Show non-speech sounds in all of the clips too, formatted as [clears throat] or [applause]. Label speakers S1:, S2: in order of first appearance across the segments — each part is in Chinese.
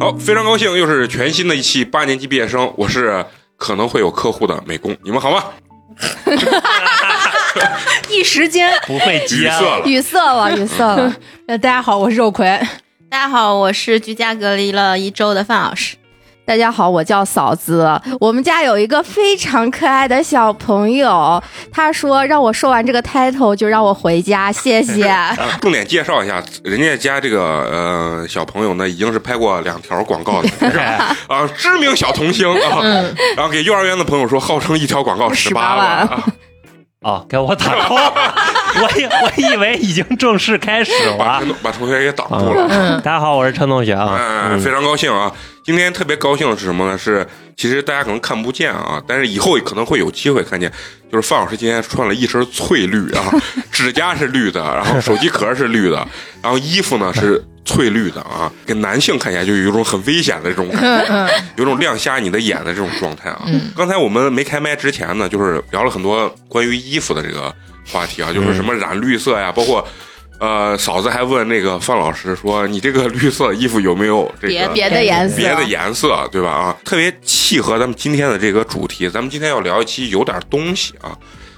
S1: 好，非常高兴，又是全新的一期八年级毕业生，我是可能会有客户的美工，你们好吗？
S2: 一时间
S3: 不会啊
S1: 语
S3: 接
S1: 塞了，
S4: 语塞 [laughs] 了，语塞了。呃，大家好，我是肉葵。
S2: 大家好，我是居家隔离了一周的范老师。
S4: 大家好，我叫嫂子。我们家有一个非常可爱的小朋友，他说让我说完这个 title 就让我回家，谢谢。
S2: [laughs]
S1: 啊重点介绍一下，人家家这个呃小朋友呢，已经是拍过两条广 [laughs] 告的
S3: 哎
S1: 啊，知名小童星啊，然后给幼儿园的朋友说，号称一条广告十八万，
S4: 18万
S1: 啊
S3: 哦，给我打通， [laughs] 我以我以为已经正式开始
S1: 把
S3: 了
S1: 陈。同把同学给挡住了。
S3: 嗯，大家好，我是陈同学啊。
S1: 嗯，
S3: 嗯
S1: 非常高兴啊！今天特别高兴的是什么呢？是其实大家可能看不见啊，但是以后可能会有机会看见。就是范老师今天穿了一身翠绿啊， [laughs] 指甲是绿的，然后手机壳是绿的，然后衣服呢是翠绿的啊，给男性看起来就有一种很危险的这种感觉，有种亮瞎你的眼的这种状态啊。刚才我们没开麦之前呢，就是聊了很多关于衣服的这个话题啊，就是什么染绿色呀，包括。呃，嫂子还问那个范老师说：“你这个绿色衣服有没有这个
S4: 别的颜色，
S1: 别的颜色，对吧？啊，特别契合咱们今天的这个主题。咱们今天要聊一期有点东西啊，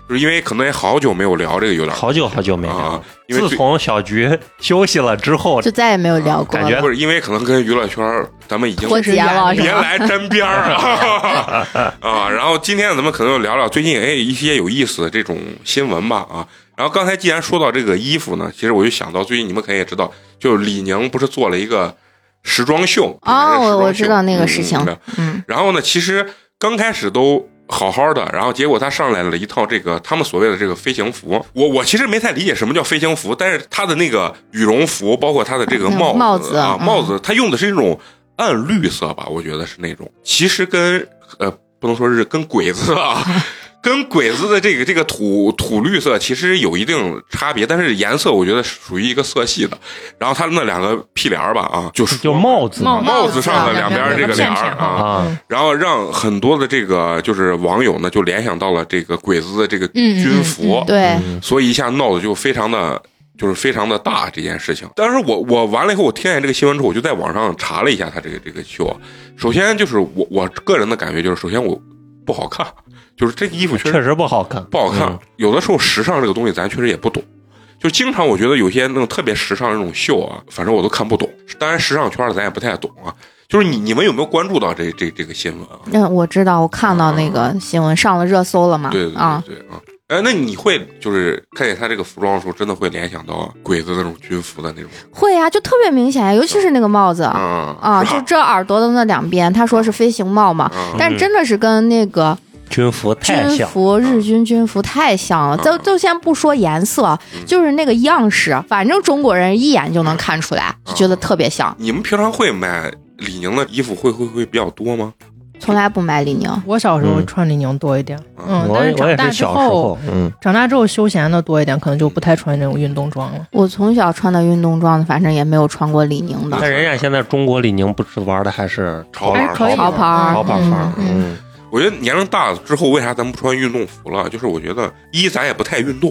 S1: 就是因为可能也好久没有聊这个有点
S3: 好久好久没聊
S1: 啊
S3: 了，，
S1: 因为
S3: 自
S1: 最
S3: 从小菊休息了之后，
S4: 就再也没有聊过
S3: 感觉
S4: 了。
S1: 不是因为可能跟娱乐圈儿咱们已经
S4: 脱节了
S1: 别
S4: 是吧？
S1: 来沾边儿
S3: [laughs]
S1: 啊啊！然后今天咱们可能要聊聊最近哎一些有意思的这种新闻吧啊。然后刚才既然说到这个衣服呢，其实我就想到最近你们可能也知道，就是李宁不是做了一个时装秀
S4: 哦我我知道那个事。
S1: 李宁
S4: 情
S1: 的时装秀嗯然后呢，其实刚开始都好好的，然后结果他上来了一套这个他们所谓的这个飞行服。我我其实没太理解什么叫飞行服，但是他的那个羽绒服，包括他的这个
S4: 嗯
S1: 帽
S4: 帽
S1: 子
S4: 子
S1: 啊，
S4: 嗯
S1: 帽子，他用的是一种暗绿色吧，我觉得是那种，其实跟呃不能说是跟鬼子
S4: [laughs]
S1: 啊。跟鬼子的这个这个土土绿色其实有一定差别，但是颜色我觉得是属于一个色系的。然后他那两个屁帘儿吧啊，就是
S3: 就帽子嘛
S1: 帽子上的
S4: 帽子
S1: 两
S4: 上
S1: 边儿这个帘
S2: 两
S1: 儿
S2: 片片
S1: 啊，
S3: 啊，
S1: 然后让很多的这个就是网友呢就联想到了这个鬼子的这个
S4: 嗯嗯
S1: 军服，
S4: 对，
S2: 嗯
S1: 所以一下闹得就非常的。就是非常的大这件事情，但是我我完了以后，我听见这个新闻之后，我就在网上查了一下他这个这个秀。首先就是我我个人的感觉就是，首先我不好看，就是这个衣服确实
S3: 确实不好看，
S1: 不好看。
S3: 嗯
S1: 有的时候时尚这个东西咱确实也不懂，就经常我觉得有些那种特别时尚的那种秀啊，反正我都看不懂。当然时尚圈儿咱也不太懂啊。就是你你们有没有关注到这这这个新闻啊？
S4: 嗯，我知道，我看到那个新闻上了热搜了嘛。
S1: 对对对
S4: 啊，
S1: 对啊。哎，那你会就是看见他这个服装的时候，真的会联想到鬼子那种军服的那种
S4: 会啊，就特别明显，尤其是那个帽子
S3: 嗯
S1: 啊
S4: 啊，就这耳朵的那两边，他说是飞行帽嘛，
S3: 嗯
S1: 啊
S4: 但真的是跟那个
S3: 军服太
S4: 军
S3: 像，
S4: 服、日军军服太像了。
S1: 嗯
S4: 就就先不说颜色，
S3: 嗯
S4: 就是那个样式，反正中国人一眼就能看出来，就觉
S3: 嗯
S4: 得特别像。
S1: 你们平常会买李宁的衣服会会会比较多吗？
S4: 从来不买李宁，
S5: 我小时候
S3: 嗯
S5: 穿李宁多一点，
S1: 嗯
S5: 嗯，
S3: 我
S5: 但是
S3: 我
S5: 长
S3: 也
S5: 大
S3: 是
S5: 之
S3: 小时
S5: 后，
S3: 候，嗯，
S5: 长大之后休闲的多一点，可能就不太穿这种运动装了。
S4: 我从小穿的运动装，反正也没有穿过李宁的
S3: 但人家现在中国李宁不是玩的还是
S1: 潮牌
S5: 还是可以
S4: 潮牌儿。
S3: 潮牌范儿，
S4: 嗯
S3: 嗯，
S1: 我觉得年龄大了之后，为啥咱们不穿运动服了？就是我觉得一咱也不太运动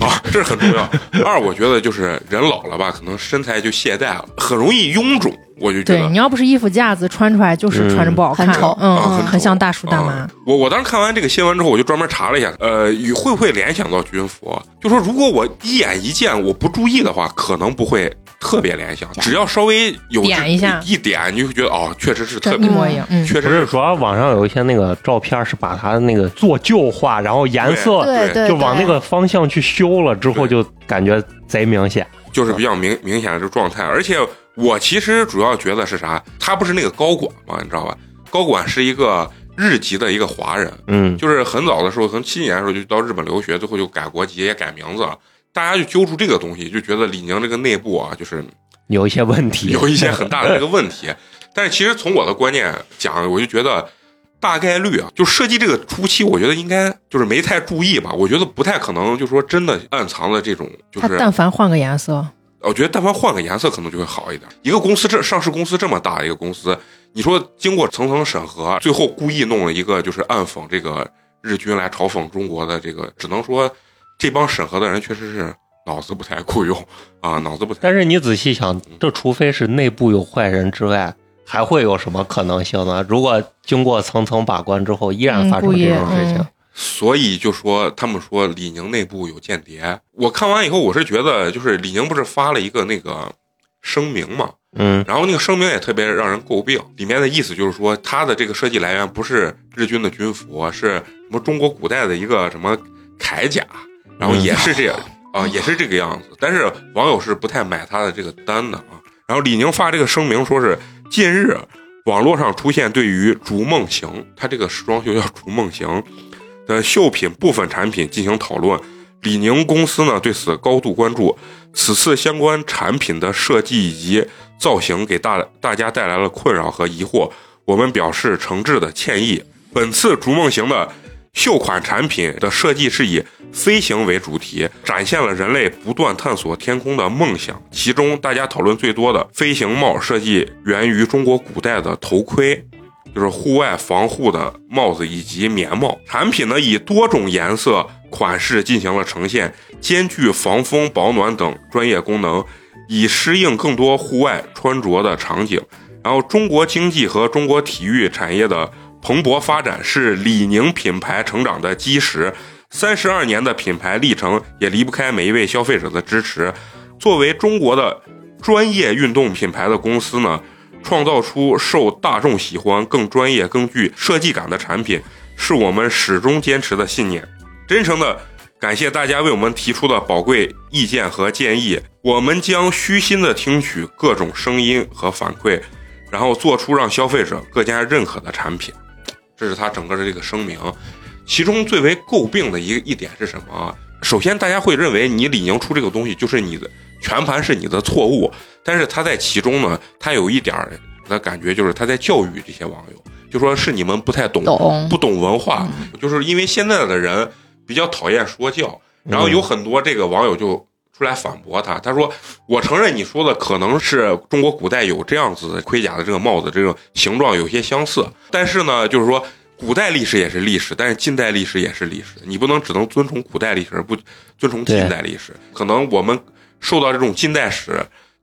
S1: 啊，这是很重要。二我觉得就是人老了吧，可能身材就懈怠了，很容易臃肿。我就觉
S5: 对
S1: 得
S5: 你要不是衣服架子穿出来，就是穿着不好看，
S4: 嗯很丑
S5: 嗯，
S1: 啊很丑
S5: 很像大叔大妈。
S1: 啊我我当时看完这个新闻之后，我就专门查了一下，呃，与会不会联想到军服？就说如果我一眼一见，我不注意的话，可能不会特别联想，只要稍微有
S5: 点一下
S1: 一点，你就会觉得哦，确实是特
S5: 真
S1: 别
S5: 一，模一样，嗯，
S1: 确
S3: 不
S1: 实
S3: 是，主要网上有一些那个照片是把它那个做旧化，然后颜色
S1: 对
S4: 对对，
S3: 就往那个方向去修了之后，就感觉贼明显。
S1: 就是比较明明显的这状态。而且我其实主要觉得是啥？他不是那个高管嘛，你知道吧？高管是一个日籍的一个华人，
S3: 嗯，
S1: 就是很早的时候，可能七几年的时候就到日本留学，最后就改国籍也改名字了。大家就揪住这个东西，就觉得李宁这个内部啊，就是
S3: [laughs] 有一些问题，
S1: [laughs] 有一些很大的这个问题。但是其实从我的观念讲，我就觉得大概率啊，就设计这个初期，我觉得应该就是没太注意吧。我觉得不太可能，就说真的暗藏的这种，就
S5: 它
S1: 是
S5: 但凡换个颜色，
S1: 我觉得但凡换个颜色，可能就会好一点。一个公司这上市公司这么大的一个公司，你说经过层层审核，最后故意弄了一个就是暗讽这个日军来嘲讽中国的这个，只能说这帮审核的人确实是脑子不太够用啊，脑子不太。
S3: 但是你仔细想，这除非是内部有坏人之外，还会有什么可能性呢？如果经过层层把关之后，依然
S5: 嗯
S3: 发生
S5: 故意
S3: 这种事情，
S5: 嗯
S1: 所以就说他们说李宁内部有间谍，我看完以后我是觉得就是李宁不是发了一个那个声明嘛，
S3: 嗯
S1: 然后那个声明也特别让人诟病，里面的意思就是说，它的这个设计来源不是日军的军服，是什么中国古代的一个什么铠甲，然后也是这样啊、也是这个样子。但是网友是不太买他的这个单的啊。然后李宁发这个声明说是近日网络上出现对于逐梦行，它这个时装秀叫逐梦行的绣品部分产品进行讨论。李宁公司呢对此高度关注，此次相关产品的设计以及造型给大大家带来了困扰和疑惑，我们表示诚挚的歉意。本次逐梦行的秀款产品的设计是以飞行为主题，展现了人类不断探索天空的梦想。其中，大家讨论最多的飞行帽设计源于中国古代的头盔。就是户外防护的帽子以及棉帽。产品呢以多种颜色、款式进行了呈现，兼具防风、保暖等专业功能，以适应更多户外穿着的场景。然后，中国经济和中国体育产业的蓬勃发展是李宁品牌成长的基石。三十二年的品牌历程也离不开每一位消费者的支持。作为中国的专业运动品牌的公司呢，创造出受大众喜欢、更专业、更具设计感的产品，是我们始终坚持的信念。真诚的感谢大家为我们提出的宝贵意见和建议，我们将虚心的听取各种声音和反馈，然后做出让消费者更加认可的产品。这是他整个的这个声明。其中最为诟病的一个一点是什么啊？首先，大家会认为你李宁出这个东西就是你的全盘是你的错误，但是他在其中呢，他有一点儿的感觉就是他在教育这些网友，就说是你们不太懂
S5: 懂
S1: 不懂文化，就是因为现在的人比较讨厌说教，然后有很多这个网友就出来反驳他，他说：“我承认你说的可能是中国古代有这样子的盔甲的这个帽子，这种形状有些相似，但是呢，就是说古代历史也是历史，但是近代历史也是历史，你不能只能遵从古代历史而不遵从近代历史，可能我们受到这种近代史。”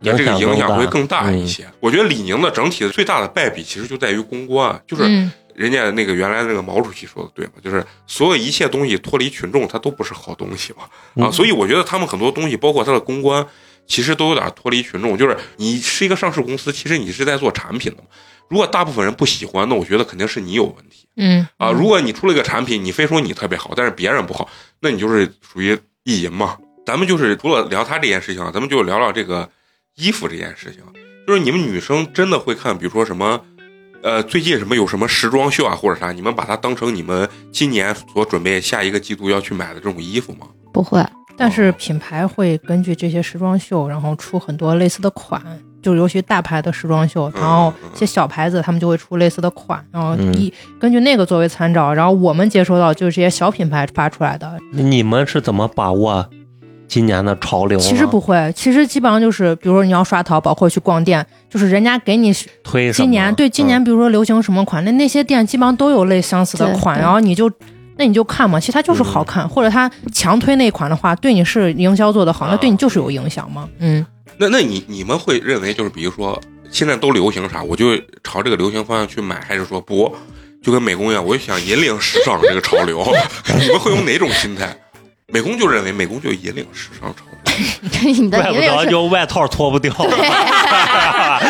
S1: 的这个影响会更大嗯一些。我觉得李宁的整体的最大的败笔，其实就在于公关，啊就是
S5: 嗯
S1: 人家那个原来那个毛主席说的对嘛，就是所有一切东西脱离群众，它都不是好东西嘛啊，
S3: 嗯
S1: 所以我觉得他们很多东西，包括它的公关，其实都有点脱离群众。就是你是一个上市公司，其实你是在做产品的嘛。如果大部分人不喜欢，那我觉得肯定是你有问题
S5: 嗯
S1: 啊。如果你出了一个产品，你非说你特别好，但是别人不好，那你就是属于意淫嘛。咱们就是除了聊他这件事情啊，咱们就聊聊这个衣服这件事情。啊就是你们女生真的会看，比如说什么，呃，最近什么有什么时装秀啊，或者啥，你们把它当成你们今年所准备下一个季度要去买的这种衣服吗？
S4: 不会， [laughs]
S5: 但是品牌会根据这些时装秀，然后出很多类似的款，就尤其大牌的时装秀，
S1: 嗯
S5: 然后一些小牌子他们就会出类似的款，然后
S3: 嗯
S5: 一根据那个作为参照，然后我们接收到就是这些小品牌发出来的，
S3: 你们是怎么把握今年的潮流呢？
S5: 其实不会，其实基本上就是比如说你要刷淘宝或者去逛店，就是人家给你
S3: 推什么嗯
S5: 今年对今年，比如说流行什么款，那那些店基本上都有类相似的
S4: 对
S5: 款，
S4: 对
S5: 然后你就。那你就看嘛，其实它就是好看，或者它强推那款的话，对你是营销做的好，那对你就是有影响嘛。嗯，
S1: 那那你你们会认为就是比如说现在都流行啥，我就朝这个流行方向去买，还是说不？就跟美工一样，我就想引领时尚这个潮流， [laughs] 你们会用哪种心态？美工就认为美工就引领时尚潮流，
S4: 你的
S3: 怪不
S4: 引领
S3: 得
S4: 是
S3: 就外套脱
S5: [laughs]
S3: 不掉。
S1: 啊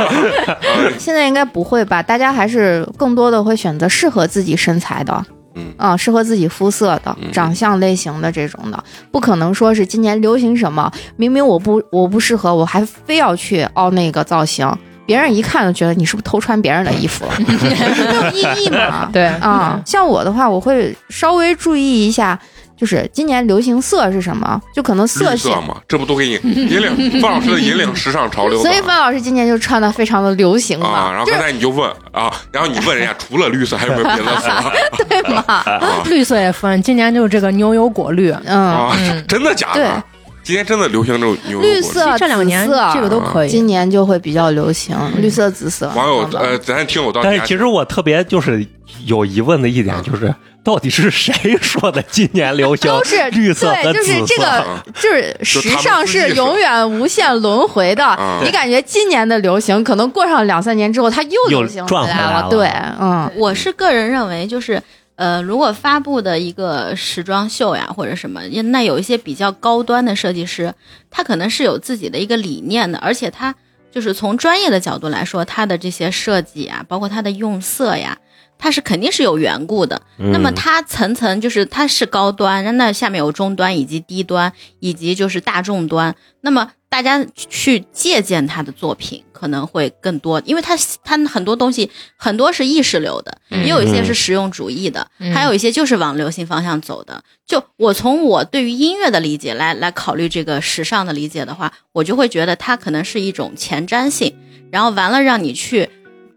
S4: [laughs] 现在应该不会吧？大家还是更多的会选择适合自己身材的，
S1: 嗯
S4: 啊，适合自己肤色的、
S1: 嗯
S4: 长相类型的这种的，不可能说是今年流行什么，明明我不我不适合，我还非要去凹那个造型，别人一看就觉得你是不是偷穿别人的
S1: [laughs]
S4: 衣服了，没有意义嘛。
S5: 对
S4: 啊啊、像我的话，我会稍微注意一下就是今年流行色是什么，就可能色
S1: 绿
S4: 系
S1: 色。嘛，这不都给你引
S4: [laughs]
S1: 领范老师的引领时尚潮流
S4: 所以
S1: 吗？
S4: 范老师今年就穿的非常的流行嘛，
S1: 啊，然后
S4: 就
S1: 刚
S4: 是
S1: 才你就问啊，然后你问人家除了绿色还有没有别的色啊
S4: 对
S1: [laughs]
S4: 嘛，
S5: 绿色也分，今年就是这个牛油果绿，
S4: 嗯，
S1: 啊？ [laughs] 真的假的？今天真的流行这种牛油果
S4: 绿色
S5: 其实这两年
S4: 紫色嗯
S5: 这个都可以。
S4: 今年就会比较流行绿色、紫色。
S1: 网友
S4: 等等
S1: 呃，咱听友到底
S3: 但是其实我特别就是有疑问的一点就是，到底是谁说的今年流行
S4: 都是
S3: [laughs] 绿色
S4: 对，
S3: 和
S4: 就
S3: 紫
S4: 是
S3: 色？
S4: 这个，
S1: 啊
S4: 就是时尚是永远无限轮回的
S1: 啊。
S4: 你感觉今年的流行，可能过上两三年之后，它又流行
S3: 又转回
S4: 来
S3: 来了
S4: 对，嗯，
S2: 我是个人认为，就是呃，如果发布的一个时装秀呀或者什么，那有一些比较高端的设计师，他可能是有自己的一个理念的，而且他就是从专业的角度来说，他的这些设计啊，包括他的用色呀。它是肯定是有缘故的，那么
S3: 嗯
S2: 它层层就是它是高端，那下面有中端以及低端以及就是大众端，那么大家去借鉴他的作品可能会更多，因为他他很多东西很多是意识流的，
S5: 嗯
S2: 也有一些是实用主义的，
S5: 嗯
S2: 还有一些就是往流行方向走的。就我从我对于音乐的理解来来考虑这个时尚的理解的话，我就会觉得它可能是一种前瞻性，然后完了让你去，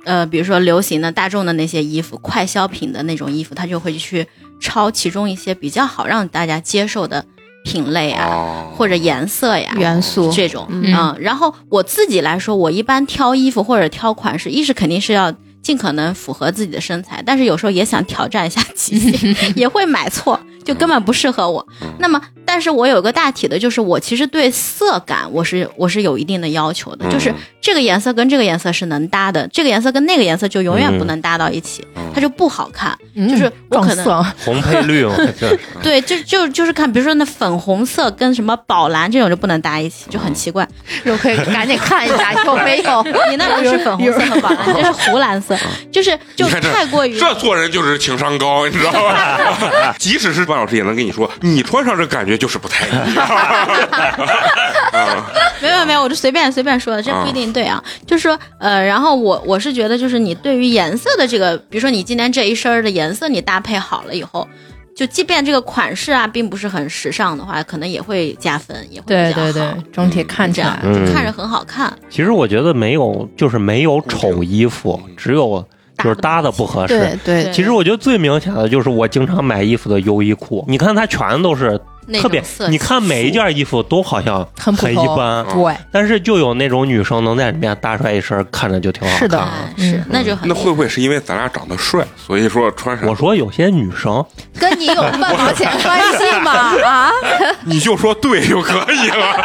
S2: 呃，比如说流行的大众的那些衣服、快消品的那种衣服，他就会去抄其中一些比较好让大家接受的品类啊，
S5: 哦
S1: 啊，
S2: 或者颜色呀，
S4: 元素
S2: 这种
S4: 嗯
S2: 嗯然后我自己来说，我一般挑衣服或者挑款式，一是肯定是要尽可能符合自己的身材，但是有时候也想挑战一下极限， [laughs] 也会买错，就根本不适合我。
S1: 嗯
S2: 那么，但是我有个大体的，就是我其实对色感我是我是有一定的要求的，就是
S1: 嗯
S2: 这个颜色跟这个颜色是能搭的，这个颜色跟那个颜色就永远不能搭到一起，
S1: 嗯
S2: 它就不好看。
S5: 嗯
S2: 就是我
S5: 撞
S2: 可能
S5: 色，
S3: [laughs] 红配绿嘛，就是
S2: 对，就就就是看，比如说那粉红色跟什么宝蓝这种就不能搭一起，就很奇怪。
S4: 又可以赶紧看一下有没有。
S2: 你那不是粉红色和宝蓝，这是湖蓝色，
S3: 嗯
S2: 就是就
S1: 你看这
S2: 太过于
S1: 这做人就是情商高，你知道
S3: [laughs]
S1: 吧？即使是万老师也能跟你说，你穿上这感觉就是不太一样。
S3: [laughs]
S2: 没有没有，我就随便随便说的，这不一
S3: 嗯
S2: 定对啊。就是说，呃，然后我我是觉得，就是你对于颜色的这个，比如说你今天这一身儿的颜色你搭配好了以后，就即便这个款式啊并不是很时尚的话，可能也会加分，也会
S5: 对
S2: 比较
S5: 对对
S2: 好，
S5: 整体看起
S2: 这样
S5: 来，
S3: 嗯
S2: 就看着很好看。
S3: [laughs] 其实我觉得没有，就是没有丑衣服，只有就是搭的不合
S4: [laughs]
S3: 适。
S4: 对对
S2: 对
S3: 哎其实我觉得最明显的就是我经常买衣服的优衣库，你看它全都是
S2: 那
S3: 特
S2: 种
S3: 别
S2: 色，系
S3: 你看每一件衣服都好像
S5: 很普
S3: 很一
S5: 通
S3: 般，
S5: [laughs] 对，
S3: 但是就有那种女生能在里面搭出来一身，看着就挺好看。
S5: 是的
S2: 哎是
S5: 嗯
S2: 那就很
S1: 那会不会是因为咱俩长得帅，所以说穿上
S3: 我？说有些女生，
S4: 跟你有半毛钱关系吗？
S1: [laughs]
S4: 啊，
S1: 你就说对就可以了。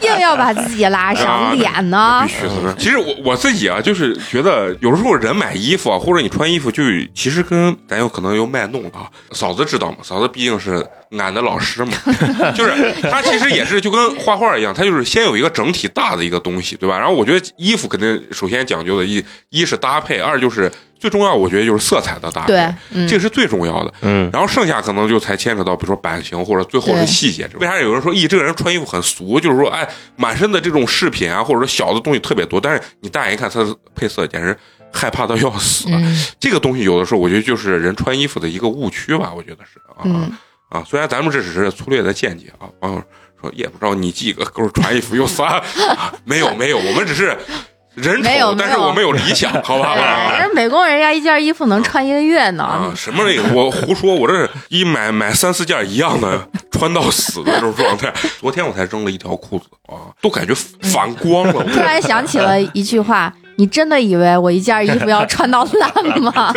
S4: 硬要把自己拉
S1: 啊
S4: 上脸呢
S1: 必？须的。其实我我自己啊，就是觉得有时候人买衣服啊，或者你穿衣服就，其实跟咱有可能有卖弄的啊。嫂子知道吗？嫂子毕竟是俺的老师嘛， [laughs] 就是她其实也是就跟画画一样，她就是先有一个整体大的一个东西，对吧？然后我觉得衣服肯定首先讲究的一一是搭配，二就是最重要，我觉得就是色彩的搭配，
S4: 对，嗯
S1: 这，个是最重要的。
S3: 嗯，
S1: 然后剩下可能就才牵扯到，比如说版型或者最后的
S4: 对
S1: 细节。为啥有人说，咦，这个人穿衣服很俗？就是说，哎，满身的这种饰品啊，或者说小的东西特别多，但是你大眼一看，他的配色简直害怕到要死。啊
S5: 嗯，
S1: 这个东西有的时候，我觉得就是人穿衣服的一个误区吧，我觉得是啊、
S4: 嗯
S1: 啊。虽然咱们这只是粗略的见解啊，网友说也不知道你几个勾穿衣服又仨、啊，没有没有，我们只是人
S4: 没有
S1: 丑，但
S4: 没
S1: 是
S4: 有
S1: 我们有理想，好吧？
S4: 哎人美工人家一件衣服能穿一个月
S1: 啊
S4: 呢，，
S1: 什么那个我胡说，我这是一买买三四件一样的，穿到死的这种状态。昨天我才扔了一条裤子啊，都感觉反光了。
S4: 突然想起了一句话：“你真的以为我一件衣服要穿到烂
S3: [laughs]
S4: 吗？”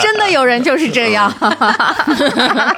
S4: 真的有人就是这
S3: [laughs]
S4: 样。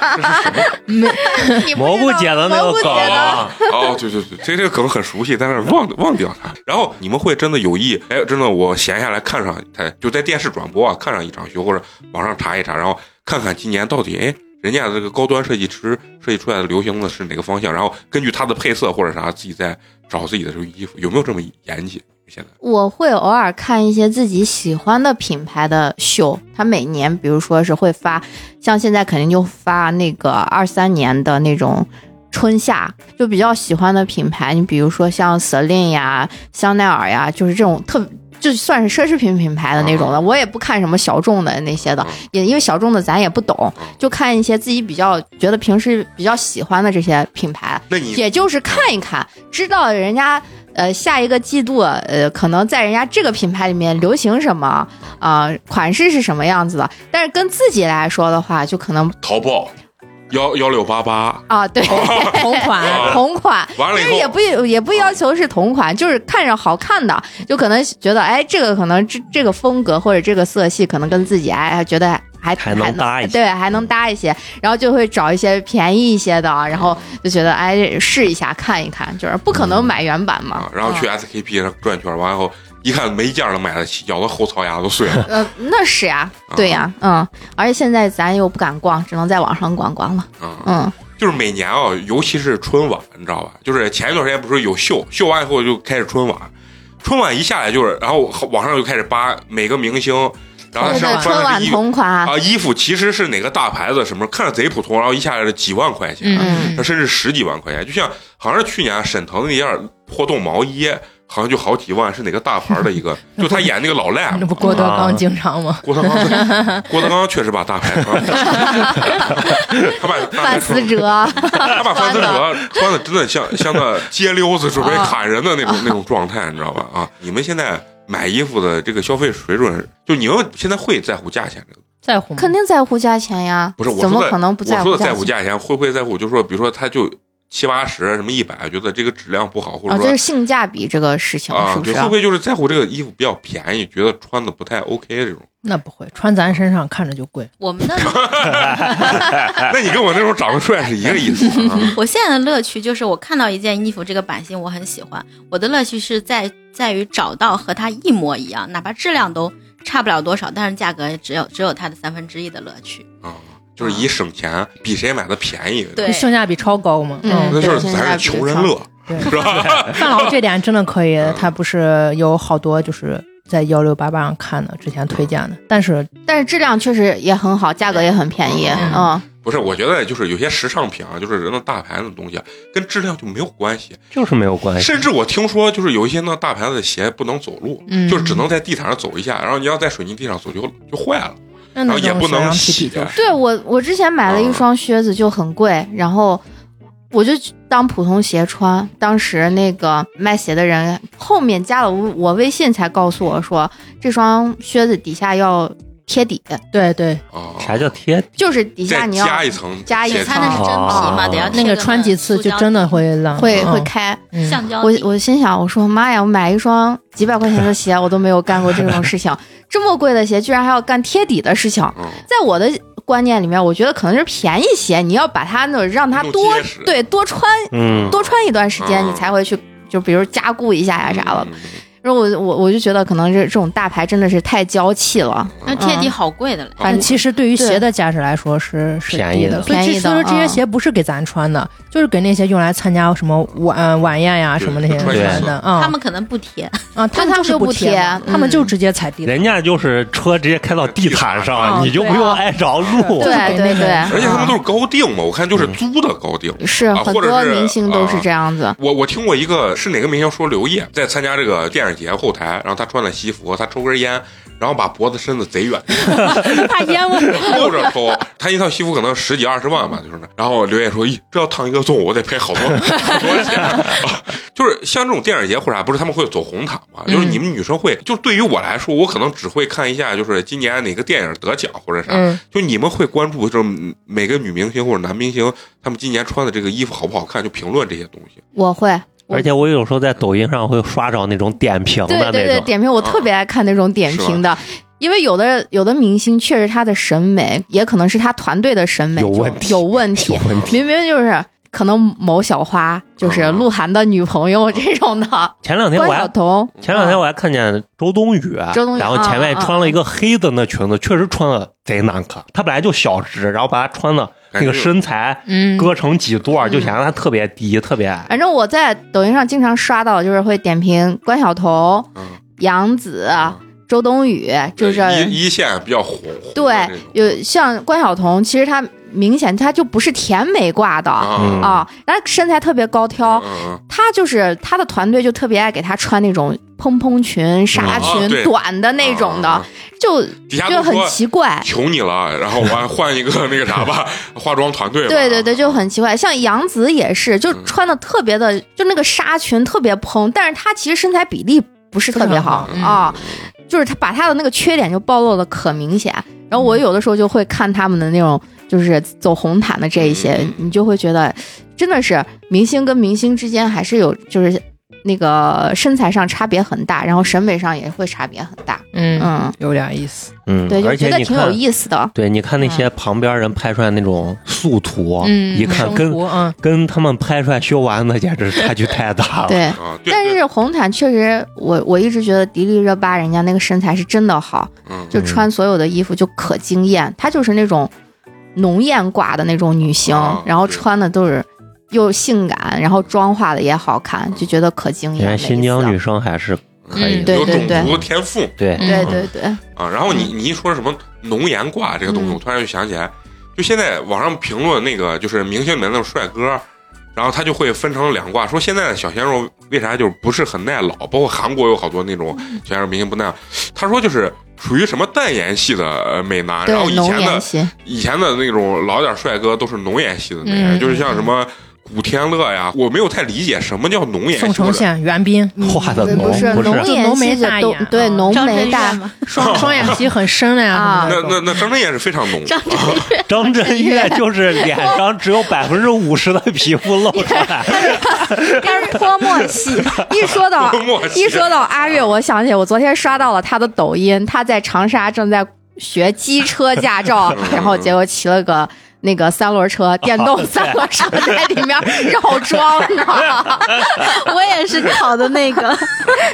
S3: [laughs]
S4: 没
S3: 蘑菇姐的那个梗啊，
S1: 哦，对对对，这这个梗很熟悉，但是忘忘掉它。然后你们会真的有意，哎，真的我闲下来看上它，就在电视转播啊，看上一场秀，或者网上查一查，然后看看今年到底哎。人家的这个高端设计师设计出来的流行的是哪个方向，然后根据它的配色或者啥，自己再找自己的这个衣服，有没有这么严谨？现在
S4: 我会偶尔看一些自己喜欢的品牌的秀，它每年比如说是会发，像现在肯定就发那个二三年的那种春夏，就比较喜欢的品牌，你比如说像 Celine 呀、香奈儿呀，就是这种特就算是奢侈品品牌的那种的，我也不看什么小众的那些的
S1: 嗯，
S4: 也因为小众的咱也不懂，就看一些自己比较觉得平时比较喜欢的这些品牌，
S1: 那你
S4: 也就是看一看，知道人家呃下一个季度呃可能在人家这个品牌里面流行什么啊、呃款式是什么样子的，但是跟自己来说的话，就可能
S1: 淘宝
S4: 嗯
S1: 幺幺六八八，
S4: 啊对。
S5: 同款，
S4: 同款，
S1: 哦完了
S4: 但
S1: 以
S4: 是也
S1: 后啊
S4: 不也不要求是同款，就是看着好看的，就可能觉得哎，这个可能这这个风格或者这个色系，可能跟自己哎觉得还
S3: 还能搭一些
S4: 对，还能搭一些，然后就会找一些便宜一些的，啊然后就觉得哎试一下看一看，就是不可能买原版嘛
S1: 啊，，然后
S4: 嗯
S1: 去 SKP 上转一圈，完以后一看没一件能买得起，咬的后槽牙都碎
S4: [laughs]
S1: 了。
S4: 呃那是呀、
S1: 啊
S4: 对呀、嗯，而且现在咱又不敢逛，只能在网上逛逛了，
S1: 啊、
S4: 嗯，
S1: 就是每年啊，尤其是春晚，你知道吧？就是前一段时间不是有秀，秀完以后就开始春晚，春晚一下来就是，然后网上就开始扒每个明星，然后他
S4: 对
S1: 身
S4: 哦对，
S1: 上
S4: 春
S1: 穿
S4: 晚
S1: 的衣
S4: 同款，
S1: 啊衣服其实是哪个大牌子什么，看着贼普通，然后一下来就几万块钱，
S4: 嗯
S1: 那甚至十几万块钱，就像好像是去年啊沈腾的那件破洞毛衣，好像就好几万，是哪个大牌的一个？就他演那个老赖嘛
S5: 那，不郭德 [laughs] 纲经常吗？
S1: 郭德纲，郭德纲确实把大牌，他把大牌
S4: 范思哲，
S1: [laughs] 他把范思哲穿的真的像像那街溜子准备
S4: 啊
S1: 砍人的那种那种状态，你知道吧？啊，你们现在买衣服的这个消费水准，就你们现在会在乎价钱这个？
S5: 在乎吗？
S4: 肯定在乎价钱呀，
S1: 不是，我
S4: 怎么
S1: 说的
S4: 可能不在
S1: 我
S4: 乎
S1: 说的在
S4: 钱
S1: 乎价钱，会不会在乎？就说比如说，他就七八十，什么一百，觉得这个质量不好，或者
S4: 啊，
S1: 说
S4: 这是性价比这个事情，
S1: 啊
S4: 是，不
S1: 对，
S4: 是
S1: 会不？会就是在乎这个衣服比较便宜，觉得穿的不太 OK 这种？
S5: 那不会，穿咱身上看着就贵。
S2: 我们的
S3: 哎
S1: 那你跟我那时候长得帅是一个意思啊。
S2: [laughs] 我现在的乐趣就是，我看到一件衣服这个版型我很喜欢，我的乐趣是在在于找到和它一模一样，哪怕质量都差不了多少，但是价格只有只有它的三分之一的乐趣。
S4: 哎
S1: 啊，就是以省钱比谁买的便宜。
S2: 对
S5: 性价比超高嘛。
S4: 嗯
S1: 那就是
S4: 对
S1: 咱是穷人乐，
S5: 对
S1: [laughs] 是吧？嗯
S5: 范老这点真的可以，他不是有好多就是在幺六八八上看的，之前推荐的，但是
S4: 但是质量确实也很好，价格也很便宜，
S1: 嗯
S4: 嗯，
S1: 不是，我觉得就是有些时尚品啊，就是人的大牌子的东西啊，跟质量就没有关系。
S3: 就是没有关系。
S1: 甚至我听说，就是有一些那大牌子的鞋不能走路，
S4: 嗯
S1: 就只能在地毯上走一下，然后你要在水泥地上走就就坏了。
S5: 那
S1: 然
S5: 那
S1: 后哦也
S5: 种
S1: 不
S5: 小
S1: 能
S5: 羊皮
S1: 洗啊
S5: 皮就是
S4: 对我我之前买了一双靴子就很贵，然后我就当普通鞋穿。当时那个卖鞋的人后面加了我我微信才告诉我说，这双靴子底下要贴底，
S5: 对对，
S1: 啊，
S3: 啥叫贴？
S4: 就是底下
S1: 再
S4: 你要
S1: 加一层
S4: 加一
S1: 鞋啊
S4: 层
S2: 它那是真皮嘛，
S3: 啊哦
S2: 得要贴
S5: 那个
S2: 个
S5: 穿几次就真的会烂，
S4: 会
S5: 嗯
S4: 会开。
S5: 嗯
S2: 橡胶
S4: 我
S2: 底。
S4: 我心想，我说妈呀，我买一双几百块钱的鞋，我都没有干过这种事情，这么贵的鞋居然还要干贴底的事情。
S1: 嗯，
S4: 在我的观念里面，我觉得可能是便宜鞋，你要把它那种让它
S1: 弄
S4: 多
S1: 结实
S4: 对多穿
S3: 嗯，
S4: 多穿一段时间，
S1: 嗯
S4: 你才会去就比如加固一下呀啥了
S1: 嗯。？
S4: 然后我我我就觉得可能这这种大牌真的是太娇气了，
S2: 那
S5: 嗯
S2: 贴底好贵的嘞，
S4: 反
S5: 但
S4: 正
S5: 其实对于鞋的价值来说是是
S3: 便宜
S5: 低
S3: 的
S5: 所以
S4: 便宜
S5: 其
S4: 的
S5: 实这些
S4: 嗯
S5: 鞋不是给咱穿的，就是给那些用来参加什么晚晚宴呀
S1: 对
S5: 什么那些人
S1: 穿
S3: 鞋
S5: 穿的啊。
S2: 他们可能不贴，
S5: 啊，他们
S4: 他们
S5: 就
S4: 就是不
S5: 贴嘛，
S4: 贴
S5: 他们
S4: 嗯
S5: 就直接踩地雷。
S3: 人家就是车直接开到地毯
S4: 哦
S3: 上，你就不
S4: 对
S3: 用
S4: 啊
S3: 挨着路。
S4: 对啊
S5: 就是给
S4: 对
S5: 那个
S4: 对，
S1: 而且他们都是高定嘛，我看就是租的高定。
S4: 是
S1: 啊
S4: 很
S1: 或者
S4: 多
S1: 是
S4: 明星都是
S1: 啊
S4: 这样子。
S1: 我我听过一个是哪个明星说刘烨在参加这个电影节后台，然后他穿了西服，他抽根烟，然后把脖子伸得贼远，
S5: [laughs] 怕烟味儿。
S1: [laughs] 后着抽。他一套西服可能十几二十万吧，就是那。然后刘烨说：“咦，这要烫一个粽，我得赔好多好多钱。啊” [laughs] 就是像这种电影节或者啥，不是他们会走红毯嘛？就是你们
S5: 嗯
S1: 女生会，就对于我来说，我可能只会看一下，就是今年哪个电影得奖或者啥。
S5: 嗯，
S1: 就你们会关注，就是每个女明星或者男明星他们今年穿的这个衣服好不好看，就评论这些东西。
S4: 我会，我
S3: 而且我有时候在抖音上会刷着那种点评
S4: 对
S3: 的
S4: 对
S3: 那
S4: 对，
S3: 种，
S4: 点评我特别
S1: 嗯
S4: 爱看那种点评的，因为有的有的明星确实他的审美，也可能是他团队的审美
S3: 有
S4: 就
S3: 问题
S4: 有问题
S3: 有，问题。
S4: 明明就是可能某小花就是
S1: 嗯
S4: 鹿晗的女朋友这种的，
S3: 前两天
S4: 关
S3: 我
S4: 晓
S3: 还
S4: 彤，
S3: 前两天我还看见周冬雨，啊
S4: 周冬雨
S3: 然后前面穿了一个黑的那裙子，确实穿的贼难看。她本来就小只，然后把她穿的那个身材
S5: 嗯
S3: 割成几段，就显得她特别低，特别矮。
S4: 反正我在抖音上经常刷到，就是会点评关晓彤、
S1: 嗯，
S4: 杨紫、周冬雨，就是
S1: 一一线比较红。红的
S4: 对
S1: 那种
S4: 有像关晓彤，其实她明显她就不是甜美挂的。
S1: 啊
S3: 嗯
S4: 啊，然后身材特别高挑，
S1: 嗯嗯
S4: 她就是她的团队就特别爱给她穿那种蓬蓬裙、纱
S1: 啊
S4: 裙、
S1: 对
S4: 短的那种的，
S1: 啊
S4: 就
S1: 底下
S4: 就
S1: 都
S4: 很
S1: 说
S4: 奇怪。
S1: 求你了，然后我还换一个那个啥
S4: [laughs]
S1: 吧，化妆团队吧。
S4: 对对对，就很奇怪。像杨紫也是，就穿的特别的，就那个纱裙特别蓬，但是她其实身材比例不是特别好
S2: 不是很好
S4: 啊、就是她把她的那个缺点就暴露的可明显。然后我有的时候就会看他们的那种，就是走红毯的这一些，
S1: 嗯
S4: 你就会觉得真的是明星跟明星之间还是有就是那个身材上差别很大，然后审美上也会差别很大。
S5: 嗯，
S4: 嗯，
S5: 有点意思。
S3: 嗯，
S4: 对，就
S3: 而
S4: 觉
S3: 且
S4: 得
S3: 你
S4: 挺有
S3: 看，啊
S4: 意思嗯的。
S3: 对，你看那些旁边人拍出来那种素图，
S2: 嗯
S3: 一看
S5: 生
S3: 跟
S5: 活嗯，
S3: 跟他们拍出来修完的简直差距太大了。，
S4: 对，
S1: 啊，对
S4: 但
S1: 对
S4: 是红毯确实，我我一直觉得迪丽热巴人家那个身材是真的好，
S1: 嗯
S4: 就穿所有的衣服就可惊艳。她就是那种浓艳挂的那种女星，
S1: 啊
S4: 然后
S1: 对
S4: 穿的都是又性感，然后妆化的也好看，就觉得可惊
S3: 你
S4: 艳。
S3: 看新疆
S4: 每
S3: 女
S4: 一次
S3: 生还是可以
S2: 嗯
S3: 的，
S4: 对
S1: 有
S4: 对
S1: 种
S4: 对
S1: 族天赋
S3: 对
S2: 嗯
S4: 对对对，
S1: 啊。然后你你一说什么浓颜挂这个东西，
S4: 嗯
S1: 我突然就想起来，就现在网上评论那个就是明星里面那种帅哥。然后他就会分成两挂，说现在的小鲜肉为啥就是不是很耐老？包括韩国有好多那种小鲜肉明星不耐，老。他说就是属于什么淡颜系的呃美男，然后
S4: 对
S1: 以
S4: 浓
S1: 前的
S4: 颜系，
S1: 以前的那种老点帅哥都是浓颜系的那
S5: 嗯
S1: 种，就是像什么古天乐呀，我没有太理解什么叫浓颜系。
S5: 宋承宪、袁彬，
S3: 画的
S4: 对
S3: 浓
S4: 不是
S3: 不
S4: 浓
S3: 是
S5: 就
S4: 颜
S5: 浓
S4: 系
S5: 眉
S4: 的
S5: 大
S4: 都
S5: 眼
S4: 对
S5: 啊
S4: 浓
S2: 张震
S4: 眉大
S2: 岳。嘛，
S1: 哦
S5: 双双眼皮很深的呀
S4: 啊。
S5: 什
S1: 那
S5: 么
S1: 那
S5: 的
S1: 那张震岳是非常浓，
S2: 张震岳
S3: 张震岳就是脸上只有百分之五十的皮肤露出来，
S4: 但是泼
S1: [laughs]
S4: 墨戏，一说到
S1: 泼墨戏
S4: 一说到阿月，我想起我昨天刷到了他的抖音，他在长沙正在学机车驾
S1: [laughs] 嗯
S4: 照，然后结果骑了个。那个三轮车，电动三轮车在里面绕桩呢， [laughs]
S2: 我也是考的那个，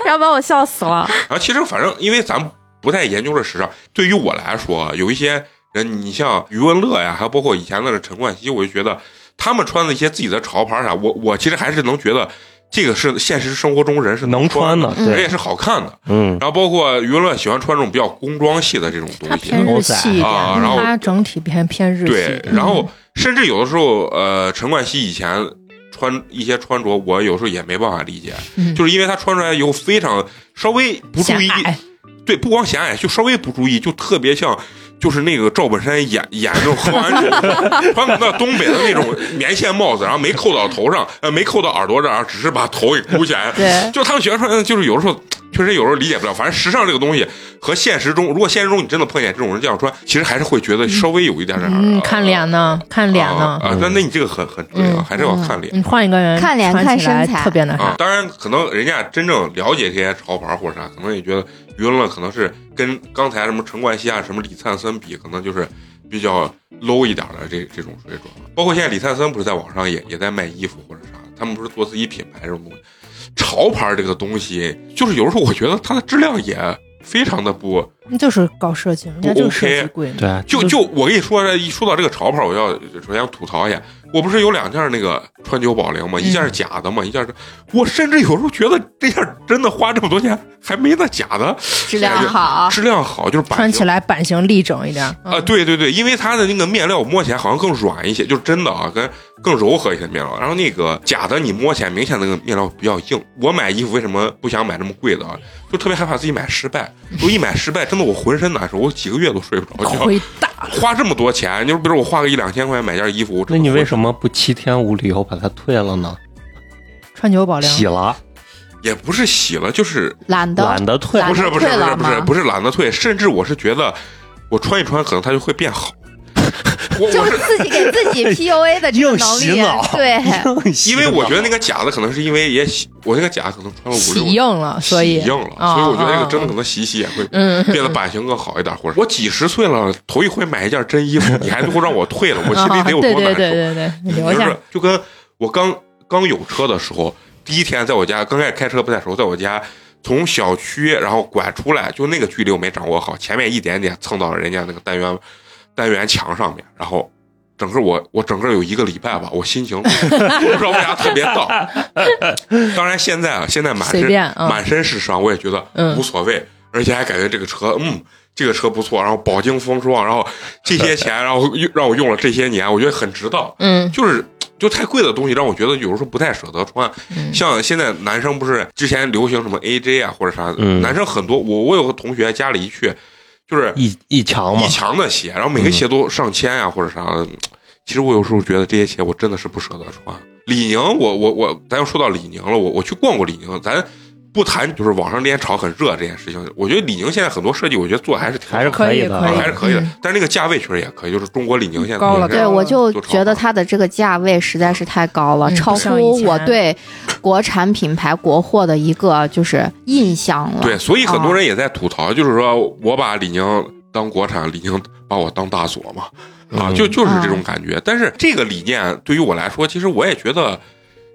S4: 然后把我笑死了。
S1: 然后其实反正因为咱们不太研究这时尚，对于我来说，啊有一些人，你像余文乐呀，还有包括以前的陈冠希，我就觉得他们穿的一些自己的潮牌啥，我我其实还是能觉得这个是现实生活中人是
S3: 能
S1: 穿
S3: 穿的，
S1: 而且
S3: 对，
S1: 是好看的。
S3: 嗯，
S1: 然后包括余文乐喜欢穿这种比较工装系的这种东
S5: 他
S1: 西，
S5: 偏日系一点，
S1: 啊然后
S5: 他整体偏偏日
S1: 对
S5: 系。，嗯
S1: 然后甚至有的时候，呃，陈冠希以前穿一些穿着，我有时候也没办法理解，
S5: 嗯
S1: 就是因为他穿出来以后非常稍微不注
S5: 显
S1: 意，
S5: 矮，
S1: 对，不光显矮，就稍微不注意，就特别像。就是那个赵本山演演那种喝完酒， [laughs] 穿那东北的那种棉线帽子，然后没扣到头上，呃，没扣到耳朵这儿，只是把头给箍起来。
S4: 对
S1: 就他们喜欢穿，就是有的时候确实有时候理解不了。反正时尚这个东西和现实中，如果现实中你真的碰见这种人这样穿，其实还是会觉得稍微有一点点。
S5: 嗯，
S1: 呃
S5: 看脸呢，看脸嗯
S1: 啊
S5: 呢。
S1: 啊！那那你这个很很对啊，还是要看脸
S5: 你换一个人
S4: 看脸
S5: 穿
S4: 看
S5: 起来
S4: 身材
S5: 特别那
S1: 啊
S5: 啥。。
S1: 当然，可能人家真正了解这些潮牌或者啥，可能也觉得余文乐可能是跟刚才什么陈冠希啊、什么李灿森比，可能就是比较 low 一点的这这种水准。啊包括现在李灿森不是在网上也也在卖衣服或者啥，他们不是做自己品牌这种东西。潮牌这个东西，就是有的时候我觉得它的质量也非常的不。
S5: 那就是搞设计，人家就是设计贵。
S3: 对，啊
S1: 就就我跟你说，一说到这个潮牌，我要首先吐槽一下，我不是有两件那个川久保玲吗？一件是假的嘛，一件是，我甚至有时候觉得这件真的花这么多钱还没那假的
S4: 质量好，
S1: 质量好，就是版
S5: 穿
S1: 型
S5: 起来版型立整一点
S4: 嗯
S5: 嗯
S1: 啊、对对对，因为它的那个面料摸起来好像更软一些，就是真的啊，跟更柔和一些面料。然后那个假的，你摸起来明显那个面料比较硬。我买衣服为什么不想买那么贵的啊？就特别害怕自己买失败，我一买失败，真的我浑身难受，我几个月都睡不着觉。
S5: 亏大
S1: 花这么多钱，就是比如我花个一两千块钱买件衣服，我
S3: 那你为什
S1: 么
S3: 么不七天无理由把它退了呢？
S5: 川久保玲，
S3: 洗了，
S1: 也不是洗了，就是
S4: 懒得
S3: 懒得退
S4: 懒，
S1: 不
S4: 得
S1: 是不是不
S4: 退
S1: 是
S4: 了
S1: 不是
S4: 吗
S1: 不是懒得退，甚至我是觉得我穿一穿可能它就会变好。我
S4: 就
S1: 我
S4: 是
S1: 是
S4: 自己给
S1: [laughs]
S4: 自己 PUA 的这个
S3: 硬
S4: 能
S3: 洗
S4: 力
S3: 脑，
S4: [laughs] 对，
S1: 因为我觉得那个假的可能是因为也洗，我那个假的可能穿了五
S5: 洗
S1: 六
S5: 硬了，所以
S1: 洗硬了，
S5: 啊
S1: 所以我觉得那
S5: 啊
S1: 个真的可
S5: 啊
S1: 能洗一洗也会
S5: 嗯
S1: 变得版型更好一点，或者我几十岁了，头一回买一件真衣服，你还不让我退了，我心里
S5: 啊
S1: 得有
S5: [laughs] 对
S1: 多难
S5: 对
S1: 受？
S5: 对对对，留
S1: 就
S5: 下
S1: 是。就跟我刚刚有车的时候，第一天在我家刚开始开车不太熟，在我家从小区然后拐出来，就那个距离我没掌握好，前面一点点蹭到了人家那个单元单元墙上面，然后。整个我我整个有一个礼拜吧，我心情 [laughs] 不知道为啥特别荡。当然现在啊，现在满
S5: 随
S1: 身
S5: 便嗯
S1: 满身是伤，我也觉得
S5: 嗯
S1: 无所谓，而且还感觉这个车，嗯，这个车不错，然后饱经风霜，然后这些钱，然后用让我用了这些年，我觉得很值当。
S5: 嗯，
S1: 就是就太贵的东西让我觉得有时候不太舍得穿。
S5: 嗯
S1: 像现在男生不是之前流行什么 AJ 啊或者啥的，
S3: 嗯
S1: 男生很多，我我有个同学家里一去，就是
S3: 一一墙嘛嗯
S1: 一，墙的鞋，然后每个鞋都上千呀、或者啥的。其实我有时候觉得这些鞋我真的是不舍得穿。李宁，我我我，咱又说到李宁了，我我去逛过李宁，咱不谈就是网上之前炒很热这件事情，我觉得李宁现在很多设计，我觉得做得还是挺
S3: 还是
S5: 可以
S3: 的
S5: 可以
S1: 还
S3: 啊。
S1: 是可以的
S5: 嗯，
S1: 但是那个价位确实也可以，就是中国李宁现在
S5: 高了
S1: 也是
S4: 对，我就
S1: 就超
S4: 觉得
S1: 高
S4: 它的这个价位实在是太高了，
S5: 嗯
S4: 超
S5: 不像以
S4: 乎
S5: 前
S4: 我对国产品牌国货的一个就是印象了。
S1: 对，所以很
S5: 啊
S1: 多人也在吐槽，就是说我把李宁当国产，李宁把我当大锁嘛，啊，
S3: 嗯
S1: 就就是这种感觉。但是这个理念对于我来说，其实我也觉得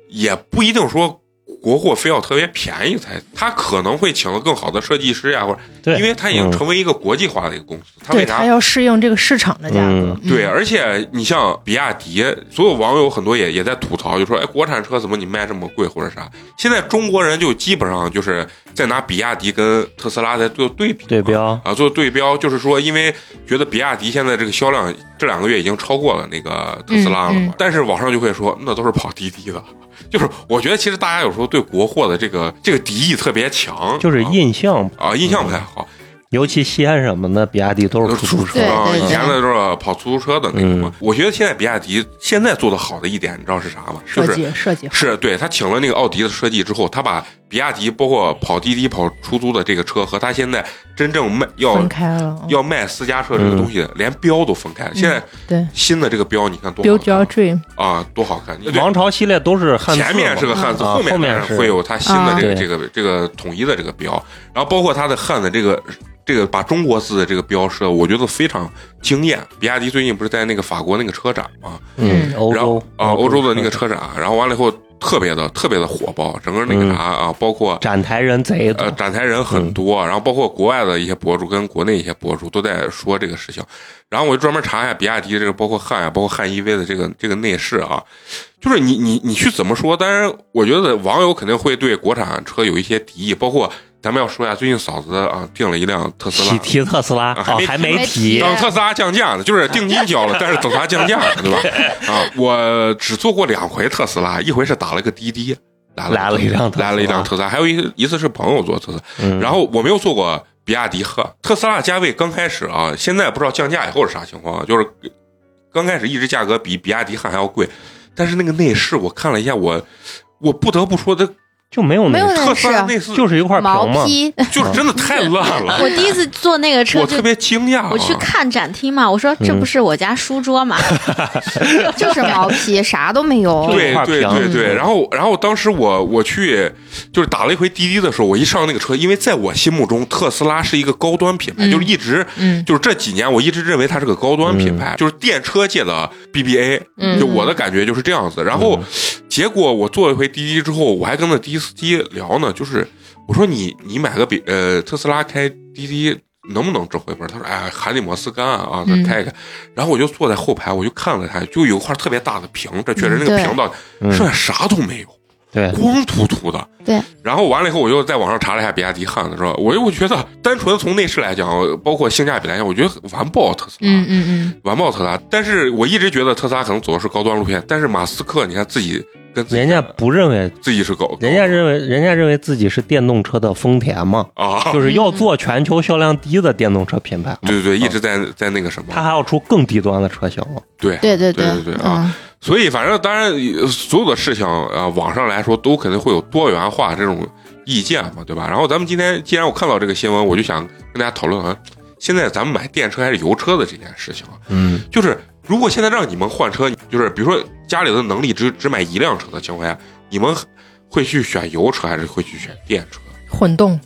S1: 也不一定说。国货非要特别便宜才，他可能会请了更好的设计师呀，或者
S3: 对，
S1: 因为他已经
S3: 嗯
S1: 成为一个国际化的一个公司，他
S5: 对
S1: 为啥
S5: 它要适应这个市场的价格
S3: 嗯，
S5: 嗯
S1: 对，而且你像比亚迪，所有网友很多也也在吐槽，就说哎，国产车怎么你卖这么贵或者啥？现在中国人就基本上就是在拿比亚迪跟特斯拉在做对比嘛，
S3: 对标
S1: 啊，做对标，就是说因为觉得比亚迪现在这个销量这两个月已经超过了那个特斯拉了嘛，
S5: 嗯嗯
S1: 但是网上就会说那都是跑滴滴的。 [laughs] 就是我觉得，其实大家有时候对国货的这个这个敌意特别强，
S3: 就是
S1: 啊
S3: 印象，
S1: 啊印象不太好。
S3: 尤其西安什么的，比亚迪都是出租车嗯
S4: 对
S1: 啊，
S4: 对
S1: 以前的就是跑出租车的那种嘛。我觉得现在比亚迪现在做的好的一点，你知道是啥吗？就
S5: 设
S1: 是
S5: 计设计好，
S1: 是对他请了那个奥迪的设计之后，他把比亚迪包括跑滴滴、跑出租的这个车和他现在真正卖要
S5: 分开了，嗯
S1: 要卖私家车这个东
S3: 嗯
S1: 西，连标都分开了。现在
S5: 对
S1: 新的这个标，你看多
S5: Build
S1: 好
S5: Your
S1: 看
S5: Dream，
S1: 啊，多好看！对
S3: 王朝系列都是汉字嘛，
S1: 前面是个汉字，
S3: 啊
S1: 后面
S3: 后面
S1: 当然
S3: 是
S1: 会有它新的这个
S3: 啊
S1: 这个这个统一的这个标，然后包括它的汉的这个这个把中国字的这个标设，我觉得非常惊艳。比亚迪最近不是在那个法国那个车展嘛，
S3: 嗯，欧
S1: 然后
S3: 洲
S1: 啊、欧洲的那个车展，然后完了以后特别的特别的火爆，整个那个啥啊，包括
S3: 展台人贼多
S1: 呃，展台人
S3: 嗯
S1: 很多，然后包括国外的一些博主跟国内一些博主都在说这个事情，然后我就专门查一下比亚迪这个，包括汉啊，包括汉 EV 的这个这个内饰啊，就是你你你去怎么说？当然，我觉得网友肯定会对国产车有一些敌意，包括咱们要说一下，最近嫂子啊订了一辆特斯
S3: 提
S1: 拉。
S3: 提特斯拉
S1: 啊
S3: 哦，
S1: 还
S3: 还
S1: 没
S3: 没
S4: 提
S3: 提
S1: 等特斯拉降价呢，就是定金交了，但是等它降价呢，对吧？啊，我只坐过两回特斯拉，一回是打了个滴滴，来了
S3: 来了一辆特斯拉
S1: 来了一辆特斯拉，还有一一次是朋友坐特斯拉，
S3: 嗯
S1: 然后我没有坐过比亚迪和特斯拉的价位，刚开始啊，现在不知道降价以后是啥情况啊，就是刚开始一直价格比比亚迪汉还要贵，但是那个内饰我看了一下，我 [laughs] 啊我不得不说，这
S3: 就没有
S4: 没有
S3: 那
S1: 特
S4: 内
S1: 斯
S4: 饰
S1: 拉内饰
S3: 就是一块屏
S4: 毛
S3: 嘛，
S4: 坯，
S1: 就是真的太烂了，
S2: [laughs] 我第一次坐那个车
S1: 我
S2: 就
S1: 特别惊讶、啊，
S2: 我去看展厅嘛，我说这不是我家书桌嘛，
S4: 嗯 [laughs] 就是毛坯，啥都没有。
S1: 对
S3: 一块
S1: 对对
S3: 屏
S1: 对，
S3: 嗯
S1: 然后然后当时我我去就是打了一回滴滴的时候，我一上那个车，因为在我心目中特斯拉是一个高端品牌，
S5: 嗯
S1: 就是一直
S5: 嗯
S1: 就是这几年我一直认为它是个高端品牌，就是电车界的 BBA，、
S4: 嗯
S1: 就我的感觉就是这样子。然后、结果我坐了一回滴滴之后，我还跟那滴滴司机聊呢，就是我说你你买个比呃特斯拉开滴滴。能不能挣回本？他说：“哎呀，海里摩斯干啊，再
S5: 嗯
S1: 开一开。然后我就坐在后排，我就看了他，就有一块特别大的屏，这确实那个
S4: 对
S1: 屏到
S3: 嗯
S1: 剩下啥都没有，
S3: 对，
S1: 光秃秃的。
S4: 对。
S1: 然后完了以后，我又在网上查了一下比亚迪汉的时候，我又觉得单纯从内饰来讲，包括性价比来讲，我觉得啊完爆特斯拉，
S5: 嗯嗯
S1: 完爆特斯拉。啊但是我一直觉得特斯拉可能走的是高端路线，但是马斯克，你看自己跟自己
S3: 人家不认为，
S1: 自己是狗，
S3: 人家认为人家认为自己是电动车的丰田嘛，
S1: 啊，
S3: 就是要做全球销量第一的电动车品牌嘛，
S1: 对对对，一直在在那个什
S3: 他
S1: 么，
S3: 还要出更低端的车型嘛，
S1: 对
S4: 对对
S1: 对对啊。
S4: 嗯，
S1: 所以，反正当然，呃所有的事情啊、呃网上来说都肯定会有多元化这种意见嘛，对吧？然后咱们今天既然我看到这个新闻，我就想跟大家讨论啊，现在咱们买电车还是油车的这件事情啊，
S3: 嗯，
S1: 就是如果现在让你们换车，就是比如说家里的能力只只买一辆车的情况下，你们会去选油车还是会去选电车？
S5: 嗯，混动，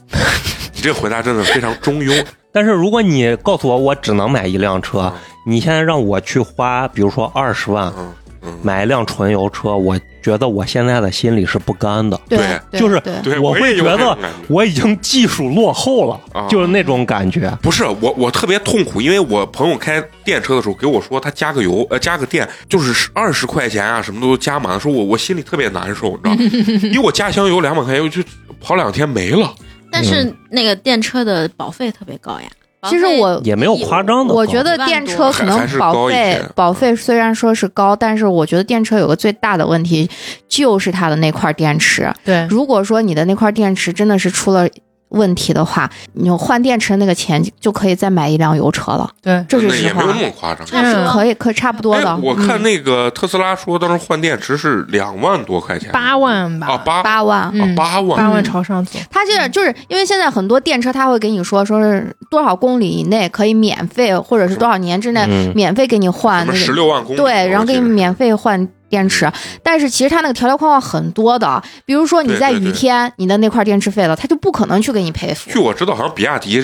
S1: 你这个回答真的非常中庸，
S3: 但是如果你告诉我我只能买一辆车
S1: 嗯，
S3: 你现在让我去花，比如说二十万
S1: 嗯嗯，
S3: 买一辆纯油车，我觉得我现在的心里是不甘的。
S1: 对
S4: 对，
S3: 就是
S4: 对
S1: 对，
S3: 我
S1: 也
S3: 会
S1: 有
S3: 觉
S1: 这
S3: 得
S1: 种感觉
S3: 我已经技术落后了，
S1: 啊
S3: 就是那种感觉。
S1: 不是我，我特别痛苦，因为我朋友开电车的时候给我说，他加个油，呃，加个电就是二十块钱啊，什么都加满了，说我我心里特别难受，你知道吗，因为我家乡油两百块钱，我就跑两天没了。
S3: 嗯
S2: 但是那个电车的保费特别高呀，
S4: 其实我
S3: 也没有夸张的高。
S4: 我觉得
S2: 一万
S4: 电
S2: 多
S4: 车可
S1: 还还
S4: 能
S1: 是
S4: 保
S1: 高一
S4: 费
S1: 些嗯
S4: 保费虽然说是高，但是我觉得电车有个最大的问题就是它的那块电池。
S5: 对，
S4: 如果说你的那块电池真的是出了问题的话，你换电池那个钱就可以再买一辆油车了，
S5: 对，
S4: 这是
S1: 那也没
S4: 实话
S1: 有。那么夸张。
S2: 差
S5: 嗯
S2: 不多
S4: 可以，可以差不多了
S1: 哎。我看
S4: 嗯
S1: 那个特斯拉说，当时换电池是两万多块钱，
S5: 八万吧，
S1: 啊八
S4: 八万，
S5: 嗯
S1: 啊八万，嗯
S5: 八万朝上走。
S4: 它这就是因为现在很多电车，它会给你说，说是多少公里以内可以免费，或者是多少年之内
S3: 嗯
S4: 免费给你
S1: 什
S4: 换
S1: 么
S4: 那个
S1: 十六万公里，啊
S4: 对，然后
S1: 我
S4: 给
S1: 记
S4: 你
S1: 得是
S4: 免费换电池。但是其实它那个条条框框很多的，比如说你
S1: 对
S4: 在
S1: 对
S4: 雨
S1: 对
S4: 天，你的那块电池废了，它就不可能去给你赔付
S1: 据。我知道，好像比亚迪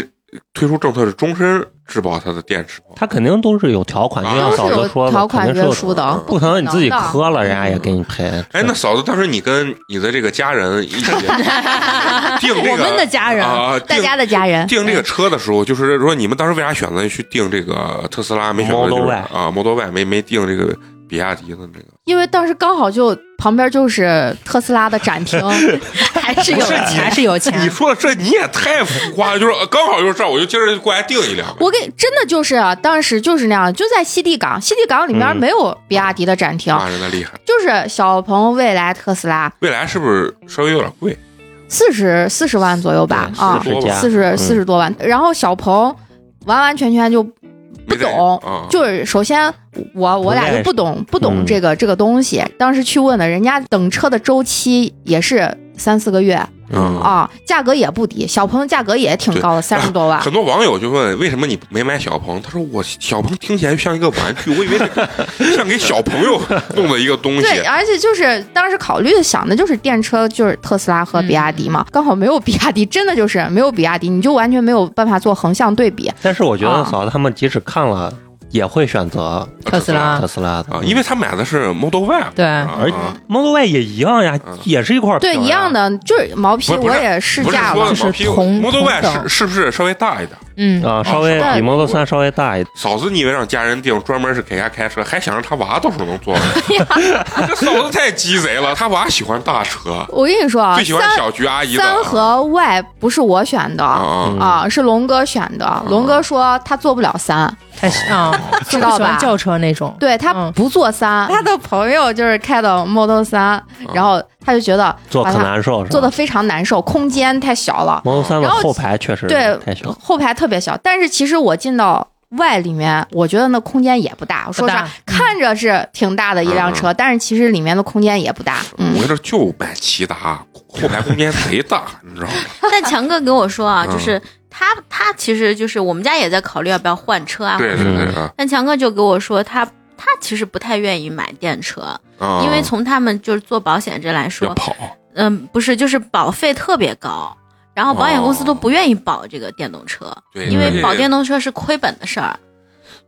S1: 推出政策是终身质保它的电池。
S3: 他肯定都是有条款，
S1: 啊
S3: 就
S1: 都
S3: 像
S1: 是
S3: 嫂子说的，
S4: 条款
S3: 肯定是
S4: 约
S3: 有
S4: 束
S1: 条
S4: 的
S1: 款，
S3: 不可能你自己
S4: 的
S3: 磕了，人家也给你赔。
S1: 哎，那嫂子，当时你跟你的这个家人
S4: [laughs]
S1: 一起定这个
S5: 我们的家人
S1: 啊，
S4: 大
S1: 定
S4: 家的家人，
S1: 定这个车的时候，就是说你们当时为啥选择去定这个特斯拉，没选择
S3: Model
S1: 就是
S3: Y
S1: 啊 Model Y，没没定这个比亚迪的那个。
S4: 因为当时刚好就旁边就是特斯拉的展厅，还是有
S5: 不是
S4: 人
S5: 还是有钱
S4: 啊
S1: 你，说这你也太浮夸了，就是刚好就是这儿，我就今儿过来定一辆呗。
S4: 我给真的就是啊当时就是那样，就在西地港，西地港里面
S3: 嗯
S4: 没有比亚迪的展厅，
S1: 啊，人家厉害，
S4: 就是小鹏、蔚来、特斯拉，
S1: 未来是不是稍微有点贵？
S4: 四十四十万左右吧，
S3: 对
S4: 啊，
S1: 40
S3: 加嗯
S4: 四十四十多万。然后小鹏完完全全就不
S1: 没在
S4: 懂，
S1: 啊，
S4: 就是首先我我俩就不懂不懂这个这个东西，当时去问的人家等车的周期也是三四个月
S1: 嗯啊
S4: 啊，价格也不低，小鹏价格也挺高的，三十多万。
S1: 很多网友就问为什么你没买小鹏？他说我小鹏听起来像一个玩具，我以为是 [laughs] 个像给小朋友弄的一个东西。
S4: 对，而且就是当时考虑的想的就是电车，就是特斯拉和比亚迪嘛，
S1: 嗯
S4: 刚好没有比亚迪，真的就是没有比亚迪，你就完全没有办法做横向对比。
S3: 但是我觉
S4: 啊
S3: 得嫂子他们即使看了，也会选择
S5: 特斯拉
S3: 特斯拉的
S1: 啊，因为他买的是 Model Y，
S5: 对
S1: 啊
S3: 而 Model Y 也一样呀
S1: 嗯，
S3: 也是一块
S4: 对，
S3: 屏呀
S4: 一样。的，就是毛皮
S1: 不是不
S4: 我
S1: 是
S4: 也试
S1: 不是
S4: 驾
S1: 说
S4: 了
S5: 就，是
S1: 毛坯
S5: 同
S1: Model
S5: 同
S1: Y 是
S5: 等
S1: 是不是稍微大一点？
S5: 嗯，
S3: 啊，稍微
S4: 但
S3: 比 Model 3稍微大一点，
S1: 嫂子，你以为让家人定专门是给他开车，还想让他娃到时候能坐？这嫂子太鸡贼了，他娃喜欢大车，
S4: 我跟你说啊，
S1: 最喜欢
S4: 三
S1: 小菊阿姨的
S4: 三和 Y 不是我选的
S1: 啊啊
S3: 嗯
S4: 啊，是龙哥选的。龙哥说他做不了三，
S5: 太是
S3: 哦
S5: 啊，
S4: 知
S5: 就
S2: [laughs]
S5: 不
S4: 道
S5: 喜欢
S4: 吧
S5: 轿车那种。
S4: 对他
S5: 嗯
S4: 不做三，他的朋友就是开的 Model
S1: 啊
S4: 三，然后他就觉得
S3: 坐可
S4: 把它
S3: 难受是吧？
S4: 做的非常难受，空间太小了，
S3: Model 3的
S4: 然后
S3: 后排确实
S4: 对
S3: 太小，
S4: 后排特别小。但是其实我进到。Y 里面，我觉得那空间也不大。我说实话
S5: 不大，
S4: 看着是挺大的一辆
S3: 嗯
S4: 车，但是其实里面的空间也不大。嗯
S1: 我，跟你说，就买骐达，后排空间贼大，你知道吗？
S2: 但强哥跟我说啊，
S1: 嗯
S2: 就是他他其实就是我们家也在考虑要不要换车啊，
S1: 对对对啊
S2: 但强哥就跟我说他。他其实不太愿意买电车，
S1: 啊！
S3: 哦
S2: 因为从他们就是做保险这来
S1: 要
S2: 说，
S1: 跑，
S2: 嗯，不是，就是保费特别高，然后保险公司
S3: 哦
S2: 都不愿意保这个电动车，
S1: 对，
S2: 因为保电
S1: 动
S2: 动车是亏本的事儿，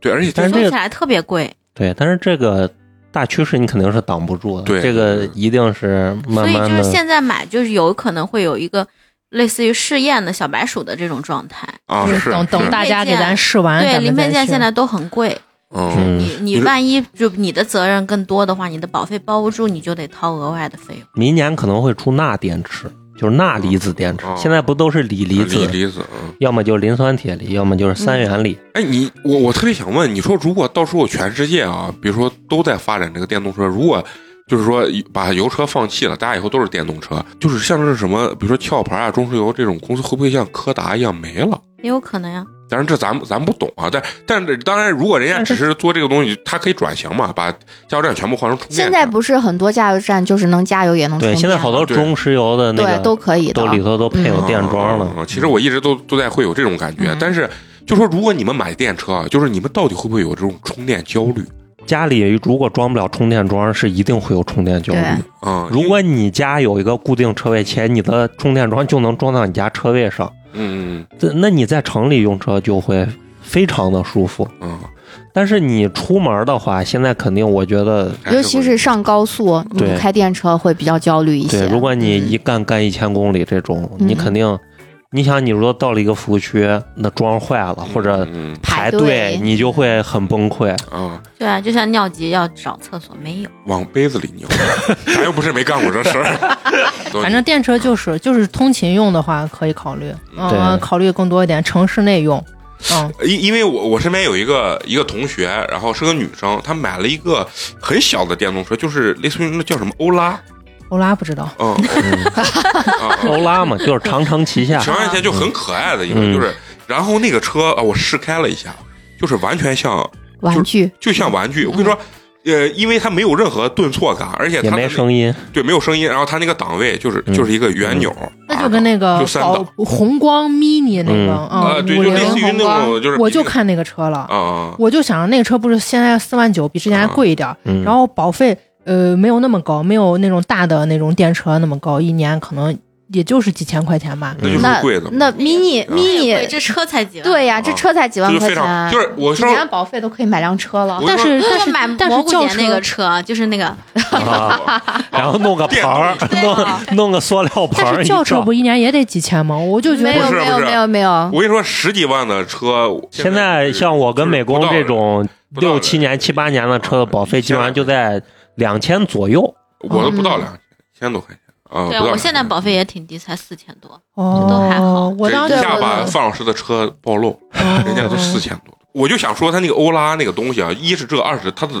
S1: 对，而且
S3: 但是
S2: 收
S3: 这
S2: 起
S3: 个
S2: 来特别贵。
S3: 对，但是这个大趋势你肯定是挡不住的，
S1: 对
S3: 这个一定是
S2: 所
S3: 慢
S2: 以
S3: 慢
S2: 就是
S3: 的。
S2: 现在买，就是有可能会有一个类似于试验的小白鼠的这种状态。
S1: 啊
S5: 就是等等
S1: 是
S5: 大家
S2: 零配
S5: 给
S2: 件
S5: 咱试完，
S2: 对，
S5: 咱们
S2: 零配
S5: 再
S2: 件
S5: 去
S1: 啊
S2: 现在都很贵，
S1: 嗯，
S3: 嗯，
S2: 你你
S1: 是
S2: 万一就你的责任更多的话，你的保费包不住，你就得掏额外的费用。
S3: 明年可能会出钠电池，就是钠离子电池
S1: 哦。
S3: 现在不都是锂离
S1: 离
S3: 子，
S1: 离子，嗯，
S3: 要么就是磷酸铁锂，要么就是三元锂。
S1: 哎，你我我特别想问，你说如果到时候全世界啊，比如说都在发展这个电动车，如果就是说把油车放弃了，大家以后都是电动车，就是像是什么，比如说壳牌啊、中石油这种公司，会不会像柯达一样没了？
S2: 也有可能呀、
S1: 当然，这咱们咱不懂啊，但但是当然，如果
S4: 嗯
S1: 人家只是做这个东西，它可以转型嘛，把加油站全部换成充电站。
S4: 现在不是很多加油站就是能加油也能充
S3: 对，
S4: 电
S3: 现在好多
S1: 对
S3: 中石油的
S4: 嗯
S3: 那
S4: 对
S3: 个
S4: 都可以的
S3: 都。里头都配有电桩
S1: 嗯嗯
S3: 了。
S1: 嗯其实我一直都都在会有这种感觉，
S4: 嗯
S1: 但是就说如果你们买电车，啊，就是你们到底会不会有这种充电焦虑
S3: 家里如果装不了充电桩，是一定会有充电焦虑
S4: 对
S3: 的。
S1: 啊？
S3: 如果你家有一个固定车位，且你的充电桩就能装到你家车位上，
S1: 嗯
S3: 这那你在城里用车就会非常的舒服。
S1: 嗯嗯，
S3: 但是你出门的话，现在肯定我觉得，
S1: 还
S4: 尤其
S1: 会
S4: 是上高速，你
S3: 对
S4: 开电车会比较焦虑一些。
S3: 对，如果你
S1: 嗯
S3: 一干干一千公里这种，
S4: 嗯
S3: 你肯定，你想你如果到了一个服务区，那桩坏了或者
S1: 嗯嗯
S4: 排
S3: 排
S4: 队
S3: 队，你就会很崩溃。
S1: 嗯啊，
S2: 对啊，就像尿急要找厕所没有，
S1: 往杯子里扭，咱又不是没干过这事
S3: [laughs]
S1: 儿。
S5: 反正电车就是就是通勤用的话可以考虑，
S1: 嗯
S5: 嗯，
S3: 对 [laughs]
S5: 考虑更多一点，城市内用，嗯，
S1: 因因为我我身边有一个一个同学，然后是个女生，她买了一个很小的电动车，就是类似于那叫什么欧拉，
S5: 欧拉不知道，
S1: 嗯，
S3: 欧拉嘛，就是长城旗下，
S1: 前段时间就很可爱的一个，
S3: 嗯
S1: 就是然后那个车啊，我试开了一下，就是完全像
S4: 玩具
S1: 就像玩具，我跟你说。呃，因为它没有任何顿挫感，而且它
S3: 嗯也
S1: 的
S3: 没
S1: 那 [laughs]
S3: 声音，
S1: 对没有声音，然后它那个档位就是
S3: 嗯
S1: 就是一个圆钮，
S5: 那就跟那
S1: 就
S5: 个
S1: 三
S5: 宝红光 mini 那
S3: 嗯
S5: 个
S1: 啊，
S5: 啊，
S1: 对，
S5: 五
S1: 就类似
S5: 菱，
S1: 于那种就是
S5: 我就看那个车了，
S1: 啊啊，
S5: 我就想着那个车不是现在四万九，比之前还贵一点儿，
S3: 嗯
S5: 然后保费呃没有那么高，没有那种大的那种电车那么高，一年可能也就是几千块钱吧。
S1: 那就是
S4: 那
S1: 贵的，
S4: 那 mini
S1: 嗯
S2: 对，
S4: mini
S2: 这车才几万。
S4: 对呀，这车才几万
S1: 这就
S4: 块
S1: 非常
S4: 钱，
S1: 就是我
S4: 几
S1: 说
S4: 年保费都可以买辆车了
S1: 我。
S5: 但是但
S2: 就是买
S5: 但
S2: 蘑
S5: 是
S2: 菇
S5: 轿
S2: 姐
S5: 车
S2: 那个车，就是那个
S1: 哦啊
S3: 然后弄个
S1: 电
S3: 盆儿
S1: 动，
S3: 弄弄个塑料盆
S5: 但
S3: 儿
S5: 是
S3: 一
S5: 轿车
S3: 罩
S5: 不。一年也得几千吗？我就觉
S4: 没
S5: 得
S4: 有
S1: 不是
S4: 没有
S1: 不是
S4: 没有没有，
S1: 我跟你说，十几万的车
S3: 现在像我跟美工这，种
S1: 不到
S3: 六七年、七八年的车的保费，基本嗯上就在两千左右。
S1: 就是不到我都不到两千多块钱啊。
S2: 嗯对
S1: 不到
S2: 我现在
S1: 2000
S2: 保费也挺低，才四千多。都还好
S5: 哦，我
S1: 这
S5: 当时
S1: 一
S4: 对
S1: 下
S4: 我
S1: 把
S4: 懂
S1: 范老师的车暴露，
S5: 哦
S1: 人家都四千多。我就想说，他那个欧拉那个东西啊，一是这，二是他的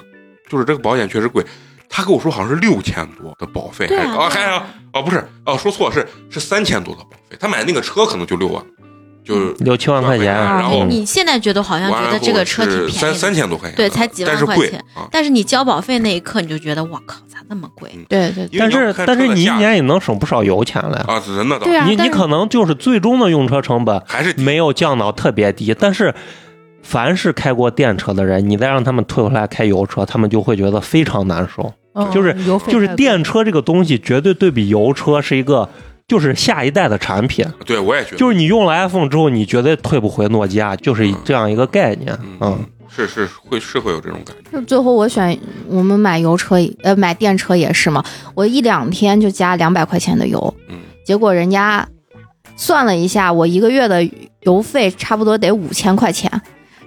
S1: 就是这个保险确实贵。他跟我说好像是六千多的保费，
S2: 对啊
S1: 还啊
S2: 对
S1: 还
S2: 啊
S1: 啊啊不是啊说错了是是三千多的保费。他买那个车可能就六万，就
S3: 六七万块钱，
S6: 啊
S1: 啊然
S5: 啊
S1: 后
S2: 你现在觉得嗯好像觉得这个车挺
S1: 是
S2: 便宜
S1: 三
S2: 的，
S1: 三千多块钱的，
S2: 对才几万
S1: 但是
S2: 块
S1: 贵
S2: 钱
S1: 啊。
S2: 但是你交保费那一刻，你就觉得哇靠，咋那么贵？
S4: 对对，
S1: 因为
S4: 对
S3: 但
S1: 你要
S3: 是
S1: 看
S3: 但是
S1: 车的
S3: 你一
S1: 价
S3: 年也能省不少油钱来。
S1: 啊，人那倒
S5: 对啊，
S3: 你
S5: 但
S3: 你
S5: 是
S3: 可能就是最终的用车成本
S1: 还是
S3: 没有降到特别低，但是凡是开过电车的人，你再让他们退回来开油车，他们就会觉得非常难受。
S5: 嗯
S3: 就是
S5: 油费
S3: 就是
S5: 太高
S3: 电车这个东西，绝对对比油车是一个就是下一代的产品。
S1: 对我也觉得
S3: 就是你用了 iPhone 之后，你绝对退不回诺基亚，就是这样一个概念。嗯
S1: 嗯，是是会是会有这种感觉，
S4: 就最后我选我们买油车，呃，买电车也是嘛，我一两天就加两百块钱的油，
S1: 嗯，
S4: 结果人家算了一下，我一个月的油费差不多得五千块钱。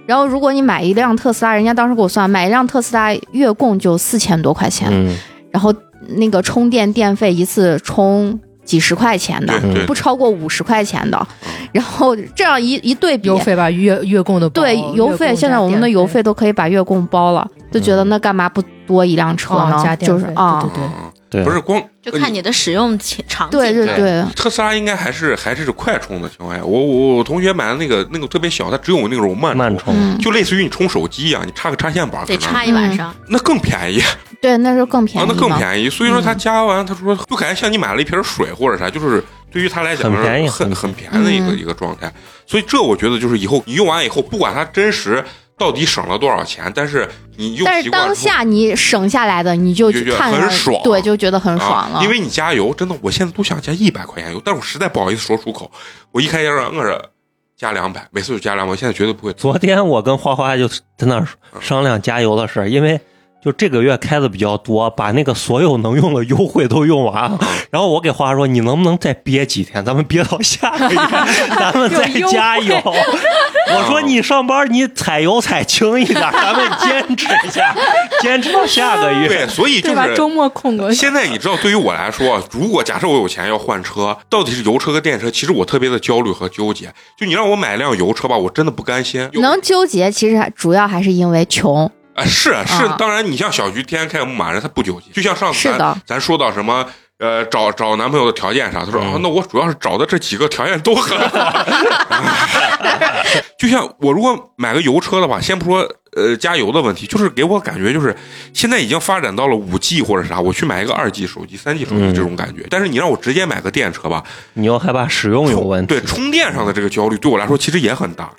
S4: 然后，如果你买一辆特斯拉，人家当时给我算，买一辆特斯拉月供就四千多块钱，
S3: 嗯，
S4: 然后那个充电电费一次充几十块钱的，
S3: 嗯
S1: 对对
S4: 不超过五十块钱的。然后这样一一对比，
S5: 油费吧，月月供的包
S4: 对油
S5: 月
S4: 费，
S5: 供
S4: 现在
S5: 加
S4: 我们的
S5: 电
S4: 油费都可以把月供包了，就觉得那干嘛不多一辆车
S5: 哦加
S4: 呢？
S5: 电
S4: 就是
S5: 费
S4: 啊，
S5: 对
S1: 嗯
S3: 对，
S1: 不是光呃
S2: 就看你的使用情场景。
S4: 对对对，
S1: 特斯拉应该还是还是快充的情况下，我我我同学买的那个那个特别小，它只有那种慢充，
S3: 慢充。
S4: 嗯，
S1: 就类似于你充手机一样，你插个插线板
S2: 得
S1: 搁那儿，
S2: 插一晚上。
S6: 嗯
S1: 那更便宜啊，
S4: 对，那是更便宜嗯
S1: 那
S4: 嘛。
S1: 更便宜。所以说他加完，他说就感觉像你买了一瓶水或者啥，就是对于他来讲
S3: 很便宜
S1: 很
S3: 很
S1: 便宜的一个
S4: 嗯
S1: 一个状态。所以这我觉得就是以后你用完以后，不管它真实到底省了多少钱，但是你用
S4: 但
S1: 习
S4: 是
S1: 惯之
S4: 当
S1: 后
S4: 下你省下来的，你就
S1: 就
S4: 去
S1: 觉得
S4: 看
S1: 很
S4: 上
S1: 爽
S4: 对，就觉得很爽
S1: 啊
S4: 了。
S1: 因为你加油，真的，我现在都想加一百块钱油，但是我实在不好意思说出口。我一开始摁着加两百，每次就加两百，我现在绝对不会。
S3: 昨天我跟花花就在那儿商量加油的事儿，因为就这个月开的比较多，把那个所有能用的优惠都用完
S1: 嗯
S3: 了。然后我给花花说：“你能不能再憋几天？咱们憋到下
S1: [laughs]
S3: 个月，咱们再加油。”我说：“你上班你踩油踩轻一点，咱们坚持一下，坚持到下个
S1: 对，
S3: 月。
S1: 所以就
S5: 对吧？周
S1: 是
S5: 末空过去，
S1: 现在你知道，对于我来说，啊如果假设我有钱要换车，到底是油车和电车，其实我特别的焦虑和纠结。就你让我买辆油车吧，我真的不甘心。有
S4: 能纠结，其实还主要还是因为穷。
S1: 啊，是是
S4: 啊，
S1: 当然，你像小菊天天开个牧马人，她不纠结。就像上次
S4: 是的
S1: 咱咱说到什么。呃，找找男朋友的条件啥？她说、
S3: 嗯
S1: 啊，那我主要是找的这几个条件都很
S4: [laughs]
S1: 好。就像我如果买个油车的话，先不说呃加油的问题，就是给我感觉就是现在已经发展到了五 G 或者啥，我去买一个二 G 手机、三 G 手机
S3: 嗯
S1: 这种感觉。但是你让我直接买个电车吧，
S3: 你又害怕使用有问题
S1: 对，充电上的这个焦虑对我来说其实也很大，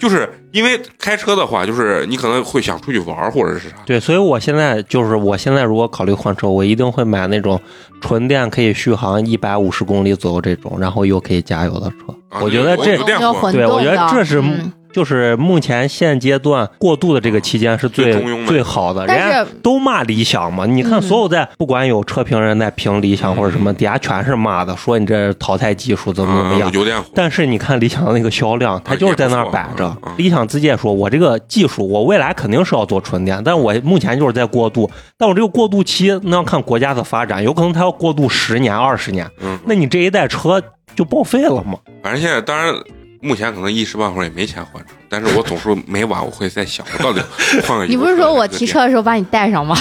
S1: 就是因为开车的话，就是你可能会想出去玩儿或者是啥。
S3: 对，所以我现在就是，我现在如果考虑换车，我一定会买那种纯电可以续航一百五十公里左右这种，然后又可以加油的车。
S1: 啊
S3: 我觉得
S1: 有
S3: 这
S1: 有电
S4: 要
S1: 混
S4: 混
S3: 对，我觉得
S4: 动的
S3: 这是
S4: 嗯
S3: 就是目前现阶段过渡的这个期间是最
S1: 最中庸的
S3: 最好的。人
S4: 但是
S3: 家都骂理想嘛，你看
S4: 嗯
S3: 所有在不管有车评人在评理想或者什么，底下全是骂的，说你这是淘汰技术怎么怎么样
S1: 嗯嗯、。油电混，
S3: 但是你看理想的那个销量，它就是在那儿摆
S1: 啊也
S3: 着
S1: 不错嗯。嗯
S3: 理想自己也说，我这个技术，我未来肯定是要做纯电，但我目前就是在过渡。但我这个过渡期，那要看国家的发展，有可能它要过渡十年、二十年，
S1: 嗯，
S3: 那你这一代车就报废了嘛？
S1: [laughs] 反正现在当然目前可能一时半会儿也没钱换车，但是我总是每晚我会在想，我到底换个油
S4: 你不是说我
S1: 这个
S4: 提
S1: 店
S4: 车的时候把你带上吗？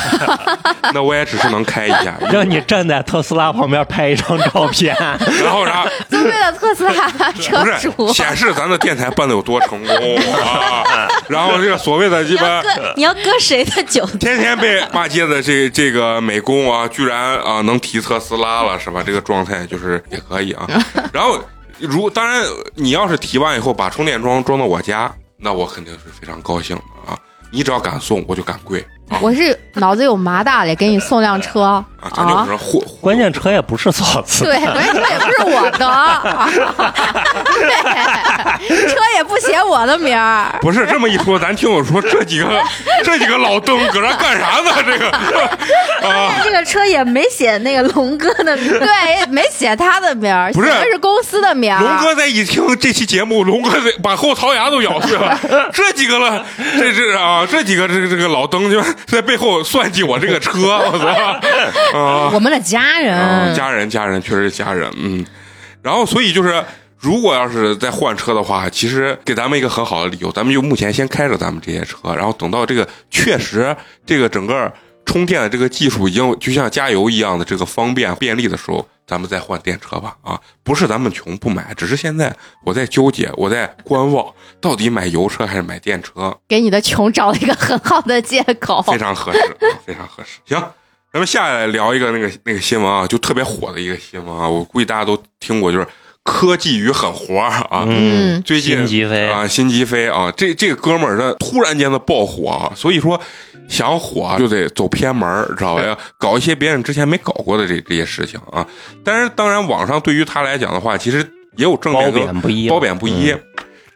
S1: 那我也只是能开一
S4: [laughs]
S1: 下，
S3: 让你站在特斯拉旁边拍一张照片， [laughs]
S1: 然后
S4: [laughs]
S1: 啥
S4: 尊贵的特斯拉
S1: [laughs]
S4: 车
S1: 不是
S4: 主，
S1: 显示咱的电台办的有多成功啊！然后这个所谓的鸡
S2: 你要
S1: 巴
S2: 割你要割谁的酒？
S1: 天天被骂街的这这个美工啊，居然啊、能提特斯拉了是吧？这个状态就是也可以啊。然后如当然你要是提完以后把充电桩装到我家，那我肯定是非常高兴的啊！你只要敢送，我就敢跪啊！
S4: 我是脑子有麻大了，给你送辆车啊
S1: 啊，咱就是货货
S3: 关键车也不是
S1: [laughs]
S3: 造次，
S4: 对，关键车也不是我的， [laughs] 啊对，车也不写我的名儿。
S1: 不是这么一说，咱听我说，这几个这几个老登搁这干啥呢？这个 [laughs] 啊，
S6: [laughs] 这个车也没写那个龙哥的名字，
S4: 对，也没写他的名儿，
S1: 不是
S4: 写的是公司的名儿。
S1: 龙哥在一听这期节目，龙哥得把后槽牙都咬碎了。这几个了，这这啊，这几个这这个老登就在背后算计我这个车，我操啊！
S5: 我们的家
S1: 啊，
S5: 人，
S1: 家人，家人，确实是家人，嗯。然后，所以就是，如果要是再换车的话，其实给咱们一个很好的理由，咱们就目前先开着咱们这些车，然后等到这个确实这个整个充电的这个技术已经就像加油一样的这个方便便利的时候，咱们再换电车吧。啊，不是咱们穷不买，只是现在我在纠结，我在观望，到底买油车还是买电车，
S4: 给你的穷找了一个很好的借口。
S1: 非常合适，啊非常合适。行，咱们下来聊一个那个那个新闻啊，就特别火的一个新闻啊，我估计大家都听过，就是科技与狠活儿啊。
S3: 嗯，
S4: 嗯，
S1: 最近
S3: 辛吉飞
S1: 啊，辛吉飞啊，这这个哥们儿他突然间的爆火啊，所以说想火啊就得走偏门儿，知道吧？要搞一些别人之前没搞过的这这些事情啊。但是当然，网上对于他来讲的话，其实也有正
S3: 褒
S1: 面跟
S3: 贬不一，啊嗯
S1: 褒贬不一。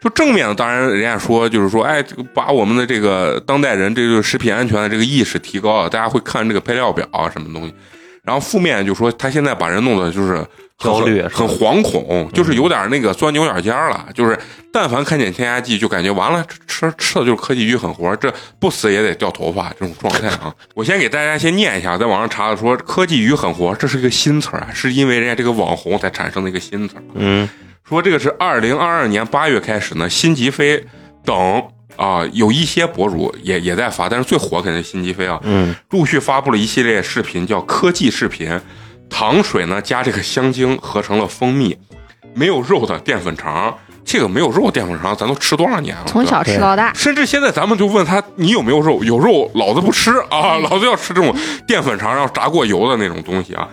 S1: 就正面的，当然人家说就是说，哎，这个把我们的这个当代人这个食品安全的这个意识提高啊了，大家会看这个配料表啊什么东西。然后负面就说他现在把人弄得就是很
S3: 焦虑啊是吧嗯
S1: 很惶恐，就是有点那个钻牛角尖儿了。就是但凡看见添加剂，就感觉完了，这吃吃的就是科技与狠活，这不死也得掉头发这种状态
S3: [laughs]
S1: 啊。我先给大家先念一下，在网上查的说科技与狠活，这是一个新词儿啊，是因为人家这个网红才产生的一个新词儿。
S3: 嗯，
S1: 说这个是二零二二年八月开始呢，辛吉飞等啊、有一些博主也也在发，但是最火肯定是辛吉飞啊，
S3: 嗯，
S1: 陆续发布了一系列视频，叫科技视频，糖水呢加这个香精合成了蜂蜜，没有肉的淀粉肠，这个没有肉淀粉肠咱都吃多少年了？
S4: 从
S1: 对吧
S4: 小吃到大，
S1: 甚至现在咱们就问他，你有没有肉？有肉，老子不吃啊！ [laughs] 老子要吃这种淀粉肠，然后炸过油的那种东西啊。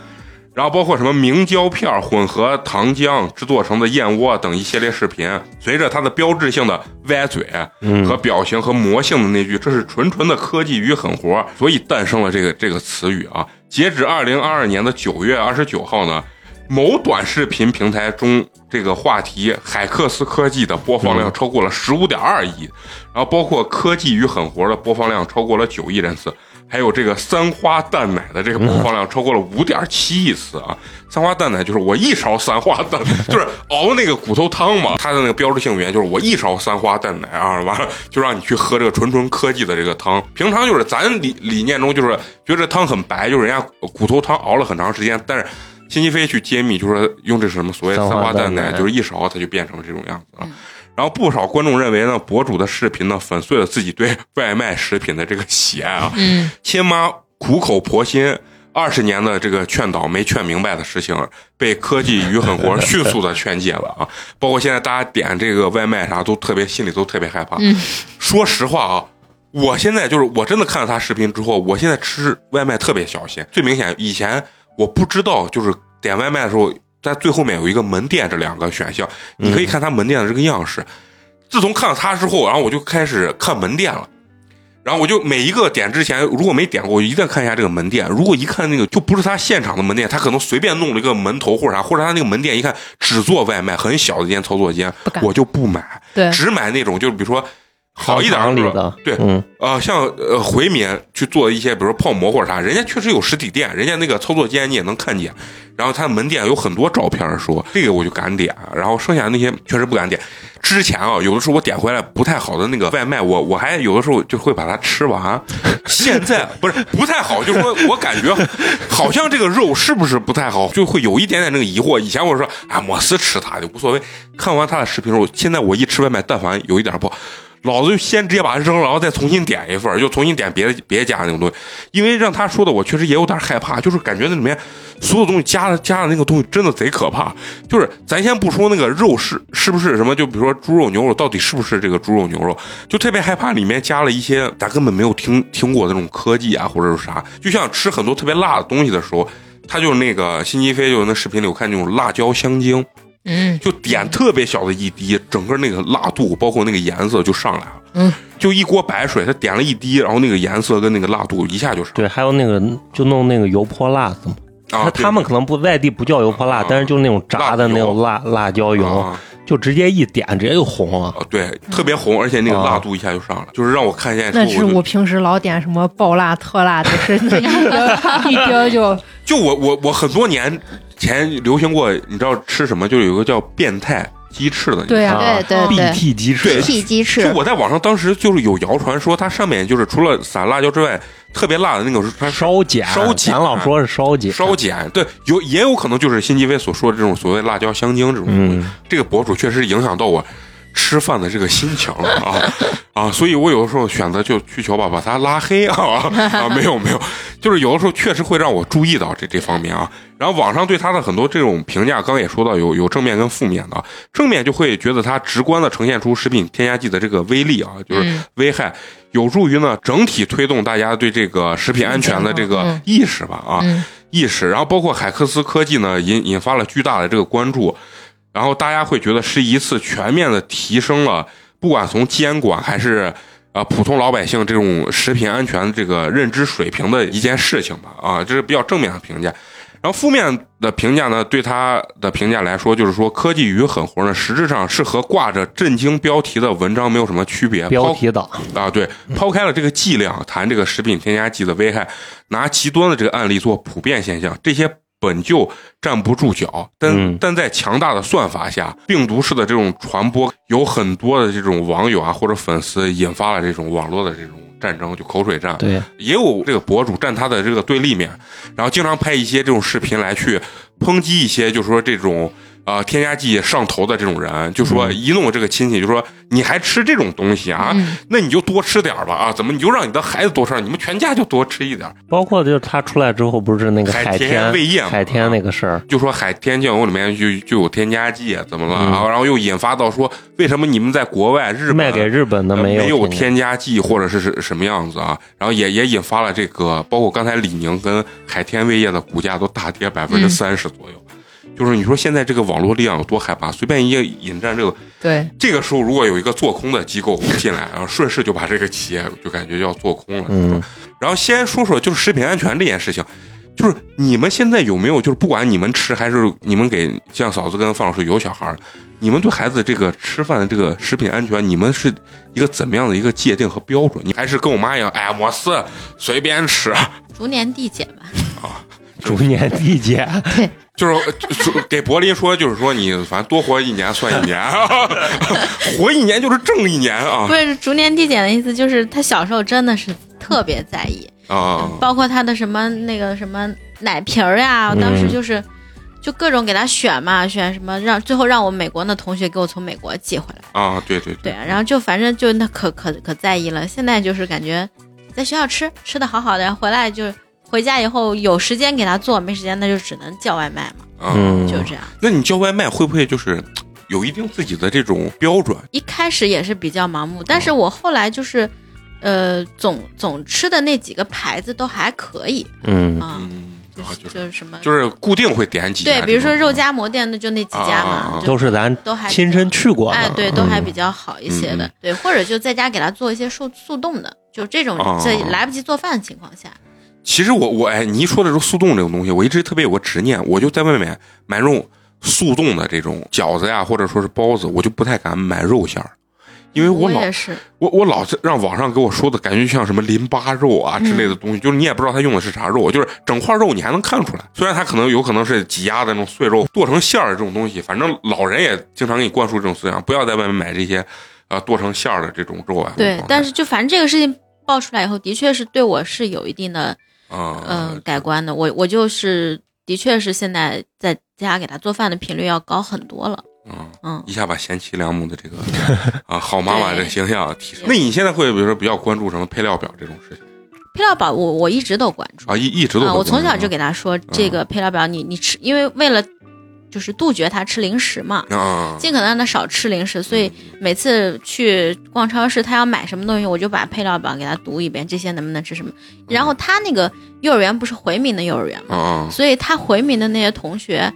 S1: 然后包括什么明胶片儿混合糖浆制作成的燕窝等一系列视频，随着它的标志性的歪嘴啊和表情和魔性的那句“这是纯纯的科技与狠活”，所以诞生了这个这个词语啊。截止二零二二年的九月二十九号呢，某短视频平台中这个话题“海克斯科技”的播放量超过了十五点二亿，然后包括“科技与狠活”的播放量超过了九亿人次，还有这个“三花淡奶”的这个播放量超过了五点七亿次啊！三花淡奶就是我一勺三花淡，就是熬那个骨头汤嘛，它的那个标志性语言就是我一勺三花淡奶啊，完了就让你去喝这个纯纯科技的这个汤。平常就是咱理理念中就是觉得汤很白，就是人家骨头汤熬了很长时间，但是。辛吉飞去揭秘，就是说用这什么所谓的
S3: 三
S1: 三
S3: 花
S1: 花淡
S3: 淡
S1: 奶，
S3: 奶
S1: 就是一勺它就变成了这种样子了。啊然后不少观众认为呢，博主的视频呢粉碎了自己对外卖食品的这个喜爱啊。
S5: 嗯，
S1: 亲妈苦口婆心二十年的这个劝导没劝明白的事情，被科技与狠活迅速的劝解了啊！包括现在大家点这个外卖啥，都特别心里都特别害怕。说实话啊。我现在就是我真的看了他视频之后，我现在吃外卖特别小心。最明显，以前我不知道，就是点外卖的时候，在最后面有一个门店这两个选项，你可以看他门店的这个样式。自从看了他之后，然后我就开始看门店了。然后我就每一个点之前，如果没点过，我一定看一下这个门店。如果一看那个就不是他现场的门店，他可能随便弄了一个门头或者啥，或者他那个门店一看只做外卖，很小的一间操作间
S5: 不，敢
S1: 我就不买，
S5: 对
S1: 只买那种就是比如说好一点
S3: 商
S1: 是
S3: 场
S1: 吧
S3: 里的，
S1: 对，
S3: 嗯，
S1: 啊，像呃回民去做一些，比如说泡馍或者啥，人家确实有实体店，人家那个操作间你也能看见，然后他门店有很多照片儿说，这个我就敢点，啊然后剩下那些确实不敢点。之前啊，有的时候我点回来不太好的那个外卖，我我还有的时候就会把它吃完。啊现在不是不太好，就是说我感觉好像这个肉是不是不太好，就会有一点点那个疑惑。以前我说啊，摩斯吃它的无所谓，看完他的视频之后，现在我一吃外卖，但凡有一点不好。老子就先直接把它扔了，然后再重新点一份儿，就重新点别的别家那种东西。因为让他说的，我确实也有点害怕，就是感觉那里面所有东西加的加的那个东西真的贼可怕。就是咱先不说那个肉是是不是什么，就比如说猪肉牛肉到底是不是这个猪肉牛肉，就特别害怕里面加了一些咱根本没有听听过的那种科技啊，或者是啥。就像吃很多特别辣的东西的时候，他就那个辛吉飞就那视频里我看那种辣椒香精，
S5: 嗯，
S1: 就点特别小的一滴，整个那个辣度包括那个颜色就上来了。
S5: 嗯，
S1: 就一锅白水，他点了一滴，然后那个颜色跟那个辣度一下就上。
S3: 对，还有那个就弄那个油泼辣子嘛，
S1: 啊，
S3: 他他们可能不外地不叫油泼辣
S1: 啊，
S3: 但是就是那种炸的
S1: 辣椒
S3: 那种辣辣椒
S1: 对
S3: 油，
S1: 啊
S3: 就直接一点直接就红了。
S1: 啊对，特别红，而且那个辣度一下就上了，就是让我看见
S5: 哦那
S1: 之
S5: 是
S1: 后我就
S5: 我平时老点什么爆辣、特辣，就是 [laughs] 那个一丢就
S1: 就我我我很多年前流行过，你知道吃什么？就有一个叫变态鸡翅的，
S5: [laughs] 对
S1: 啊。
S5: 啊，
S4: 对对对
S3: BT 鸡翅，
S4: ，T 鸡
S1: 就
S4: 翅，
S1: 我在网上当时就是有谣传说，它上面就是除了撒辣椒之外，特别辣的那个是它是
S3: 烧碱，
S1: 烧碱
S3: 咱老说是烧碱，
S1: 烧碱，对，有也有可能就是辛吉飞所说的这种所谓辣椒香精这种东西。
S3: 嗯
S1: 这个博主确实影响到我吃饭的这个心情了啊啊！所以我有的时候选择就去求吧，把他拉黑啊啊！没有没有，就是有的时候确实会让我注意到这这方面啊。然后网上对他的很多这种评价，刚刚也说到有有正面跟负面的啊，正面就会觉得它直观的呈现出食品添加剂的这个威力啊，就是危害。有助于呢整体推动大家对这个食品安全的这个意识吧啊，
S5: 嗯
S1: 意识。然后包括海克斯科技呢，引引发了巨大的这个关注，然后大家会觉得是一次全面的提升了，不管从监管还是。啊，普通老百姓这种食品安全的这个认知水平的一件事情吧，啊，这是比较正面的评价。然后负面的评价呢，对他的评价来说，就是说科技与狠活呢，实质上是和挂着震惊标题的文章没有什么区别。
S3: 标
S1: 包
S3: 题党，
S1: 啊，对，抛开了这个剂量，谈这个食品添加剂的危害，拿极端的这个案例做普遍现象，这些本就站不住脚，但、
S3: 嗯
S1: 但在强大的算法下，病毒式的这种传播，有很多的这种网友啊或者粉丝引发了这种网络的这种战争，就口水战。
S3: 对，
S1: 也有这个博主站他的这个对立面，然后经常拍一些这种视频来去抨击一些，就是说这种呃添加剂上头的这种人，就
S3: 嗯
S1: 说一弄这个亲戚就说你还吃这种东西啊，
S3: 嗯
S1: 那你就多吃点儿吧啊，怎么你就让你的孩子多吃，你们全家就多吃一点儿。
S3: 包括就是他出来之后，不是那个
S1: 海
S3: 海
S1: 天
S3: 天
S1: 味业嘛
S3: 海天那个事儿，
S1: 就说海天酱油里面就就有添加剂，啊怎么了？
S3: 嗯
S1: 然后然后又引发到说为什么你们在国外日本
S3: 卖给日本的
S1: 呃没
S3: 有
S1: 有
S3: 有，
S1: 添加剂或者是是什么样子啊？然后也也引发了这个，包括刚才李宁跟海天味业的股价都大跌百分之
S3: 嗯
S1: 三十左右。就是你说现在这个网络力量有多害怕？随便一个引战，这个
S5: [laughs] 对，
S1: 这个时候如果有一个做空的机构进来，然后顺势就把这个企业就感觉要做空了。
S3: 嗯，
S1: 然后先说说就是食品安全这件事情，就是你们现在有没有就是不管你们吃还是你们给像嫂子跟范老师有小孩儿，你们对孩子这个吃饭的这个食品安全，你们是一个怎么样的一个界定和标准？你还是跟我妈一样，哎呀，我是随便吃，
S2: [laughs] 逐年递减吧。
S3: 逐年递减，
S1: 啊就是就给柏林说，就是说你 [laughs] 反正多活一年算一年，活一年就是挣一年啊
S2: 不是逐年递减的意思，就是他小时候真的是特别在意，
S1: 啊！
S3: 嗯
S2: 包括他的什么那个什么奶瓶儿呀，我
S3: 嗯
S2: 当时就是、就各种给他选嘛，选什么让最后让我美国那同学给我从美国寄回来，
S1: 啊，对对
S3: 嗯
S2: 对，然后就反正就那可可可在意了。现在就是感觉在学校吃吃的好好的，回来就回家以后有时间给他做，没时间那就只能叫外卖嘛，
S1: 啊，
S3: 嗯，
S2: 就这样。
S1: 那你叫外卖会不会就是有一定自己的这种标准？
S2: 一开始也是比较盲目，但是我后来就是。呃，总总吃的那几个牌子都还可以
S3: 嗯，
S2: 啊，
S1: 嗯，
S2: 就
S1: 啊
S2: 是
S1: 就是
S2: 就是什么
S1: 就是固定会点啊几家这
S2: 对，
S1: 种。
S2: 比如说肉夹馍店，那就那几家
S1: 啊啊啊
S2: 嘛，就
S3: 都是咱
S2: 都还比较
S3: 亲身去过的，
S2: 哎，对，都还比
S3: 嗯
S2: 较好一些
S1: 嗯
S2: 的，对，或者就在家给他做一些速速冻的，就这种
S1: 哦
S2: 在来不及做饭的情况下，
S1: 其实我我哎，你一说的这个速冻这种东西，我一直特别有个执念，我就在外面买这种速冻的这种饺子呀，或者说是包子，我就不太敢买肉馅儿，因为我老
S2: 也是，
S1: 我我老是让网上给我说的感觉像什么淋巴肉啊
S2: 嗯
S1: 之类的东西，就是你也不知道它用的是啥肉，就是整块肉你还能看出来。虽然它可能有可能是挤压的那种碎肉剁成馅儿的这种东西，反正老人也经常给你灌输这种思想，不要在外面买这些呃剁成馅儿的这种肉啊。
S2: 对，但是就反正这个事情爆出来以后，的确是对我是有一定的
S1: 啊，
S2: 嗯改观的，我我就是的确是现在在家给他做饭的频率要高很多了，
S1: 嗯，
S2: 嗯，
S1: 一下把贤妻良母的这
S3: [laughs]
S1: 个啊好妈妈
S2: 对
S1: 这形象提升。那你现在会比如说比较关注什么配料表这种事情
S2: 配料表我我一直都关注
S1: 啊？一嗯一直都
S2: 啊，
S1: 会
S2: 我从
S1: 关注
S2: 小就给他说这个配料表你，你吃，因为为了就是杜绝他吃零食嘛，
S1: 啊啊
S2: 尽可能让他少吃零食，所
S1: 嗯
S2: 以每次去逛超市，他要买什么东西，我就把配料表给他读一遍，这些能不能吃什么。
S1: 嗯
S2: 然后他那个幼儿园不是回民的幼儿园
S1: 啊
S2: 嘛，
S1: 啊
S2: 所以他回民的那些同学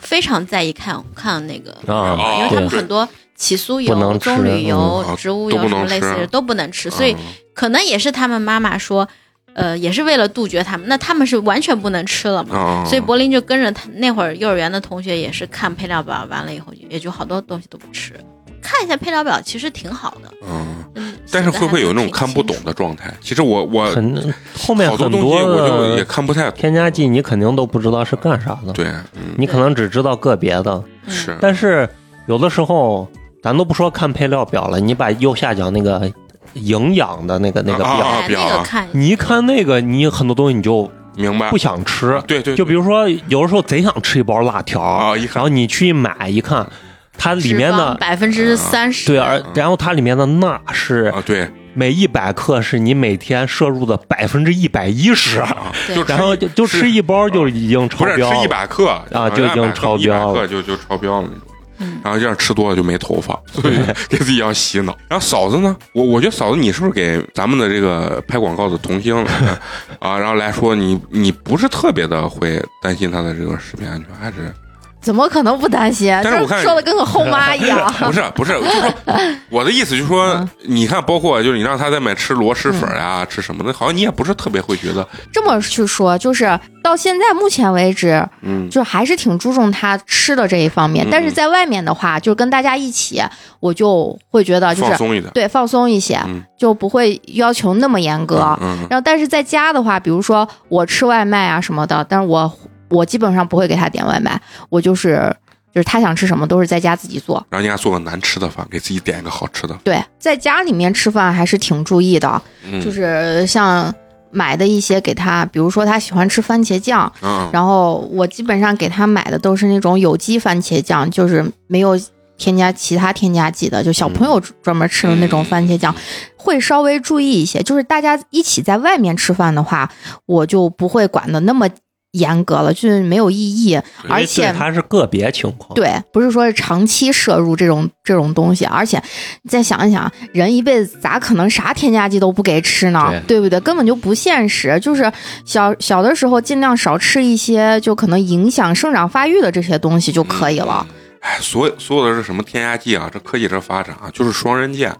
S2: 非常在意看看那个
S1: 哦
S2: 因为
S3: 啊，
S2: 他们
S3: 对，
S2: 很多起酥
S3: 不
S2: 油、
S3: 能吃
S2: 棕榈油
S1: 嗯、
S2: 植物
S1: 都
S2: 油
S1: 不
S2: 什么
S1: 能
S2: 类似
S1: 吃
S2: 的都不能吃，所以
S1: 啊
S2: 可能也是他们妈妈说，呃，也是为了杜绝他们，那他们是完全不能吃了嘛。
S1: 啊，
S2: 所以柏林就跟着他那会儿幼儿园的同学也是看配料表，完了以后就也就好多东西都不吃。看一下配料表其实挺好的，
S1: 嗯，
S2: 嗯，
S1: 但是会不会有那种看不懂
S2: 写得还挺清楚？
S1: 的状态？其实我我
S3: 很后面
S1: 好多
S3: 很
S1: 东西
S3: 多
S1: 我就也
S3: 的
S1: 看不太懂。
S3: 添加剂你肯定都不知道是干啥的，
S1: 对，嗯，
S3: 你可能只知道个别的，
S2: 嗯
S1: 是
S3: 但是有的时候咱都不说看配料表了，你把右下角那个营养的那个那个
S1: 啊
S3: 表，
S2: 哎，
S1: 表
S2: 那
S1: 啊
S2: 个看
S3: 你一看那个，你很多东西你就
S1: 明白
S3: 不。想吃，
S1: 啊对对，
S3: 就比如说有的时候贼想吃一包辣条，
S1: 啊，一
S3: 然
S1: 看
S3: 后你去买一看，它里面的。
S2: 百分
S1: 嗯
S2: 之三十，
S3: 对，
S5: 啊
S3: 而然后它里面的钠是
S1: 啊，对，
S3: 每一百克是你每天摄入的百分之一百一十，
S2: 对
S1: 就吃
S3: 然后就就吃一包就已经
S1: 啊
S3: 超
S1: 不是
S3: 标
S1: 吃一
S3: 了。
S1: 百克
S3: 啊就已经超标
S1: 一百克
S3: 了
S1: 就就超标了那种。
S2: 嗯
S1: 然后这样吃多了就没头
S3: [laughs]
S1: 发，所以给自己要洗脑。然后嫂子呢，我我觉得嫂子你是不是给咱们的这个拍广告的童星
S3: [laughs]
S1: 啊，然后来说你你不是特别的会担心她的这个食品安全，还
S4: [laughs]
S1: 是
S4: 怎么可能不担心？
S1: 但是我
S4: 就
S1: 看。
S4: 说的跟个后妈一样
S1: [laughs] 不是不是，就是
S4: [laughs]
S1: 说我的意思就是
S4: 嗯
S1: 说，你看，包括就是你让她在买吃螺蛳粉呀、吃什么的，好像你也不是特别会觉得，
S4: 这么去说，就是到现在目前为止，
S1: 嗯
S4: 就还是挺注重他吃的这一方面
S1: 嗯。
S4: 但是在外面的话，就是跟大家一起，我就会觉啊得就
S1: 放
S4: 是
S1: 松一点。
S4: 对放松一些
S1: 嗯，
S4: 就不会要求那么严格。
S1: 嗯，
S4: 然后，但是在家的话，比如说我吃外卖啊什么的，但是我我基本上不会给他点外卖，我就是就是他想吃什么都是在家自己做。
S1: 然后你还做个难吃的饭，给自己点一个好吃的。
S4: 对，在家里面吃饭还是挺注意的，
S1: 嗯，
S4: 就是像买的一些给他，比如说他喜欢吃番茄酱，
S1: 嗯，
S4: 然后我基本上给他买的都是那种有机番茄酱，就是没有添加其他添加剂的，就小朋友
S1: 嗯
S4: 专门吃的那种番茄酱，会稍微注意一些。就是大家一起在外面吃饭的话，我就不会管的那么严格了，就是没有意义，
S1: 对
S4: 而
S3: 因
S4: 且
S3: 为对它是个别情况。
S4: 对，不是说是长期摄入这种这种东西，而且你再想一想，人一辈子咋可能啥添加剂都不给吃呢？对不对？根本就不现实。就是小小的时候尽量少吃一些就可能影响生长发育的这些东西就可以了。
S1: 哎，所有所有的是什么添加剂啊？这科技这发展啊，就是双刃剑。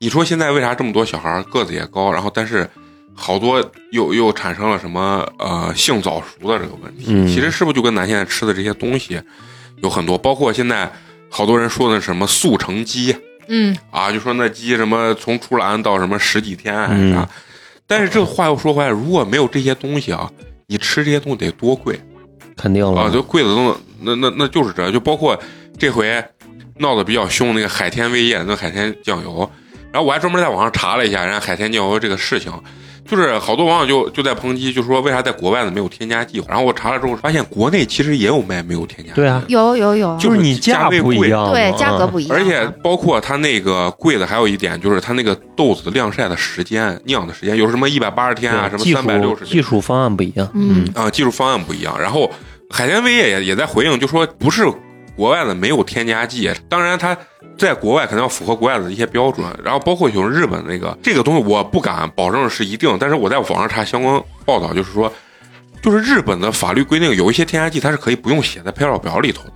S1: 你说现在为啥这么多小孩儿个子也高，然后但是好多又又产生了什么呃性早熟的这个问题？
S3: 嗯
S1: 其实是不是就跟咱现在吃的这些东西有很多，包括现在好多人说的什么速成鸡
S5: 嗯，
S1: 啊，就说那鸡什么从出栏到什么十几天啊啥。
S3: 嗯
S1: 但是这话又说回来，如果没有这些东西啊，你吃这些东西得多贵。
S3: 肯定了。
S1: 啊，就柜子都能，那那那就是这样，就包括这回闹得比较凶那个海天味业那个海天酱油，然后我还专门在网上查了一下人家海天酱油这个事情，就是好多网友就就在抨击，就说为啥在国外的没有添加剂，然后我查了之后发现国内其实也有卖没有添加剂，
S3: 对啊，
S4: 有有有，
S1: 就
S3: 就是是你
S1: 价
S3: 价
S1: 位
S3: 不
S1: 贵
S3: 一样嘛，
S4: 对价格
S3: 啊
S4: 不一样，
S1: 而且包括它那个贵的还有一点就是它那个豆子晾晒的时间、酿的时间，有什么一百八十天啊，什
S3: 对
S1: 么
S3: 技
S1: 三百六
S3: 术
S1: 十天
S3: 技。术方案不一样。
S4: 嗯
S3: 嗯，
S1: 啊，技术方案不一样。然后海天味业也也在回应，就说不是国外的没有添加剂，啊当然它在国外可能要符合国外的一些标准。然后包括有日本那个这个东西，我不敢保证是一定，但是我在网上查相关报道，就是说，就是日本的法律规定有一些添加剂它是可以不用写在配料表里头的，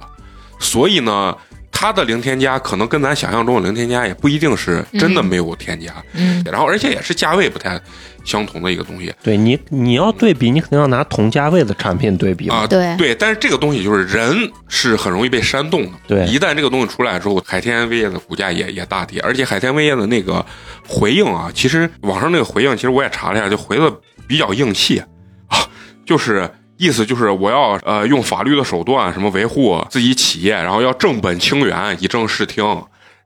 S1: 所以呢。它的零添加可能跟咱想象中的零添加也不一定是真的没有添加，
S5: 嗯，
S1: 然后而且也是价位不太相同的一个东西，
S3: 对你你要对比，你肯定要拿同价位的产品对比嘛。
S1: 啊，
S4: 对
S1: 对，但是这个东西就是人是很容易被煽动的。
S3: 对
S1: 一旦这个东西出来之后，海天味业的股价也也大跌，而且海天味业的那个回应啊，其实网上那个回应，其实我也查了一下，就回的比较硬气啊，就是。意思就是我要呃用法律的手段什么维护自己企业，然后要正本清源，以正视听，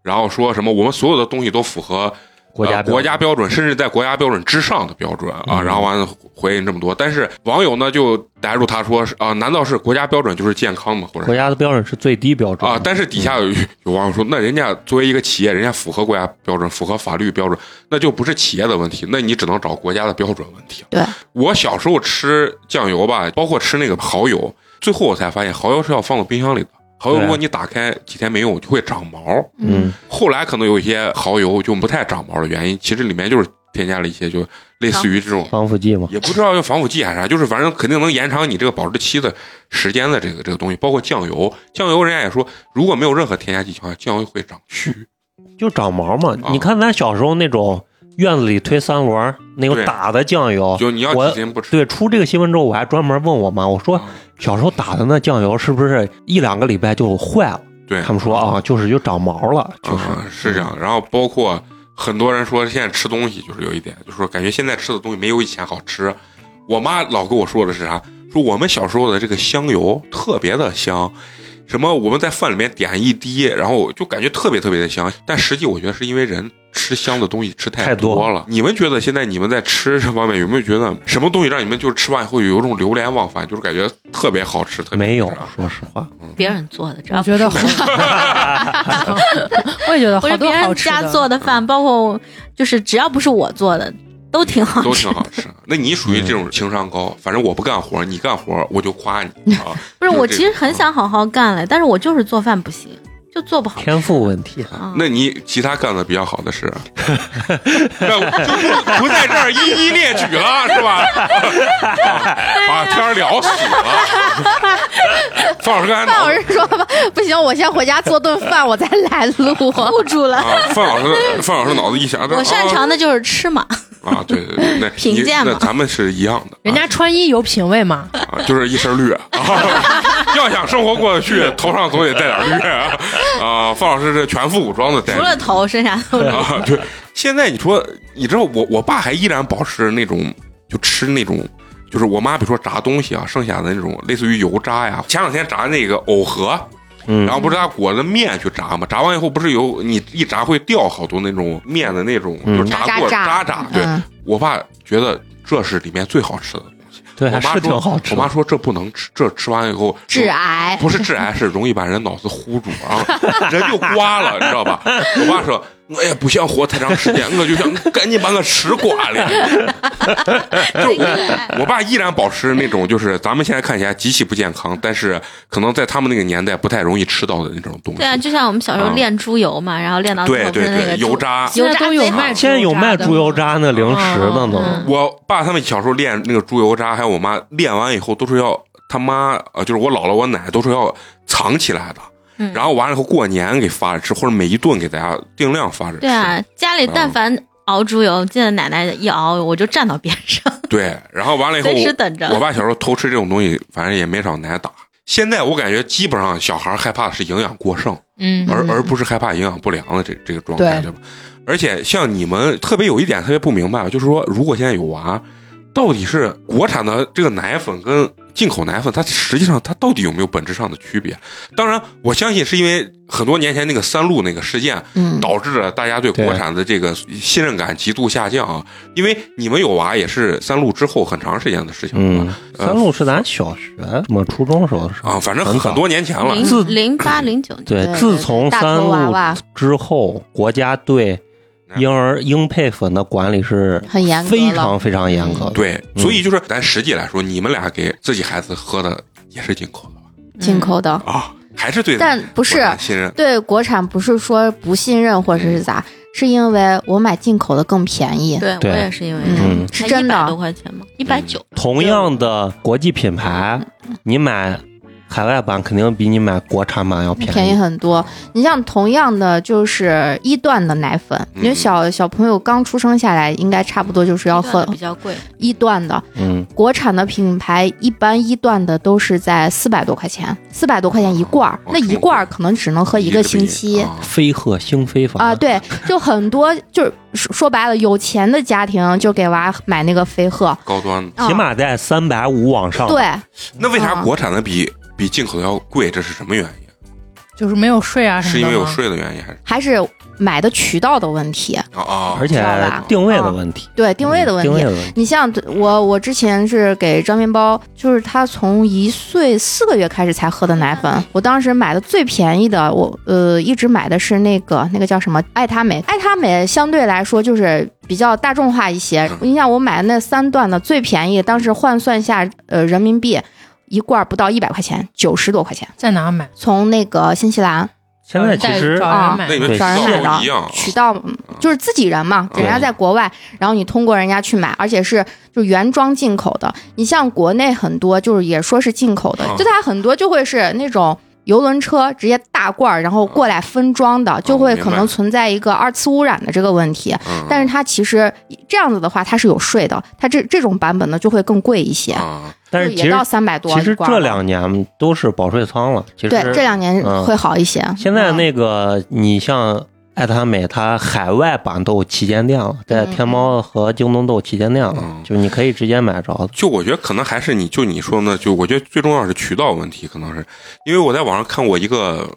S1: 然后说什么我们所有的东西都符合
S3: 国家
S1: 呃国家标准，甚至在国家标准之上的标准啊。
S3: 嗯
S1: 然后完了回应这么多，但是网友呢就逮住他说是啊、难道是国家标准就是健康吗？或者
S3: 国家的标准是最低标准
S1: 啊，但是底下有有网友说，那人家作为一个企业，人家符合国家标准，符合法律标准，那就不是企业的问题，那你只能找国家的标准问题。
S4: 对，
S1: 我小时候吃酱油吧，包括吃那个蚝油，最后我才发现蚝油是要放到冰箱里的。蚝油
S3: 对
S1: 如果你打开几天没用，就会长毛。
S3: 嗯，
S1: 后来可能有一些蚝油就不太长毛的原因，其实里面就是添加了一些就类似于这种，
S3: 防腐剂嘛，
S1: 也不知道用防腐剂还是啥，就是反正肯定能延长你这个保质期的时间的这个这个东西，包括酱油，酱油人家也说，如果没有任何添加剂情况下，酱油会长须。
S3: 就长毛嘛
S1: 啊。
S3: 你看咱小时候那种院子里推三轮儿那
S1: 对
S3: 个打的酱油，
S1: 就你要
S3: 哦我
S1: 几斤不吃，
S3: 对，出这个新闻之后，我还专门问我妈，我说
S1: 啊
S3: 小时候打的那酱油是不是一两个礼拜就坏了？
S1: 对，
S3: 他们说啊，就是就长毛了，就是、
S1: 啊是这样。然后包括很多人说现在吃东西就是有一点，就是说感觉现在吃的东西没有以前好吃。我妈老跟我说的是啥？说我们小时候的这个香油特别的香，什么我们在饭里面点一滴，然后就感觉特别特别的香。但实际我觉得是因为人吃香的东西吃太
S3: 太多
S1: 了。你们觉得现在你们在吃这方面有没有觉得什么东西让你们就是吃完以后有一种流连忘返，就是感觉特别好吃？特别
S3: 没有
S1: 好吃啊，
S3: 说实话，
S2: 别人做的，知
S5: 我
S2: 道吗
S5: 觉得 [laughs] 好，我也觉得
S2: 不是
S5: 好
S2: 别
S5: 多好
S2: 人
S5: 吃
S2: 家
S5: 的。
S2: 做的
S1: 嗯
S2: 饭，包括就是只要不是我做的，都挺
S1: [laughs]
S2: 好
S1: 都
S2: 吃
S1: 挺。好
S2: [laughs]
S1: 吃。那你属于这种情商高，反正我不干活，你干活我就夸你
S2: [laughs]
S1: 啊。
S2: 不是，
S1: 就是
S2: 我
S1: 这
S2: 其实
S1: 种
S2: 很。想好好干
S1: 嗯
S2: 嘞，但是我就是做饭不行，就做不好。
S3: 天赋问题。
S2: 啊
S1: 那你其他干的比较好的
S2: [laughs]
S1: 是，那我就不在这儿一一列举了，是吧？ [laughs] 啊把天儿聊死了。范老师刚才
S4: 范
S1: 脑
S4: 老师说不行，我先回家做顿饭，我再来
S2: [laughs]
S4: 录。
S2: 护住了，
S1: 啊，范老师，范老师脑子一想，
S2: 我擅
S1: 啊
S2: 长的就是吃嘛。
S1: 啊，对对对，
S2: [laughs]
S1: 那
S2: 品
S1: 你
S2: 鉴嘛
S1: 那咱们是一样的，
S5: 人家穿衣有品位嘛，
S1: 啊，就是一身绿。啊、 [laughs] 要想生活过得去，头上总得带点绿啊。啊范老师是全副武装的带
S2: 除
S1: 绿，
S2: 了头，剩下都
S1: 啊，对。现在你说，你知道我我爸还依然保持那种就吃那种，就是我妈比如说炸东西啊，剩下的那种类似于油炸呀。前两天炸那个藕盒，
S3: 嗯
S1: 然，后不是他裹着面去炸嘛，炸完以后不是有你一炸会掉好多那种面的那种，
S3: 嗯
S1: 就是炸过
S4: 渣
S1: 渣
S4: 渣
S1: 渣。对、
S4: 嗯
S1: 我爸觉得这是里面最好吃的。
S3: 对，
S1: 我
S3: 还
S1: 妈
S3: 哎是
S1: 说
S3: 挺好吃
S1: 我妈
S3: 的。
S1: 说这不能吃，这吃完以后
S4: 致癌，
S1: 不是致癌，是容易把人脑子糊住，然后人就刮了，你知道吧？我爸说，我也不想活太长时间，我就想赶紧把我屎刮了。就 [laughs] 我，我爸依然保持那种，就是咱们现在看起来极其不健康，但是可能在他们那个年代不太容易吃到的那种东西。
S2: 对啊，就像我们小时候炼猪油嘛，然后炼到最
S1: 对
S2: 后不
S1: 对
S2: 是那个
S1: 对，油渣。
S5: 现在都有卖，
S3: 现在有卖猪油，渣那零食的
S2: 嗯
S3: 呢，
S1: 我爸他们小时候练那个猪油渣，还有我妈练完以后都是要他妈呃，就是我姥姥我奶都是要藏起来的。
S2: 嗯
S1: 然后完了以后过年给发着吃，或者每一顿给大家定量发着吃。
S2: 对啊，家里但凡熬猪油，记得奶奶一熬，我就站到边上，
S1: 对，然后完了以后
S2: [laughs] 随时等
S1: 哎我
S2: 着。
S1: 爸小时候偷吃这种东西，反正也没少挨打。现在我感觉基本上小孩害怕的是营养过剩，
S4: 嗯
S1: 而而不是害怕营养不良的这这个状态，
S5: 对
S1: 对吧？而且像你们特别有一点特别不明白，就是说如果现在有娃，到底是国产的这个奶粉跟进口奶粉，它实际上它到底有没有本质上的区别？当然，我相信是因为很多年前那个三鹿那个事件，
S4: 嗯，
S1: 导致了大家对国产的这个信任感极度下降啊。因为你们有娃也是三鹿之后很长时间的事情了
S3: 嗯
S1: 吧，
S3: 三鹿是咱小学么初中时候的事儿
S1: 啊，反正
S3: 很
S1: 很
S3: 早
S1: 多年前了。
S3: 自
S2: 零零八零九年，
S3: 对
S4: 对，
S3: 自从
S4: 大
S3: 三
S4: 头娃
S3: 鹿
S4: 娃
S3: 之后，国家对
S1: 嗯
S3: 婴儿婴配粉的管理是
S4: 很严格了
S3: 非常非常严格的。
S1: 对，
S3: 嗯
S1: 所以就是咱实际来说，你们俩给自己孩子喝的也是进口的吧？
S2: 嗯
S4: 进口的，
S1: 啊，还是对，
S4: 但不是
S1: 信任
S4: 对国产不是说不信任或者是咋，是因为我买进口的更便宜。
S2: 对
S3: 对
S2: 我也是因为这样
S3: 嗯
S4: 嗯，，
S2: 才
S4: 是真
S2: 100
S4: 的
S2: 多。块钱嘛，一百
S1: 嗯
S2: 九，
S3: 同样的国际品牌，你买海外版肯定比你买国产版要便宜。
S4: 便宜很多，你像同样的就是一段的奶粉，
S1: 嗯
S4: 因为小小朋友刚出生下来，应该差不多就是要喝
S2: 比较贵，
S4: 一段的。
S3: 嗯，
S4: 国产的品牌一般一段的都是在四百多块钱，四百多块钱一罐儿
S1: 哦，
S4: 那一罐儿可能只能喝一个哦星期。
S1: 啊
S3: 飞鹤星飞法
S4: 啊，，对，就很多，就是说说白了，有钱的家庭就给娃买那个飞鹤，
S1: 高端的。
S4: 啊
S3: 起码在三百五往上。
S4: 对，
S1: 那为啥
S4: 啊
S1: 国产的比比进口的要贵？这是什么原因？
S5: 就是没有税啊什么
S1: 是
S5: 的
S1: 因为有
S5: 吗
S1: 税的原因还是
S4: 还是买的渠道的问题，
S1: 啊啊
S3: 而且
S4: 知道吧
S3: 定位的问题，
S4: 对定位的问
S3: 嗯定位
S4: 题。
S3: 的问题，
S4: 你像我，我之前是给张面包，就是他从一岁四个月开始才喝的奶粉。我当时买的最便宜的，我呃一直买的是那个那个叫什么爱他美，爱他美相对来说就是比较大众化一些。
S3: 嗯
S4: 你像我买的那三段的最便宜，当时换算下呃人民币一罐儿不到一百块钱，九十多块钱，
S5: 在哪买？
S4: 从那个新西兰
S3: 现在其
S5: 在
S3: 实
S5: 找
S4: 啊
S5: 人买
S1: 那你们
S3: 对
S1: 渠
S4: 找人买
S1: 道都一样啊嗯
S4: 着，，渠道嗯就是自己人嘛，
S1: 对
S4: 人家在国外，然后你通过人家去买，而且是就原装进口的。你像国内很多就是也说是进口的
S1: 啊，
S4: 就它很多就会是那种游轮车直接大罐儿，然后过来分装的，就会可
S1: 啊明白
S4: 能存在一个二次污染的这个问题。
S1: 嗯
S4: 但是它其实这样子的话，它是有税的，它这这种版本呢就会更贵一些，
S1: 啊，
S3: 但是
S4: 就
S3: 其
S4: 也
S3: 实
S4: 到三百多一
S3: 其
S4: 罐儿了。
S3: 实这两年都是保税仓了，其实
S4: 对这两年
S3: 嗯
S4: 会好一些。
S3: 现在
S4: 嗯
S3: 那个你像爱他美，它海外版都有旗舰店了，在
S4: 嗯
S3: 天猫和京东都有旗舰店了
S1: 嗯，
S3: 就你可以直接买着。
S1: 就我觉得可能还是你就你说呢，就我觉得最重要是渠道问题，可能是因为我在网上看过一个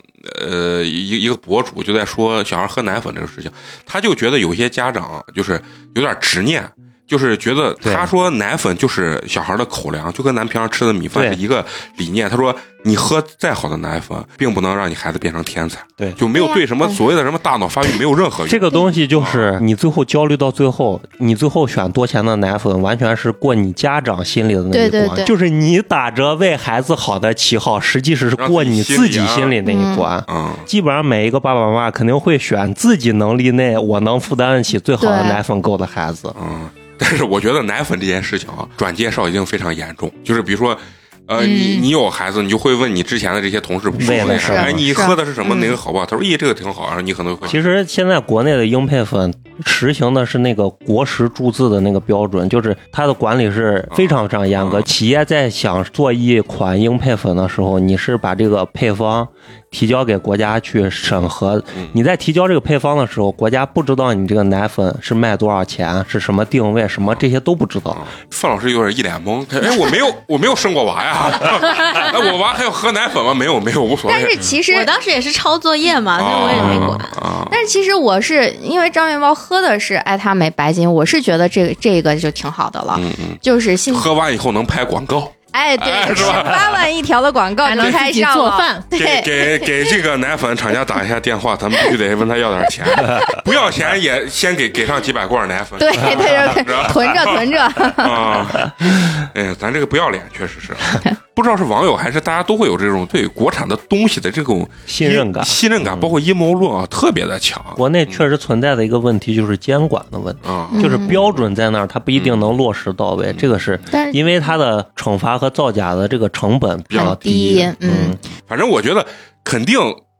S1: 呃一一个博主就在说小孩喝奶粉这个事情，他就觉得有些家长就是有点执念。就是觉得
S3: 对
S1: 他说奶粉就是小孩的口粮，就跟咱们平常吃的米饭
S3: 对
S1: 是一个理念。他说你喝再好的奶粉，并不能让你孩子变成天才，
S3: 对
S1: 就没有
S4: 对呀
S1: 对什么
S4: 嗯
S1: 所谓的什么大脑发育没有任何用。
S3: 这个东
S1: 嗯
S3: 西就是你最后焦虑到最后，你最后选多钱的奶粉，完全是过你家长心里的那一
S4: 对对
S3: 关，
S4: 对
S3: 就是你打着为孩子好的旗号，实际是
S1: 让
S3: 过
S1: 自己
S3: 你
S1: 心
S3: 自
S1: 里
S3: 己
S1: 啊
S3: 心里那一关。
S1: 嗯，
S3: 基本上每一个爸爸妈妈肯定会选自己能力内我能负担得起最好的
S4: 对
S3: 奶粉给我的孩子。
S1: 嗯，但是我觉得奶粉这件事情啊，转介绍已经非常严重。就是比如说，呃，你
S4: 嗯
S1: 你有孩子，你就会问你之前的这些同事朋友，
S3: 喂了什么
S1: 哎，你
S4: 是
S1: 喝的是什么？
S4: 嗯
S1: 哪个好不好？他说，咦，这个挺好。然后你可能会，
S3: 其实现在国内的英配粉实行的是那个国食注字的那个标准，就是它的管理是非常非常严格。
S1: 嗯
S3: 企业在想做一款英配粉的时候，你是把这个配方提交给国家去审核
S1: 嗯。
S3: 你在提交这个配方的时候，国家不知道你这个奶粉是卖多少钱，是什么定位，什么这些都不知道。
S1: 范老师有点一脸懵，哎，我没有，我没有生过娃呀， [laughs] 哎，我娃还要喝奶粉吗？没有，没有，无所
S4: 但
S1: 谓
S4: 是。其实
S2: 我当时也是抄作业嘛，但是我也没管。
S1: 啊，啊
S4: 但是其实我是因为张面包喝的是爱他美白金，我是觉得这个这个就挺好的了，
S1: 嗯嗯，
S4: 就是
S1: [laughs]
S4: 信
S1: 喝完以后能拍广告，
S4: 哎对，十八万一条的广告
S5: 还
S4: 就
S5: 能
S4: 开
S5: 自己
S4: 上
S5: 做
S4: 了，
S5: 饭，
S1: 给
S4: 对。
S1: 给给这个奶粉厂家打一下电话，咱们必须得问他要点
S4: [laughs]
S1: 钱，不要钱也先给给上几百罐奶粉。
S4: 对对
S1: [laughs] 是
S4: 对
S1: 吧
S4: 对，囤着
S1: [laughs]
S4: 囤着，
S1: 啊，哎呀，咱这个不要脸，确实是， [laughs] 不知道是网友还是大家都会有这种对国产的东西的这种
S3: 信任感嗯
S1: 信任感，包括阴谋论啊，特别的强
S3: 国内确实存在的一个问题就是监管的问题。
S1: 啊。
S4: 嗯
S3: 就是标准在那儿，它不一定能落实到位，这个是
S4: 但是
S3: 因为它的惩罚和造假的这个成本比较
S4: 很低嗯
S3: 嗯，
S1: 反正我觉得肯定。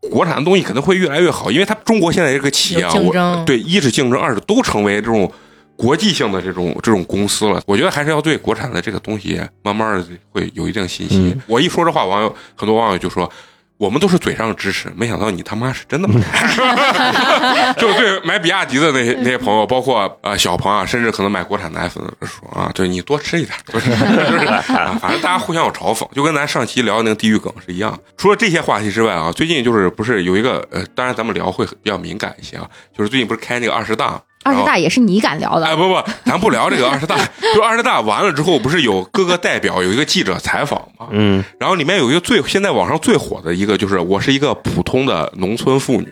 S1: 国产的东西可能会越来越好，因为它中国现在这个企业啊，
S5: 有竞争
S1: 我对一是竞争，二是都成为这种国际性的这种这种公司了。我觉得还是要对国产的这个东西慢慢的会有一定信心。
S3: 嗯
S1: 我一说这话，网友很多网友就说：“我们都是嘴上支持，没想到你他妈是真的买。” [laughs] 就对买比亚迪的那些那些朋友，包括呃小鹏啊，甚至可能买国产奶粉的说啊，对你多吃一点，多吃一点，
S4: [laughs]
S1: 就是啊，反正大家互相有嘲讽，就跟咱上期聊的那个地狱梗是一样。除了这些话题之外啊，最近就是不是有一个呃，当然咱们聊会比较敏感一些啊，就是最近不是开那个二十大。
S4: 二
S1: 然
S4: 十
S1: 后
S4: 大也是你敢聊
S1: 哎，
S4: 的，
S1: 不不，咱不聊这个
S4: [laughs]
S1: 二十大，就二十大完了之后，不是有各个代表有一个记者采访嘛？
S3: 嗯，
S1: 然后里面有一个最现在网上最火的一个，就是我是一个普通的农村妇女，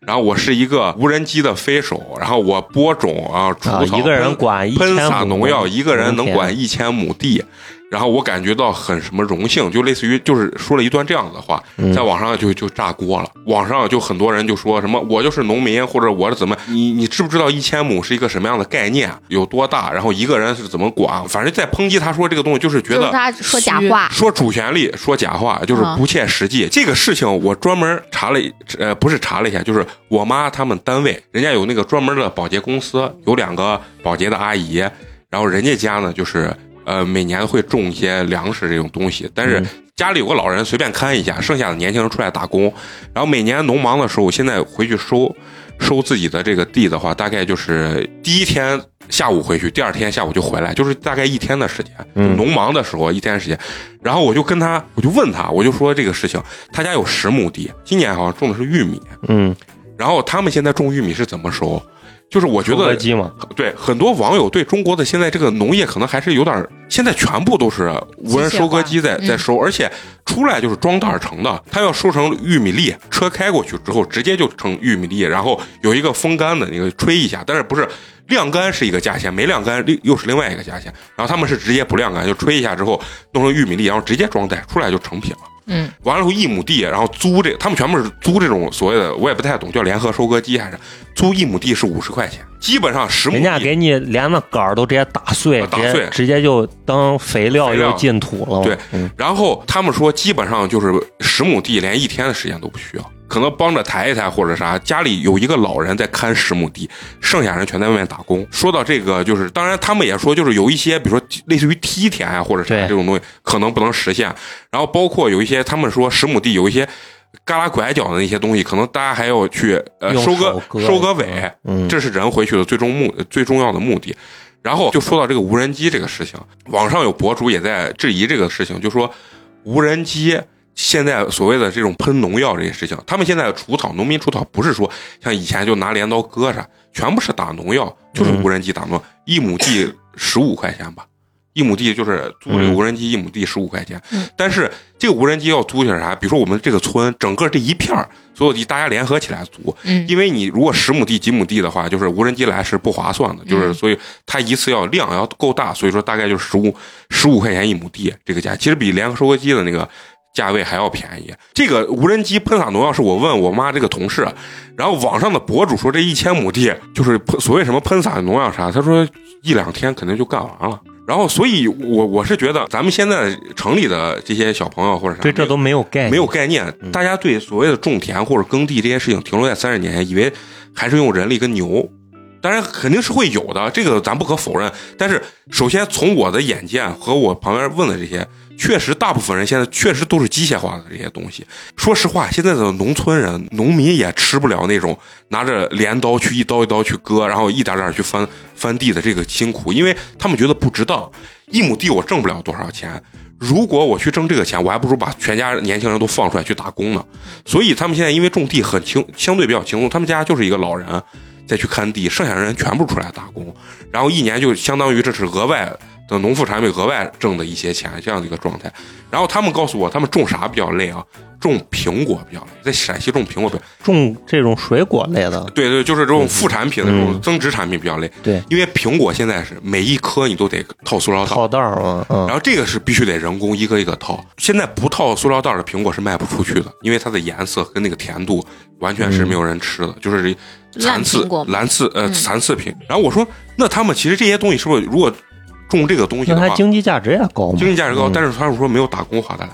S1: 然后我是一个无人机的飞手，然后我播种啊，除
S3: 啊
S1: 草，
S3: 一个人
S1: 喷
S3: 管一
S1: 喷
S3: 千
S1: 洒
S3: 亩
S1: 农药，一个人能
S3: 农
S1: 管
S3: 田
S1: 一千亩地，然后我感觉到很什么荣幸，就类似于就是说了一段这样子的话，
S3: 嗯
S1: 在网上就就炸锅了，网上就很多人就说什么我就是农民，或者我是怎么，你你知不知道一千亩是一个什么样的概念，啊有多大，然后一个人是怎么管，反正在抨击他说这个东西，就是觉
S4: 就
S1: 得
S4: 是他说假
S5: 虚
S4: 话，
S1: 说主旋律，说假
S3: 啊
S1: 话，就是不切实际。这个事情我专门查了一，呃，不是查了一下，就是我妈他们单位，人家有那个专门的保洁公司，有两个保洁的阿姨，然后人家家呢就是。呃，每年会种一些粮食这种东西，但是
S3: 嗯
S1: 家里有个老人随便看一下，剩下的年轻人出来打工，然后每年农忙的时候，现在回去收收自己的这个地的话，大概就是第一天下午回去，第二天下午就回来，就是大概一天的时间，
S3: 嗯
S1: 农忙的时候一天时间。然后我就跟他，我就问他，我就说这个事情，他家有十亩地，今年好像种的是玉米，
S3: 嗯，
S1: 然后他们现在种玉米是怎么收？就是我觉
S3: 收割
S1: 得
S3: 机嘛，
S1: 对很多网友对中国的现在这个农业可能还是有点儿，现在全部都是无人
S2: 机械化
S1: 收割机在
S2: 嗯
S1: 在收，而且出来就是装袋儿盛的，它要收成玉米粒，车开过去之后直接就成玉米粒，然后有一个风干的那个吹一下，但是不是晾干是一个价钱，没晾干另又是另外一个价钱，然后他们是直接不晾干，就吹一下之后弄成玉米粒，然后直接装袋出来就成品了。
S5: 嗯，
S1: 完了以后一亩地，然后租这，他们全部是租这种所谓的，我也不太懂，叫联合收割机还是租一亩地是五十块钱，基本上十亩
S3: 人家
S1: 地。
S3: 给你连那杆儿都直接打碎，
S1: 啊打
S3: 直接
S1: 碎
S3: 直接就当肥料
S1: 肥料
S3: 又进土了。
S1: 对
S3: 嗯，
S1: 然后他们说，基本上就是十亩地，连一天的时间都不需要，可能帮着抬一抬或者啥。家里有一个老人在看十亩地，剩下人全在外面打工。说到这个，就是当然他们也说，就是有一些，比如说类似于梯田啊或者啥
S3: 对
S1: 这种东西，可能不能实现。然后包括有一些，他们说十亩地有一些。旮旯拐角的那些东西，可能大家还要去呃
S3: 用
S1: 收割
S3: 手割
S1: 收割尾，
S3: 嗯，
S1: 这是人回去的最终目最重要的目的。然后就说到这个无人机这个事情，网上有博主也在质疑这个事情，就说无人机现在所谓的这种喷农药这些事情，他们现在除草，农民除草不是说像以前就拿镰刀割啥，全部是打农药，就是无人机打农药，一亩地十五块钱吧。一亩地就是租这个
S3: 嗯
S1: 无人机，一亩地十五块钱
S5: 嗯。
S1: 但是这个无人机要租些啥？比如说我们这个村整个这一片儿所有地，大家联合起来租，
S5: 嗯
S1: 因为你如果十亩地、几亩地的话，就是无人机来是不划算的，就是
S5: 嗯
S1: 所以它一次要量要够大，所以说大概就是十五十五块钱一亩地这个价，其实比联合收割机的那个价位还要便宜。这个无人机喷洒农药是我问我妈这个同事，然后网上的博主说这一千亩地就是喷所谓什么喷洒农药啥，他说一两天肯定就干完了。然后，所以我我是觉得咱们现在城里的这些小朋友或者啥，
S3: 对这都没有概念，嗯
S1: 没有概念，大家对所谓的种田或者耕地这些事情停留在三十年前，以为还是用人力跟牛。当然肯定是会有的，这个咱不可否认。但是首先从我的眼见和我旁边问的这些，确实大部分人现在确实都是机械化的这些东西。说实话，现在的农村人、农民也吃不了那种拿着镰刀去一刀一刀去割，然后一点点去翻翻地的这个辛苦，因为他们觉得不值当。一亩地我挣不了多少钱，如果我去挣这个钱，我还不如把全家年轻人都放出来去打工呢。所以他们现在因为种地很轻，相对比较轻松，他们家就是一个老人再去看地，剩下的人全部出来打工，然后一年就相当于这是额外的农副产品额外挣的一些钱这样的一个状态。然后他们告诉我，他们种啥比较累啊？种苹果比较累，在陕西种苹果比较
S3: 种这种水果类的，
S1: 对对，就是这种副产品的这种
S3: 嗯
S1: 增值产品比较累。
S3: 对，
S1: 因为苹果现在是每一颗你都得套塑料套
S3: 套，袋儿嘛，嗯
S1: 然，后这个是必须得人工一个一个套。现在不套塑料袋的苹果是卖不出去的，因为它的颜色跟那个甜度完全是没有人吃的，就是残次
S2: 嗯烂苹果、嘛
S1: 蓝刺呃
S2: 嗯
S1: 残次品。然后我说，那他们其实这些东西是不是如果种这个东西
S3: 那
S1: 的话
S3: 它，经济价值也高嘛，
S1: 经济价值高，
S3: 嗯
S1: 但是他们说没有打工划得来，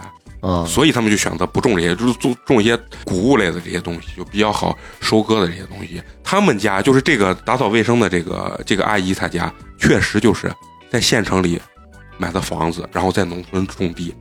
S3: 啊，
S1: 所以他们就选择不种这些，就是种种一些谷物类的这些东西，就比较好收割的这些东西。他们家就是这个打扫卫生的这个这个阿姨，她家确实就是在县城里买的房子，然后在农村种地。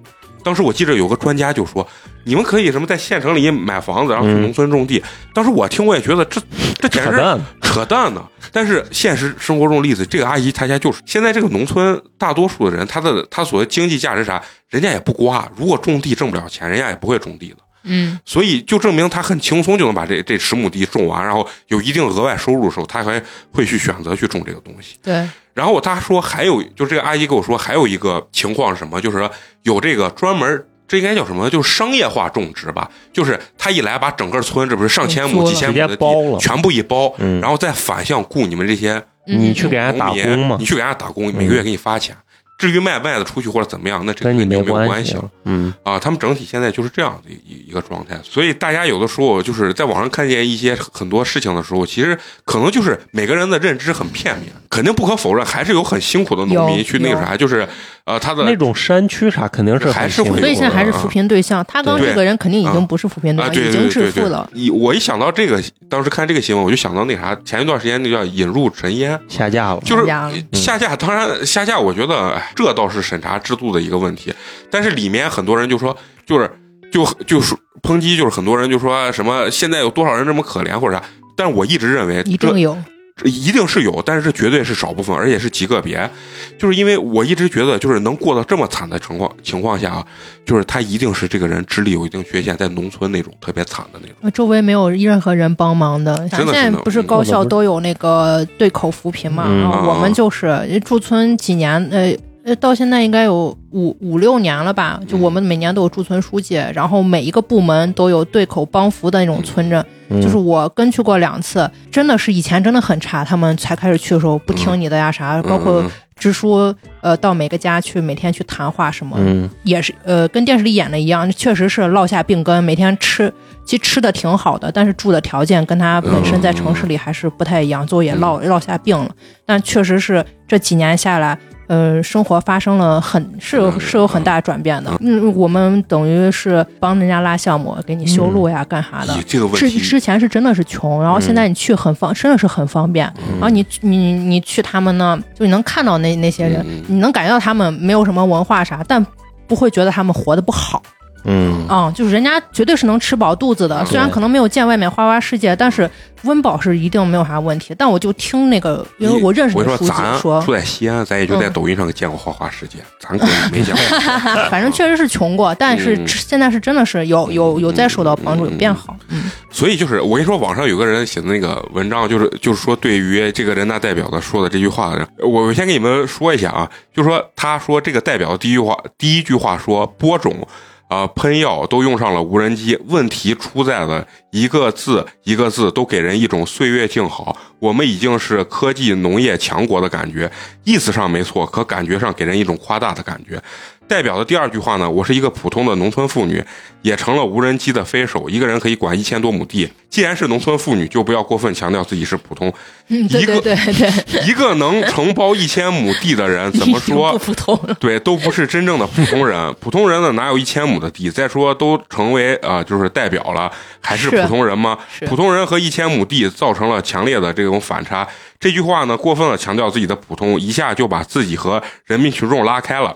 S1: 当时我记着有个专家就说，你们可以什么在县城里买房子，然后去
S3: 嗯
S1: 农村种地。当时我听我也觉得这这简
S3: 扯
S1: 直是
S3: 淡，
S1: 扯淡呢。但是现实生活中例子，这个阿姨她家就是现在这个农村大多数的人，她的她所谓经济价值啥，人家也不瓜。如果种地挣不了钱，人家也不会种地的。
S5: 嗯，
S1: 所以就证明她很轻松就能把这这十亩地种完，然后有一定额外收入的时候，她还会去选择去种这个东西。
S5: 对，
S1: 然后她说还有，就这个阿姨跟我说还有一个情况是什么，就是说有这个专门。这应该叫什么？就是商业化种植吧，就是她一来把整个村，这不是上千亩、
S5: 给租了
S1: 几千亩
S3: 嗯直
S1: 的
S3: 接
S1: 地
S3: 包了
S1: 全部一包，
S3: 嗯
S1: 然后再反向雇你们这些
S4: 嗯
S5: 嗯
S3: 你
S1: 嗯
S3: 去给人家打
S1: 农民
S3: 工嘛
S1: 你，去给人家打工，每个月给你发钱。至于卖不卖的出去或者怎么样，那这个
S3: 跟你
S1: 肯定没有
S3: 关
S1: 关系了。
S3: 嗯，
S1: 啊。他们整体现在就是这样的一一个状态，所以大家有的时候就是在网上看见一些很多事情的时候，其实可能就是每个人的认知很片面，肯定不可否认，还是有很辛苦的农民
S5: 有
S1: 去那个啥，就是呃他的
S3: 那种山区啥肯定是
S1: 还
S3: 很
S1: 是会
S3: 辛苦
S5: 所以现在还是
S1: 啊
S5: 扶贫对象。他刚
S1: 对
S5: 这个人肯定已经不是扶贫对
S1: 啊，
S5: 象，
S1: 对
S5: 已
S1: 对
S5: 经
S1: 对
S5: 致
S1: 对
S5: 富了。
S1: 一我一想到这个，当时看这个新闻，我就想到那啥，前一段时间那叫引入尘烟，
S3: 下架了，
S1: 就是
S5: 下
S1: 下
S5: 架了
S1: 架，当然下架，我觉得哎这倒是审查制度的一个问题。但是里面很多人就说，就是就就是抨击，就是很多人就说啊什么现在有多少人这么可怜或者啥。但我一直认为
S5: 一
S1: 这
S5: 定有，
S1: 这一定是有，但是这绝对是少部分，而且是极个别。就是因为我一直觉得，就是能过到这么惨的情况情况下啊，就是他一定是这个人智力有一定缺陷，在农村那种特别惨的那种。
S5: 周围没有任何人帮忙的。
S1: 真的
S5: 咱
S1: 是
S5: 现在不是高校都有那个对口扶贫嘛？
S3: 嗯
S5: 然后
S1: 啊
S5: 我们就是驻村几年，呃呃，到现在应该有五五六年了吧？就我们每年都有驻村书记，然后每一个部门都有对口帮扶的那种村镇。
S3: 嗯
S5: 就是我跟去过两次，真的是以前真的很差，他们才开始去的时候不听你的呀啥，啊包括
S1: 嗯
S5: 支书呃到每个家去每天去谈话什么，
S3: 嗯
S5: 也是呃，跟电视里演的一样，确实是落下病根，每天吃，其实吃的挺好的，但是住的条件跟他本身在城市里还是不太一样，最后也
S1: 嗯
S5: 落落下病了。但确实是这几年下来，呃，生活发生了很是有是有很大转变的。嗯，我们等于是帮人家拉项目，给你修路呀，干啥的
S1: 以。嗯这个问
S5: 之
S1: 题嗯
S5: 之前是真的是穷，然后现在你去很方，真的是很方便。
S3: 嗯
S5: 然后啊你你你去他们呢，就你能看到那那些人，
S1: 嗯
S5: 你能感觉到他们没有什么文化啥，但不会觉得他们活得不好
S3: 嗯
S5: 啊、就是人家绝对是能吃饱肚子的，
S1: 嗯
S5: 虽然可能没有见外面花花世界，但是温饱是一定没有啥问题。但我就听那个，因为我认识
S1: 我
S5: 的
S1: 跟你
S5: 书记
S1: 咱
S5: 说嗯
S1: 住，在西安，咱也就在抖音上见过花花世界，咱可能没见过。 [laughs]
S5: 反正确实是穷过，但是
S1: 嗯
S5: 现在是真的是有有有在受到帮助，有变好。嗯，
S1: 所以就是我跟你说，网上有个人写的那个文章，就是就是说对于这个人大代表的说的这句话的人，我我先给你们说一下啊，就是说他说这个代表的第一句话，第一句话说播种。啊、喷药都用上了无人机，问题出在了一个字一个字都给人一种岁月静好。我们已经是科技农业强国的感觉，意思上没错，可感觉上给人一种夸大的感觉。代表的第二句话呢，我是一个普通的农村妇女，也成了无人机的飞手，一个人可以管一千多亩地。既然是农村妇女，就不要过分强调自己是普通。
S5: 嗯 [laughs] 对
S1: 一个
S5: 对对对，
S1: 一个能承包一千亩地的
S5: [laughs]
S1: 人，怎么
S5: 已经不
S1: 说？
S5: 普通 [laughs] 了？
S1: 对，都不是真正的普通人。普通人呢，哪有一千亩的地？再说，都成为啊、呃就是代表了，还是
S5: 是
S1: 普通人吗？
S5: 是
S1: 普通人和一千亩地造成了强烈的这种反差。这句话呢，过分的强调自己的普通，一下就把自己和人民群众拉开了，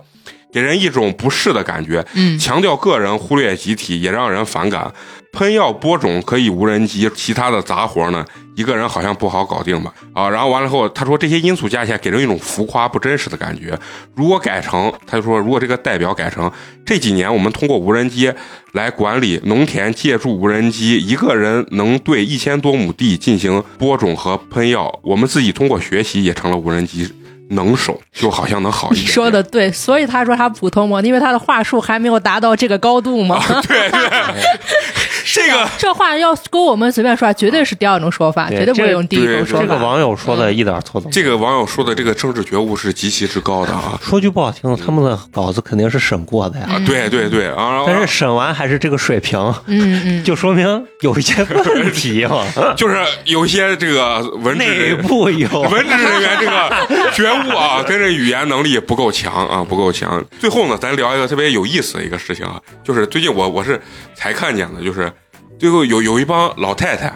S1: 给人一种不适的感觉。
S5: 嗯
S1: 强调个人，忽略集体，也让人反感。喷药播种可以无人机，其他的杂活呢，一个人好像不好搞定吧？啊，然后完了后，他说这些因素加起来，给人一种浮夸不真实的感觉。如果改成，他就说如果这个代表改成这几年我们通过无人机来管理农田，借助无人机，一个人能对一千多亩地进行播种和喷药。我们自己通过学习也成了无人机能手，就好像能好一
S5: 你 [laughs]
S1: 点。
S5: 说的对，所以他说他普通嘛，因为他的话术还没有达到这个高度嘛。
S1: 对对，啊这个
S5: 这话要搁我们随便说，绝对是第二种说法，
S3: 对
S5: 绝对不会用第一种
S3: [laughs]
S5: 说
S3: 这
S5: 法。
S3: 个网友说的一点错都没有。
S1: 这个网友说的这个政治觉悟是极其之高的啊！
S3: 说句不好听的，他们的稿子肯定是审过的呀，
S1: 啊，对对对啊，然后
S3: 但是审完还是这个水平，
S5: 嗯嗯，
S3: 就说明有一些问题嘛，
S1: [laughs] 就是有一些这个文职
S3: 内
S1: 人
S3: 部有。
S1: 文职人员这个觉悟啊， [laughs] 跟这语言能力不够强啊，不够强。最后呢，咱聊一个特别有意思的一个事情啊，就是最近我我是才看见的，就是最后有有一帮老太太。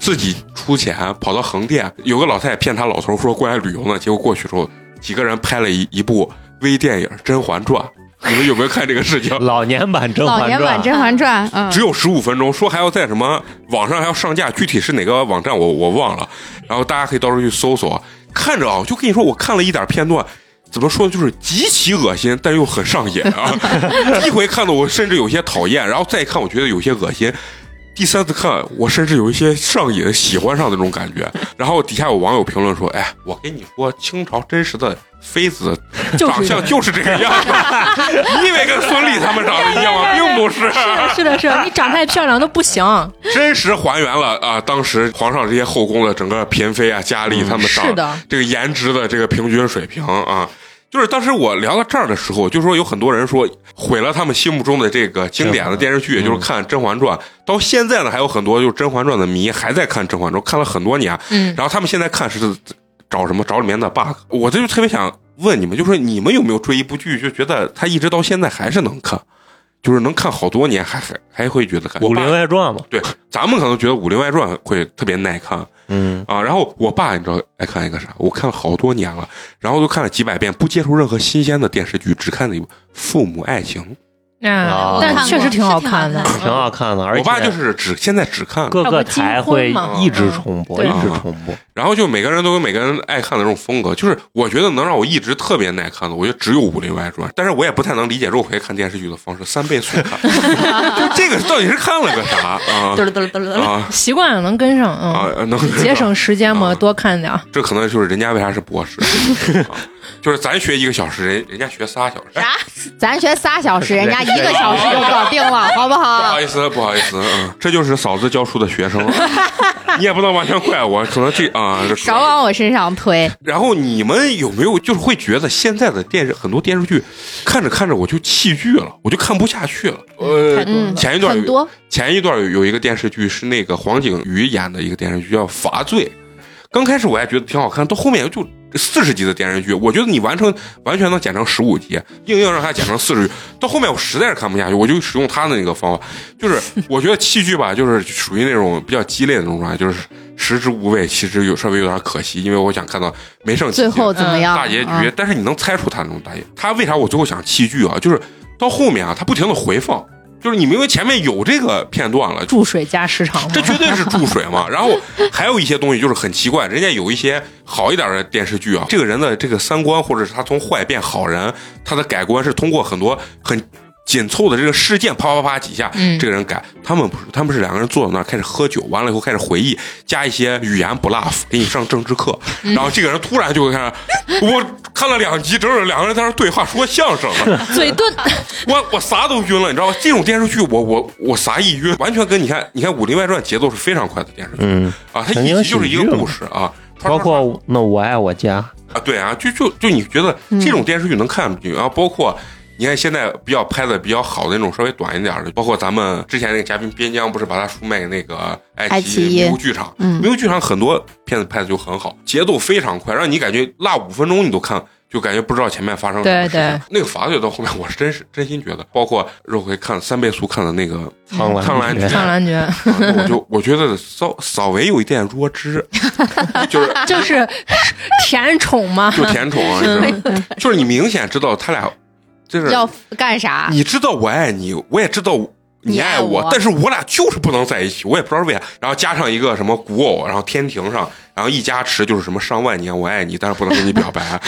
S1: 自己出钱跑到横店，有个老太太骗他老头说过来旅游呢，结果过去之后，几个人拍了一一部微电影《甄嬛传》，你们有没有看这个事情？
S3: 老年版《甄
S4: 老
S3: 嬛
S4: 年版
S3: 传
S4: 《甄嬛传》，嗯
S1: 只，有十五分钟，说还要在什么网上还要上架，具体是哪个网站我我忘了，然后大家可以到时候去搜索。看着啊，我就跟你说，我看了一点片段，怎么说呢，就是极其恶心，但又很上瘾啊。第一回看的我甚至有些讨厌，然后再看我觉得有些恶心。第三次看，我甚至有一些上瘾、喜欢上的那种感觉。然后底下有网友评论说：“哎，我跟你说，清朝真实的妃子
S5: 就是
S1: 长相就是这个样子，你以为跟孙俪他们长得一样吗？并不是。
S5: 是的，是的，你长太漂亮都不行。
S1: 真实还原了啊、当时皇上这些后宫的整个嫔妃啊、佳丽她们
S5: 嗯是的
S1: 这个颜值的这个平均水平啊。就是当时我聊到这儿的时候，就说有很多人说毁了他们心目中的这个经典的电视剧，也就是看《甄嬛
S5: 嗯
S1: 传》。到现在呢，还有很多就是《甄嬛传》的迷还在看《甄嬛传》，看了很多年。
S5: 嗯
S1: 然后他们现在看是找什么？找里面的 bug。我这就特别想问你们，就说你们有没有追一部剧，就觉得它一直到现在还是能看？就是能看好多年，还还还会觉得看。
S3: 《武
S1: 我爸
S3: 林外传》嘛，
S1: 对，咱们可能觉得《武林外传》会特别耐看
S3: 嗯，
S1: 啊。然后我爸你知道爱看一个啥？我看了好多年了，然后都看了几百遍，不接触任何新鲜的电视剧，只看那部《父母爱情》。
S5: 嗯
S3: 啊，
S5: 但确实挺好
S2: 看
S5: 看的。
S3: 挺好看的，而且
S1: 我爸就是只现在只看，
S3: 各个台会一直重播，
S5: 要
S3: 一
S1: 不金
S3: 直
S1: 婚嘛
S3: 重播。
S1: 然后就每个人都有每个人爱看的这种风格，就是我觉得能让我一直特别耐看的，我觉得只有《武林外传》，但是我也不太能理解肉葵看电视剧的方式，三倍速看， [laughs] 就这个到底是看了个啥
S5: [laughs]
S1: 啊
S2: 嘚儿嘚儿嘚儿嘚儿
S1: 啊
S5: 嗯习惯了能跟上，嗯，
S1: 啊！能
S5: 节省时间嘛，
S1: 嗯
S5: 多看点儿。
S1: 这可能就是人家为啥是博士，啊就是咱学一个小时，人人家学仨小时。哎
S4: 咱学仨小时，人家一个小时就搞
S1: [laughs]
S4: 定了，好不
S1: 不
S4: 好
S1: 好？意思，不好意思，嗯，这就是嫂子教书的学生，你也不能完全怪我，可能这啊，这
S4: 少往我身上推，
S1: 然后你们有没有就是会觉得现在的电视很多电视剧，看着看着我就弃剧了，我就看不下去了。呃
S5: 太，多了
S4: 嗯，
S1: 前一段
S4: 很
S1: 有
S4: 多
S1: 前一段有有一个电视剧是那个黄景瑜演的一个电视剧叫《罚罪》，刚开始我还觉得挺好看，到后面就四十集的电视剧，我觉得你完成完全能剪成十五集，硬要让它剪成四十集，到后面我实在是看不下去，我就使用他的那个方法，就是我觉得弃剧吧，就是属于那种比较激烈的那种状态，就是食之无味，弃之有稍微有点可惜，因为我想看到没剩几
S4: 最
S1: 集
S4: 后怎么样？
S1: 大结局，
S4: 嗯
S1: 但是你能猜出他那种大结。他为啥我最后想弃剧啊？就是到后面啊，他不停的回放，就是你明明前面有这个片段了，
S5: 注水加时长嘛，
S1: 这绝对是注水嘛。然后还有一些东西就是很奇怪，人家有一些好一点的电视剧啊，这个人的这个三观，或者是他从坏变好人，他的改观是通过很多很。紧凑的这个事件，啪啪啪几下，
S5: 嗯
S1: 这个人改。他们不是，他们是两个人坐在那儿开始喝酒，完了以后开始回忆，加一些语言不 bluff，给你上政治课。
S5: 嗯
S1: 然后这个人突然就会看，我看了两集，整整两个人在那儿对话说相声了。
S5: [laughs] 嘴钝。
S1: 我我啥都晕了，你知道吗？这种电视剧我我我啥一晕，完全跟你看你看《武林外传》节奏是非常快的电视剧、
S3: 嗯，
S1: 啊，它一集就是一个故事啊，
S3: 包括那我爱我家，
S1: 啊对啊，就就就你觉得这种电视剧能看进去，然后包括。你看现在比较拍的比较好的那种，稍微短一点的，包括咱们之前那个嘉宾边疆，不是把它出卖给那个爱
S4: 爱
S1: 奇
S4: 奇
S1: 艺
S4: 艺
S1: 迷雾剧场？
S4: 嗯
S1: 迷雾剧场很多片子拍的就很好，节奏非常快，让你感觉落五分钟你都看，就感觉不知道前面发生什么
S5: 对
S1: 事情。那个法律到后面，我是真是真心觉得，包括肉葵看三倍速看的那个《
S3: 苍兰
S1: 苍兰诀
S3: 诀
S5: 上 [laughs] 篮觉
S1: 啊那我就我觉得稍稍微有一点弱智， [laughs] 就是
S5: 就是甜宠
S1: [laughs]
S5: 嘛，
S1: 就甜宠
S4: 嗯
S1: 啊，你知道吗？就是你明显知道他俩就是
S4: 要干啥？
S1: 你知道我爱你，我也知道你爱
S4: 你爱我
S1: 但是我俩就是不能在一起，我也不知道为啥。然后加上一个什么古偶，然后天庭上，然后一加持就是什么上万年我爱你，但是不能跟你表
S4: [laughs]
S1: 白，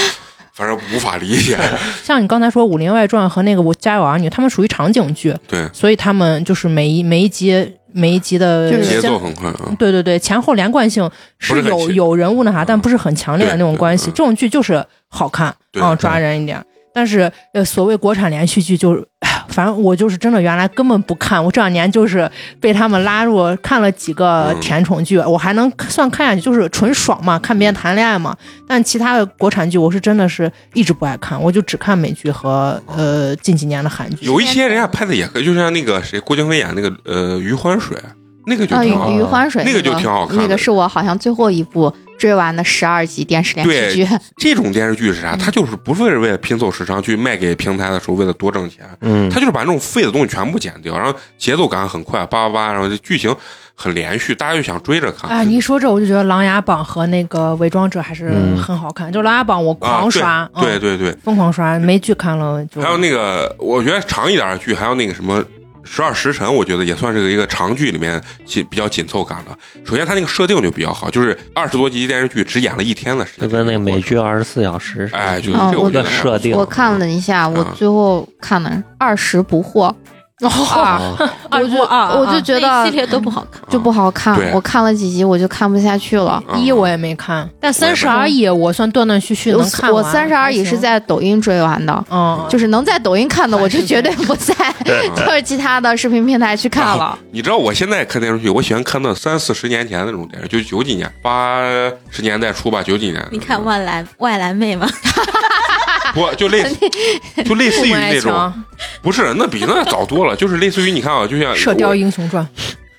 S1: 反正无法理解。
S5: 像你刚才说《武林外传》和那个《我家有儿女》，他们属于场景剧，
S4: [laughs]
S1: 对，
S5: 所以他们就是每一每一集每一集的
S4: 就是
S1: 节奏很快啊。
S5: 对对对，前后连贯性
S1: 不
S5: 是
S1: 是很
S5: 有
S1: 强
S5: 有人物那啥，但不是很强烈的那种关系。
S1: 对嗯
S5: 这种剧就是好看，
S1: 对
S5: 啊，
S1: 对
S5: 抓人一点。但是呃，所谓国产连续剧就是， [sighs] 哎反正我就是真的原来根本不看，我这两年就是被他们拉入看了几个
S1: 嗯
S5: 甜宠剧，我还能算看下去，就是纯爽嘛，看别人谈恋爱嘛。但其他的国产剧，我是真的是一直不爱看，我就只看美剧和呃近几年的韩剧。
S1: 有一些人家拍的也可以，就像那个谁郭京飞演那个呃《余欢水》，那个就
S4: 啊，
S1: 挺好
S4: 余余
S1: 看。
S4: 欢水
S1: 那个就挺好看的
S4: 那个是我好像最后一部追完的十二集电视连续剧。
S1: 这种电视剧是啥？
S4: 嗯
S1: 它就是不是为了拼凑时长去卖给平台的时候，为了多挣钱，
S3: 嗯
S1: 他，就是把那种废的东西全部剪掉，然后节奏感很快，叭叭叭，然后这剧情很连续，大家就想追着看。
S5: 啊，你一说这我就觉得《琅琊榜》和那个《伪装者》还是
S3: 嗯
S5: 很好看，就《琅琊榜》我
S1: 啊，
S5: 狂刷，嗯
S1: 对对对
S5: 疯狂刷，没剧看了就
S1: 对，还有那个我觉得长一点的剧，还有那个什么《十二时辰》，我觉得也算是一个长剧里面紧比较紧凑感的。首先，它那个设定就比较好，就是二十多集电视剧只演了一天的时
S3: 就
S1: 间，
S3: 跟那个美剧《二十四小时》似的
S1: 哎，就是
S4: 嗯
S1: 这个
S4: 我
S1: 觉
S3: 的
S1: 得还
S3: 设
S4: [laughs]
S3: 定，
S4: 我看了一下，
S1: 嗯
S4: 我最后看了二十不惑，
S5: 哦，
S3: 啊，
S5: 我就啊，
S4: 我就觉
S2: 那
S4: 得
S2: 一系列都不好看。
S4: 就不好看
S1: 对，
S4: 我看了几集我就看不下去
S5: [laughs]
S4: 了。
S1: 嗯
S5: 一我也没看，
S1: 我
S5: 但
S1: 也
S5: 三
S1: 没
S5: 十而已，我算断断续续
S4: 我
S5: 能看
S4: 我
S5: 完
S4: 三十而已
S5: 还行
S4: 是在抖音追完的，
S5: 嗯，
S4: 就是能在抖音看的，我就绝对不
S1: [laughs]
S4: 在
S3: 对
S4: 就是其他的视频平台去看了。
S1: 你知道我现在看电视剧，我喜欢看那三四十年前那种电视剧，就九几年八十年代初吧，九几年。
S2: 你看外来外来妹吗？
S1: 不就
S2: [laughs]
S1: 类似，就类似于
S5: 父母爱
S1: 那种，
S5: 情啊
S1: 不是那比那早多了， [laughs] 就是类似于你看啊，就像
S5: 《射雕
S1: 我
S5: 英雄传》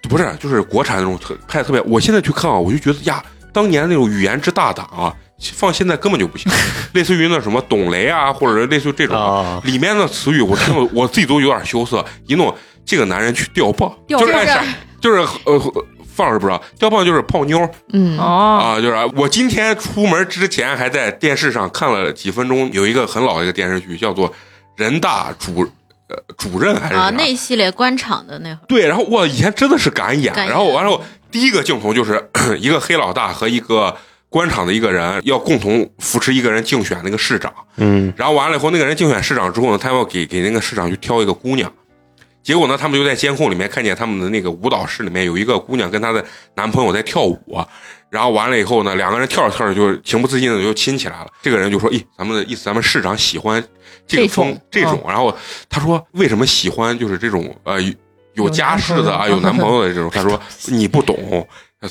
S1: 不是就是国产那种特拍的特别，我现在去看啊，我就觉得呀，当年那种语言之大胆啊，放现在根本就不行。类似于那什么董雷啊，或者是类似于这种
S3: 啊
S1: 里面的词语，我听了我自己都有点羞涩。一弄这个男人去钓棒，[laughs]
S5: 钓
S1: 就是
S5: 棒
S1: 按啥，就是呃。放是不知道，钓棒就是泡妞儿
S4: 嗯，
S5: 哦，
S1: 啊，就是啊我今天出门之前还在电视上看了几分钟，有一个很老的一个电视剧，叫做《人大主呃主任》还是啥
S2: 啊，那一系列官场的那会儿，
S1: 对，然后我以前真的是敢演，
S2: 敢演
S1: 然后完了后第一个镜头就是 [clears throat] 一个黑老大和一个官场的一个人要共同扶持一个人竞选那个市长，
S3: 嗯
S1: 然后完了以后那个人竞选市长之后呢，他要给给那个市长去挑一个姑娘，结果呢，他们就在监控里面看见他们的那个舞蹈室里面有一个姑娘跟她的男朋友在跳舞，啊然后完了以后呢，两个人跳着跳着就情不自禁的就亲起来了。这个人就说：“咦，咱们的意思，咱们市长喜欢这个风这
S5: 这种
S1: 种。然后他说：“为什么喜欢就是这种呃有
S5: 有
S1: 家室的啊，有
S5: 男朋
S1: 男
S5: 友
S1: 朋友的这
S5: [laughs]
S1: 种？”他说：“你不懂。”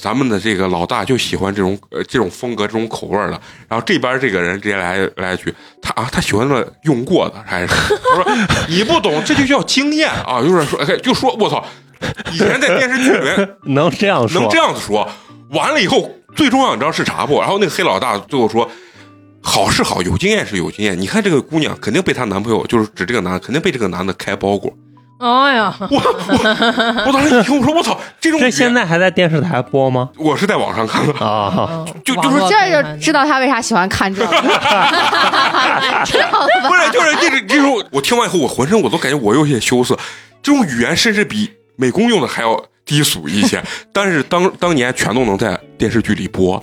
S1: 咱们的这个老大就喜欢这种呃这种风格这种口味儿的，然后这边这个人直接来来一句，他啊他喜欢了用过的还是什么？他说你不懂，这就叫经验啊，就是说哎就说我操，以前在电视剧
S5: [laughs]
S1: 里面
S3: 能这样说？
S1: 能这样子说。完了以后，最重要你知道是啥不？然后那个黑老大最后说。好是好，有经验是有经验。你看这个姑娘，肯定被她男朋友，就是指这个男的，肯定被这个男的开包裹。
S5: 哎呀，
S1: 我 [laughs] 我我当时一听，我说我操，这种语
S3: 这
S1: 言
S3: 现在还在电视台播吗？
S1: 我是在网上看的，
S3: 啊，
S5: 嗯
S1: 就
S5: 网
S1: 就是
S5: 络
S4: 这
S5: 评
S4: 就
S5: 论
S4: 知道他为啥喜欢看
S1: [laughs]
S4: 这个，知道了
S1: 不
S4: 吧？
S1: 是就是这种这种。我听完以后，我浑身我都感觉我有些羞涩。这种语言甚至比美工用的还要低俗一些，但是当当年全都能在电视剧里播。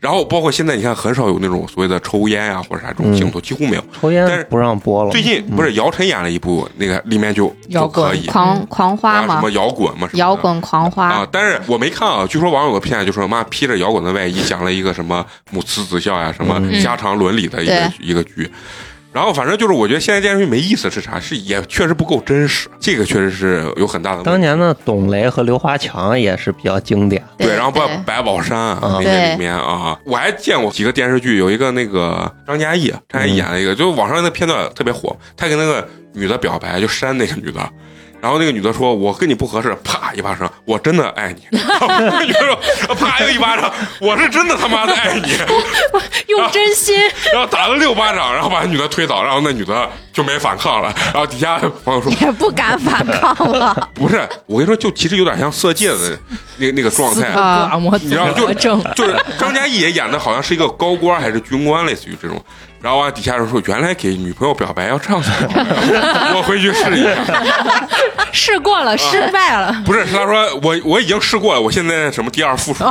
S1: 然后包括现在，你看很少有那种所谓的抽烟啊呀、或者啥这种镜
S3: 嗯
S1: 头，几乎没有。
S3: 抽
S1: 但是
S3: 烟不让播了。嗯
S1: 最近不是姚晨演了一部那个，里面就
S5: 摇
S1: 就
S5: 滚
S1: 可以
S4: 狂狂花
S1: 啊什
S4: 嘛
S1: 么，摇滚嘛，什么的
S4: 摇滚狂花
S1: 啊。，但是我没看啊，据说网友的片就说妈披着摇滚的外衣讲了一个什么母慈子孝呀，什么家常伦理的一个、
S4: 嗯对
S1: 一个剧。然后反正就是，我觉得现在电视剧没意思是啥？是也确实不够真实，这个确实是有很大的问题。
S3: 当年的董雷和刘华强也是比较经典。
S1: 对，然后
S4: 对
S1: 包括百宝山啊，那些
S4: 对
S1: 里面啊，我还见过几个电视剧，有一个那个张嘉译，张嘉译演了一个，就网上那片段特别火，他跟那个女的表白，就扇那个女的。然后那个女的说：“我跟你不合适。”啪一巴掌，我真的爱你。 [laughs] 那女的说：“啪又一巴掌，我是真的他妈的爱你。” [laughs]
S5: 用真 [laughs] 心，
S1: 然后打了六巴掌，然后把那女的推倒，然后那女的就没反抗了。然后底下朋友说
S6: 也不敢反抗
S1: [laughs]
S6: 了。：“
S1: 不是，我跟你说，就其实有点像色戒的那那个状态。”
S4: 啊
S5: 打磨
S1: 你知道
S5: 自我证，
S1: 就是张嘉译也演的好像是一个高官还是军官，类似于这种。然后啊，底下人说原来给女朋友表白要这样子， [laughs] 我回去试一下。
S5: 试
S1: 啊
S5: 过了，失败了，
S1: 不是，他说我我已经试过了，我现在什么第二 [laughs] 附属。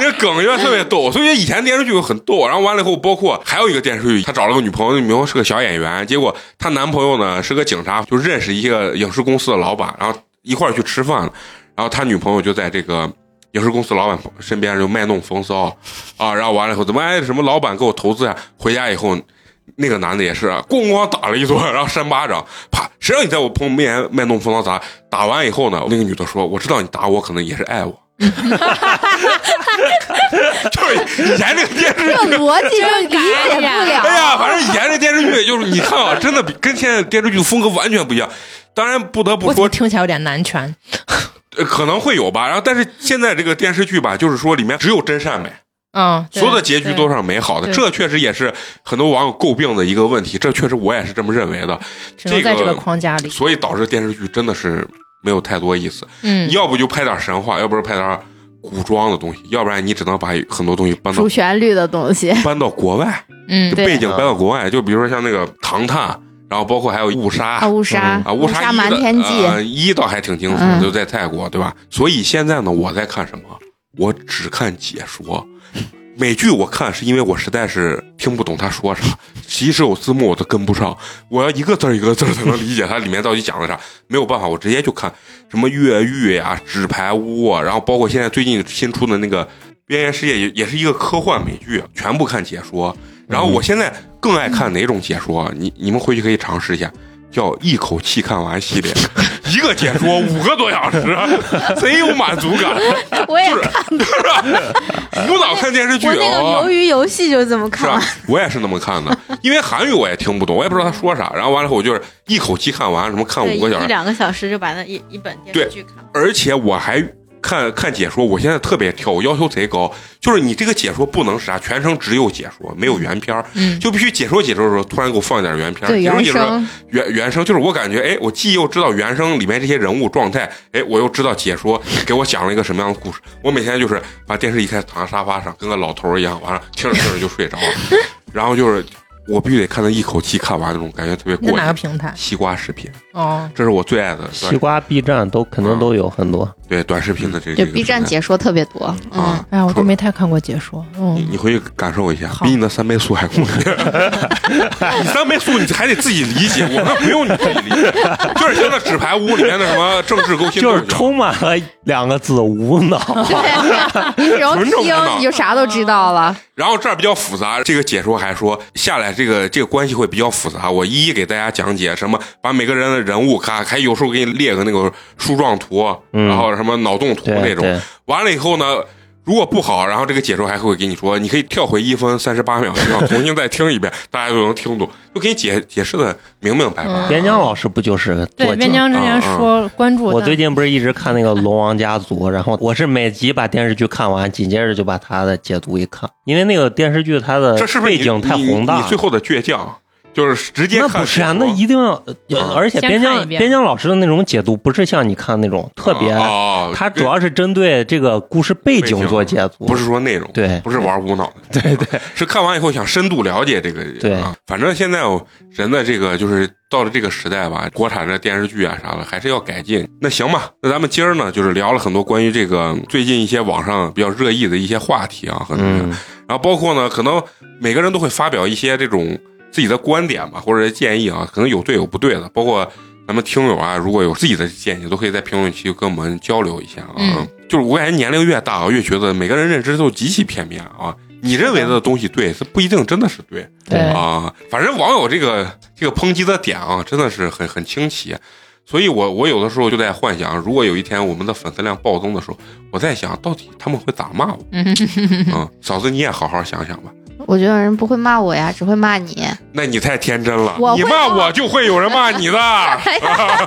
S1: 那梗觉得特别逗，所以以前电视剧很逗。然后完了以后，包括还有一个电视剧，他找了个女朋友，那女朋友是个小演员，结果她男朋友呢是个警察，就认识一个影视公司的老板，然后一块儿去吃饭了。然后他女朋友就在这个影视公司老板身边就卖弄风骚啊，然后完了以后怎么哎什么老板给我投资啊？回家以后，那个男的也是啊咣咣打了一顿，然后扇巴掌，啪，谁让你在我朋友面前卖弄风骚砸？打完以后呢，那个女的说：“我知道你打我，可能也是爱我。” [laughs] 就是以前这个电视
S4: 这
S1: 剧。
S4: 逻辑就理解不
S1: 哎
S4: 了。
S1: 呀，反正以前这电视剧就是你看啊，真的比跟现在电视剧风格完全不一样。当然不得不
S5: 我怎
S1: 说
S5: 么，听起来有点男权？
S1: 呃可能会有吧。然后，但是现在这个电视剧吧，就是说里面只有真善美，
S5: 嗯，对
S1: 所有的结局都是美好的。
S5: 对
S1: 这确实也是很多网友诟病的一个问题，这确实我也是这么认为的。
S5: 只能在
S1: 这
S5: 这
S1: 个
S5: 个框架里，
S1: 所以导致电视剧真的是没有太多意思，
S5: 嗯，
S1: 要不就拍点神话，要不然拍点古装的东西，要不然你只能把很多东西搬到
S4: 主旋律的东西，
S1: 搬到国外，
S5: 嗯
S1: 就
S4: 对
S1: 背景搬到国外，就比如说像那个《唐探》，然后包括还有《误杀》
S4: 啊，误杀
S1: 啊，《
S4: 误
S1: 误杀一》
S4: 瞒
S1: 的
S4: 天记，
S1: 呃一倒还挺清楚，
S4: 嗯
S1: 就在泰国，对吧？所以现在呢，我在看什么？我只看解说。美剧我看是因为我实在是听不懂他说啥，即使有字幕我都跟不上，我要一个字儿一个字儿才能理解它里面到底讲的啥。没有办法，我直接就看什么越狱呀、纸牌屋啊，然后包括现在最近新出的那个《边缘世界》也也是一个科幻美剧，全部看解说。然后我现在更爱看哪种解说？你你们回去可以尝试一下。叫一口气看完系列，一个解说五个多小时，贼有满足感。
S6: 我也
S1: 无脑看电视剧
S6: 我那个
S1: 哦
S6: 鱿，鱼游戏就是这么
S1: 是
S6: 看
S1: 啊吧
S6: 完，？
S1: 我也是那么看的，因为韩语我也听不懂，我也不知道他说啥。然后完了后，我就是一口气看完，什么看
S2: 对，
S1: 五个小
S2: 一
S1: 时，
S2: 两个小时就把那一一本电视剧看完。
S1: 而且我还看看解说，我现在特别挑，我要求贼高，就是你这个解说不能是啥，全程只有解说，没有原片儿，
S5: 嗯
S1: 就必须解说解说的时候突然给我放一点原片儿，
S6: 对
S1: 解说
S6: 原
S1: 解说
S6: 声，
S1: 原原声，就是我感觉，哎，我既又知道原声里面这些人物状态，哎，我又知道解说给我讲了一个什么样的故事。我每天就是把电视一开，躺在沙发上，跟个老头儿一样，完了听着听着就睡
S5: [laughs]
S1: 着了，然后就是我必须得看他一口气看完那种感觉，特别
S5: 你在
S1: 过
S5: 哪个
S1: 瘾。
S5: 平台？
S1: 西瓜视频，
S5: 哦，
S1: 这是我最爱的短
S3: 西瓜、B 站都肯
S1: 嗯
S3: 定都有很多。
S1: 对短视频的这个
S4: 对
S1: 这个
S4: B 站
S1: 平台
S4: 解说特别多，嗯，
S1: 啊，
S5: 哎呀，我
S1: 说
S5: 都没太看过解说。
S1: 你
S5: 嗯，
S1: 你回去感受一下，
S5: 好
S1: 比你的三倍速还过
S3: [laughs]
S1: 瘾。你三倍速你还得自己理解，我那不用你自己理解，就是像那纸牌屋里面的什么政治勾心斗角，
S3: 就是充满了两个字无脑，
S1: [laughs]
S4: 你只要
S1: 纯种的
S4: 听你就啥都知道了。
S1: 然后这儿比较复杂，这个解说还说下来这个这个关系会比较复杂，我一一给大家讲解什么，把每个人的人物咔，还有时候给你列个那个树状图，
S3: 嗯
S1: 然后什么脑洞图那
S3: 对
S1: 种。
S3: 对，
S1: 完了以后呢，如果不好，然后这个解说还会给你说，你可以跳回一分三十八秒，然后重新再听一遍，大家就能听懂，就给你解解释的明明白白。
S5: 嗯
S3: 边疆老师不就是个
S5: 对，
S3: 作
S5: 边
S3: 家？
S5: 疆之
S1: 啊
S5: 前说关注
S3: 我
S5: 但
S3: 最近不是一直看那个《龙王家族》，然后我是每集把电视剧看完，紧接着就把他的解读一看，因为那个电视剧它的
S1: 这是不是
S3: 背
S1: 你
S3: 景太
S1: 你
S3: 宏大
S1: 你
S3: 了
S1: 最。后的倔强就是直接
S3: 那
S1: 看
S3: 不是啊，
S1: 解
S3: 那
S1: 说
S3: 一定要，
S1: 嗯
S3: 而且
S5: 先
S3: 边
S5: 看
S3: 疆
S5: 一遍
S3: 边疆老师的那种解读，不是像你看那种特别，
S1: 哦，
S3: 他主要是针对这个故事背
S1: 背景
S3: 景做解读，
S1: 不是说内容，
S3: 对
S1: 不是玩无脑的，哎对对，是看完以后想深度了解这个。
S3: 对
S1: 啊，反正现在我人的这个就是到了这个时代吧，国产的电视剧啊啥的还是要改进。那行吧，那咱们今儿呢就是聊了很多关于这个最近一些网上比较热议的一些话题啊，很多。
S3: 嗯，
S1: 然后包括呢，可能每个人都会发表一些这种自己的观点吧，或者建议啊，可能有对有不对的。包括咱们听友啊，如果有自己的建议，都可以在评论区跟我们交流一下啊。
S5: 嗯
S1: 就是我感觉年龄越大啊，越觉得每个人认知都极其片面啊。你认为的东西对，是不一定真的是对
S5: 对
S1: 啊。反正网友这个这个抨击的点啊，真的是很很清奇。所以我我有的时候就在幻想，如果有一天我们的粉丝量暴增的时候，我在想到底他们会咋
S4: [laughs]
S1: 骂我？嗯，嫂子你也好好想想吧。
S4: 我觉得人不会骂我呀，只会
S1: [laughs]
S4: 骂你。
S1: 那你太天真了，
S4: 我
S1: 你
S4: 会
S1: 骂
S4: 骂
S1: 我就会有人骂你
S4: [laughs]
S1: 的，
S4: 哎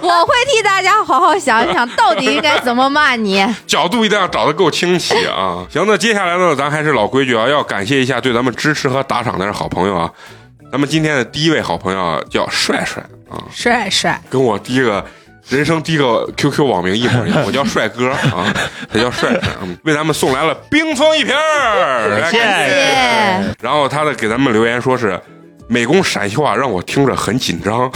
S4: 我会替大家好好想想，到底应该怎么骂你。 [laughs]
S1: 角度一定要找的够清晰啊。行，那接下来呢，咱还是老规矩啊，要感谢一下对咱们支持和打赏的好朋友啊。咱们今天的第一位好朋友啊叫帅帅啊，
S5: 帅帅，
S1: 跟我第一个人生第一个 QQ 网名一模
S3: [laughs]
S1: 一样，我叫帅哥啊， [laughs] 他叫帅帅，嗯为咱们送来了冰封一瓶儿，来
S3: [laughs] 谢谢
S1: 感
S4: 耶，
S1: 然后他的给咱们留言说是美工陕西话让我听着很紧
S3: [laughs]
S1: 张，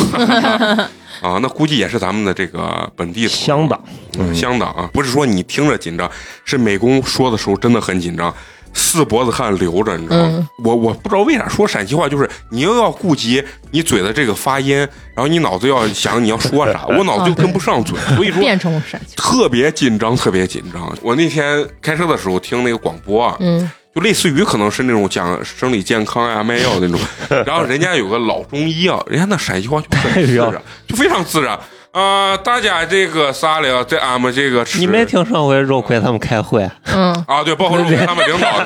S1: 啊，那估计也是咱们的这个本地同行
S3: 香港，
S1: 嗯香港啊，不是说你听着紧张，是美工说的时候真的很紧张。四脖子汗流着，你知道吗？我我不知道为啥说陕西话，就是你又要顾及你嘴的这个发音，然后你脑子要想你要说啥，我脑子就跟不上嘴，所以说
S5: 啊变成陕西。
S1: 特别紧张，特别紧张。我那天开车的时候听那个广播啊，
S5: 嗯，
S1: 就类似于可能是那种讲生理健康呀、卖药那种，然后人家有个老中医啊，人家那陕西话就很自然，就非常自然啊、大家这个啥了，在俺们这个吃
S3: 你没听上回肉葵他们开会，
S1: [laughs]
S5: 嗯，
S1: 啊？对，包括我们他们领导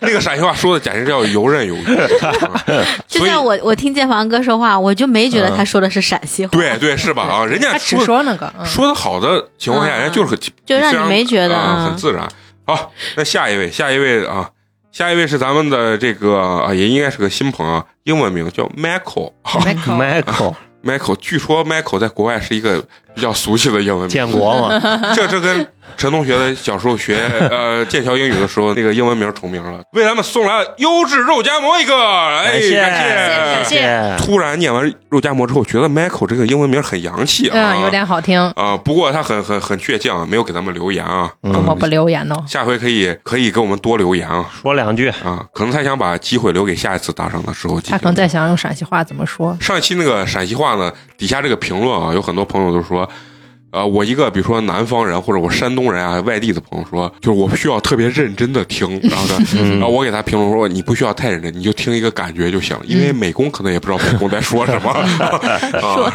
S1: 那个陕西话说的，简直叫游刃有余。嗯
S2: [laughs] 就
S1: 所以嗯
S2: 像我我听建房哥说话，我就没觉得他说的是陕西话，
S1: 对对是吧？啊，人家
S5: 他只
S1: 说
S5: 说那个，嗯
S1: 说的好的情况下，
S2: 嗯
S1: 人家就是很
S2: 就让你没觉得
S1: 啊、
S2: 嗯
S1: 很自然。好，那下一位，下一位啊，下一位是咱们的这个啊，也应该是个新朋友啊，英文名叫 Michael 啊
S3: Michael
S1: Michael，据说 Michael 在国外是一个比较俗气的英文名，
S3: 建国嘛，
S1: 这这跟陈同学的小时候学 [laughs] 呃剑桥英语的时候那个英文名重名了。为咱们送来了优质肉夹馍一个， [laughs] 哎，
S3: 谢
S1: 感
S2: 谢
S3: 谢
S1: 突然念完肉夹馍之后，觉得 Michael 这个英文名很洋气啊，
S5: 嗯，有点好听，
S1: 啊、不过他很很很倔强，没有给咱们留言啊。
S5: 我不留言哦呢。
S1: 下回可以可以给我们多留言啊
S3: 说两句，
S1: 啊！可能他想把机会留给下一次打赏的时候进
S5: 他可能
S1: 行。
S5: 在想用陕西话怎么说。
S1: 上一期那个陕西话呢，底下这个评论啊，有很多朋友都说，呃，我一个比如说南方人或者我山东人啊，外地的朋友说，就是我需要特别认真的听，然后呢，然后我给他评论说，你不需要太认真，你就听一个感觉就行，因为美工可能也不知道美工在说什么。呃啊，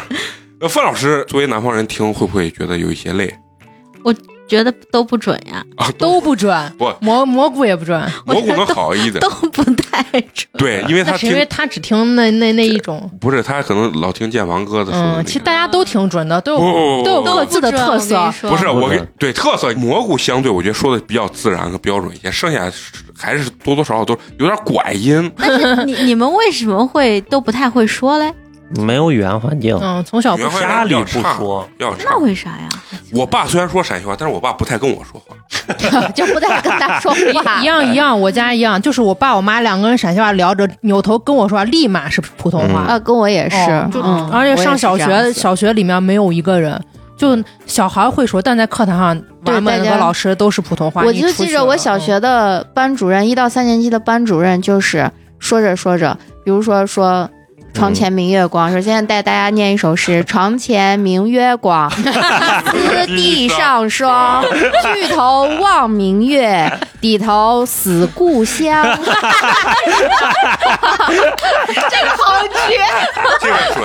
S1: 那范老师作为南方人听，会不会觉得有一些累？
S2: 觉得都不准呀，
S1: 啊，
S5: 都不准，
S1: 不
S5: 蘑蘑菇也不准，
S1: 蘑菇能好一点
S2: 都，不
S4: [laughs]
S2: 太准。
S1: 对，因为
S5: 那
S1: 他
S5: 是因为
S1: 听
S5: 他只听那那那一种。
S1: 不是他可能老听建房哥的说的那
S5: 嗯，
S1: 个，哦
S5: 其实大家都挺准的，都有
S1: 不不不
S5: 都有
S1: 不
S5: 各自的
S4: 啊
S6: 我跟你。说
S5: 特色
S1: 不是我
S3: 不是
S1: 跟对特色蘑菇相对，我觉得说的比较自然和标准一些，剩下还是多多少少都有点拐音。
S2: [laughs] 但是你你们为什么会都不太会说嘞？
S3: 没有语言环境，
S5: 嗯，从小不
S1: 原话
S3: 家里
S1: 要
S3: 不
S1: 差
S3: 说，
S1: 要差
S2: 那。为啥呀？
S1: 我爸虽然说陕西话，但是我爸不太跟我说话。
S4: 就不再跟他说话
S5: 一。样一样，我家一样，就是我爸我妈两个人陕西话聊着，扭头跟我说话，立马是普通话。
S4: 啊，跟我也是，
S5: 哦就
S4: 嗯
S5: 而且上小
S4: 我也是这
S5: 学，
S4: 样子
S5: 小学里面没有一个人，就小孩会说，但在课堂上，
S4: 对
S5: 娃们
S4: 大家
S5: 和老师都是普通话。
S4: 我
S5: 你
S4: 就
S5: 出
S4: 记
S5: 去
S4: 着我
S5: 了
S4: 小
S5: 嗯
S4: 学的班主任，一到三年级的班主任就是说着说着，比如说说。
S5: 嗯
S4: 床前明月光，说现在带大家念一首诗：床前明月
S5: [laughs]
S4: 光，思地上霜。举头望明月，低头思故乡。
S5: [laughs]
S4: [laughs]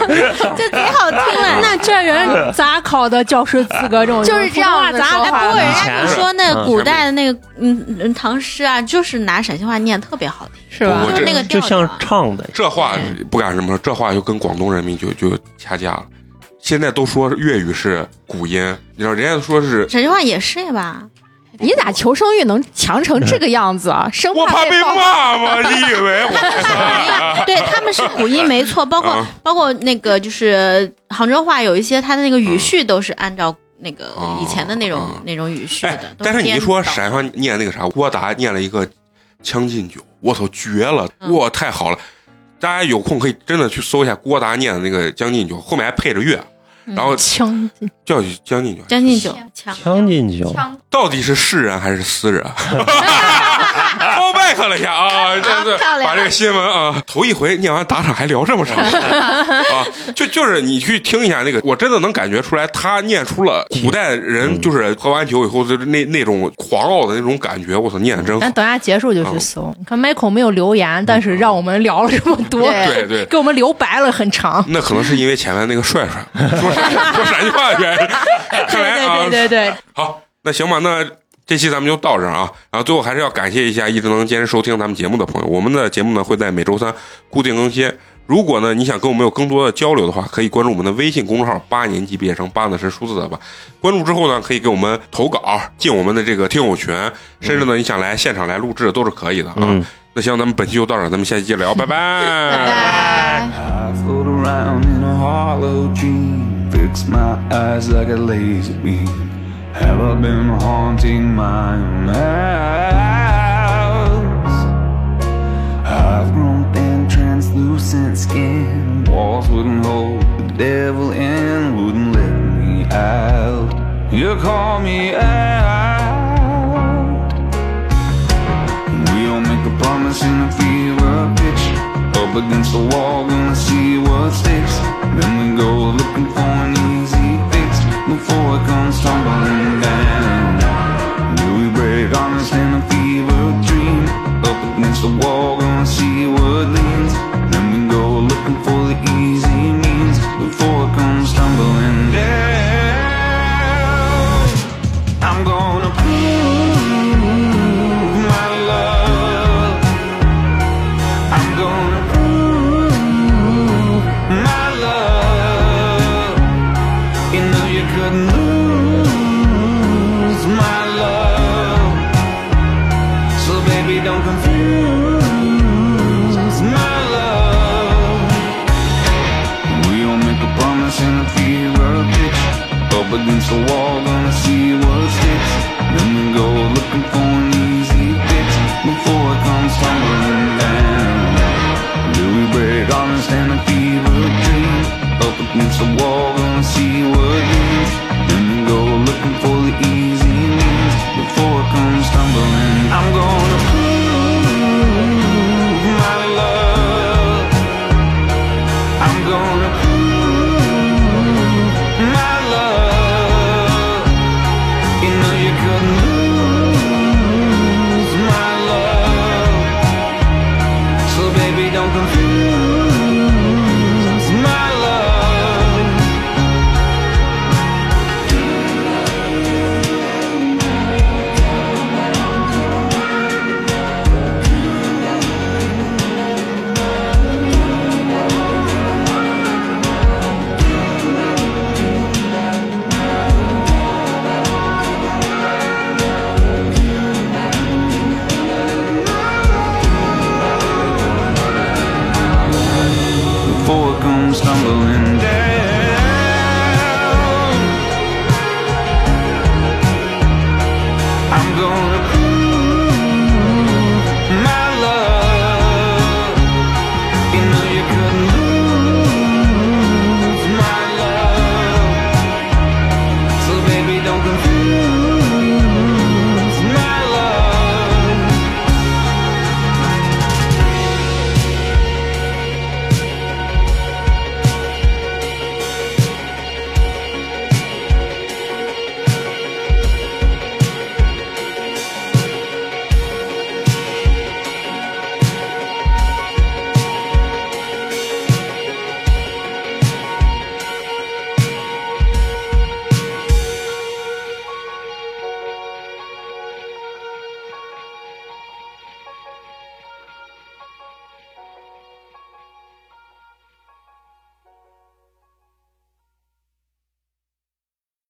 S1: 这个准，
S2: 这贼好听
S4: 啊
S5: [laughs] 嗯
S2: 嘞！
S5: 那这人咋考的教师资格证？
S4: 就是这样的
S5: 普
S4: 说
S5: 通话
S4: 话
S5: 咋考啊
S2: 哎不过
S5: 的？
S2: 人
S3: 以
S2: 家
S3: 前
S2: 就说那
S3: 嗯
S2: 古代的那个嗯嗯唐诗啊，就是拿陕西话念特别好听，
S5: 是
S1: 我
S5: 吧
S1: 我？这
S2: 就是那个调
S3: 就
S2: 调
S3: 像
S2: 啊。
S3: 唱的。
S1: 这话不敢什么，这话就跟广东人民就就掐架了。现在都说粤语是古音，你知道人家都说是
S2: 陕西话也是吧？
S4: 你咋求生欲能强成这个样子
S5: [laughs]
S4: 啊？生
S1: 我怕被
S4: 爆
S1: 骂吗？你以为我？
S2: [laughs] 对，他们是古音没错，包括
S1: 啊
S2: 包括那个就是杭州话有一些，它的那个语序都是按照那个以前的那种
S1: 嗯哦
S2: 那种语序
S1: 哎
S2: 的。，都
S1: 但是你一
S2: 颠
S1: 说
S2: 倒
S1: 陕西话念那个啥，郭达念了一个《将进酒》，我操，绝了！
S2: 嗯
S1: 哇，太好了！大家有空可以真的去搜一下郭达念的那个《将进酒》，后面还配着乐，啊
S2: 嗯
S1: 然后
S5: 清
S1: 叫《将进酒》，
S2: 将进酒，强
S3: 将进酒，
S1: 到底是是人还是私人 [laughs] ？call back 了一下啊，这这
S4: 漂亮
S1: 把这个新闻啊，头一回念完打赏还聊这么长啊，就就是你去听一下那个，我真的能感觉出来，他念出了古代人就是喝完酒以后就是那那种狂傲的那种感觉，我操，念的真好
S5: 咱。等下结束就去搜。你看 Michael 没有留言，但是让我们聊了这么多，
S1: 对对，
S5: 给我们留白了很长。
S1: 那可能是因为前面那个帅帅说陕说陕西话的原因，
S5: [laughs]
S1: 看来啊，
S5: 对对对对，
S1: 好，那行吧，那这期咱们就到这儿啊。然后最后还是要感谢一下一直能坚持收听咱们节目的朋友。我们的节目呢会在每周三固定更新。如果呢你想跟我们有更多的交流的话，可以关注我们的微信公众号“八年级毕业生”，八呢是数字的八。关注之后呢，可以给我们投稿，进我们的这个听友群，甚至呢你想来现场来录制都是可以的啊。
S3: 嗯
S1: 那行，咱们本期就到这儿，咱们下期接着聊，拜拜，拜
S4: 拜。
S7: I float around in a hollow dream. Fix my eyes like a laser beam. Have I been haunting my own house? I've grown thin, translucent skin. Walls wouldn't hold the devil in, wouldn't let me out. You call me out. We don't make a promise in a fever pitch. Up against the wall, gonna see what sticks. Then we go looking for an easy fix before it comes tumbling down. Do we break honest in a fever dream? Up against the wall, gonna see what leans. Then we go looking for the easy means before it comes tumbling down. I'm gonna prove my love. I'm gonna prove my love. You know you couldn't lose my love. So baby, don't confuse my love. We don't make a promise in a fever pitch. Up against the wall, gonna see what sticks. Then we go looking for an easy fix before it comes tumbling down. Do we break honest in a fever dream? Up against the wall, gonna see what leads. Then we go looking for the easy means before it comes tumbling. I'm gonna prove my love. I'm gonna prove my love. You know you couldn't lose gonna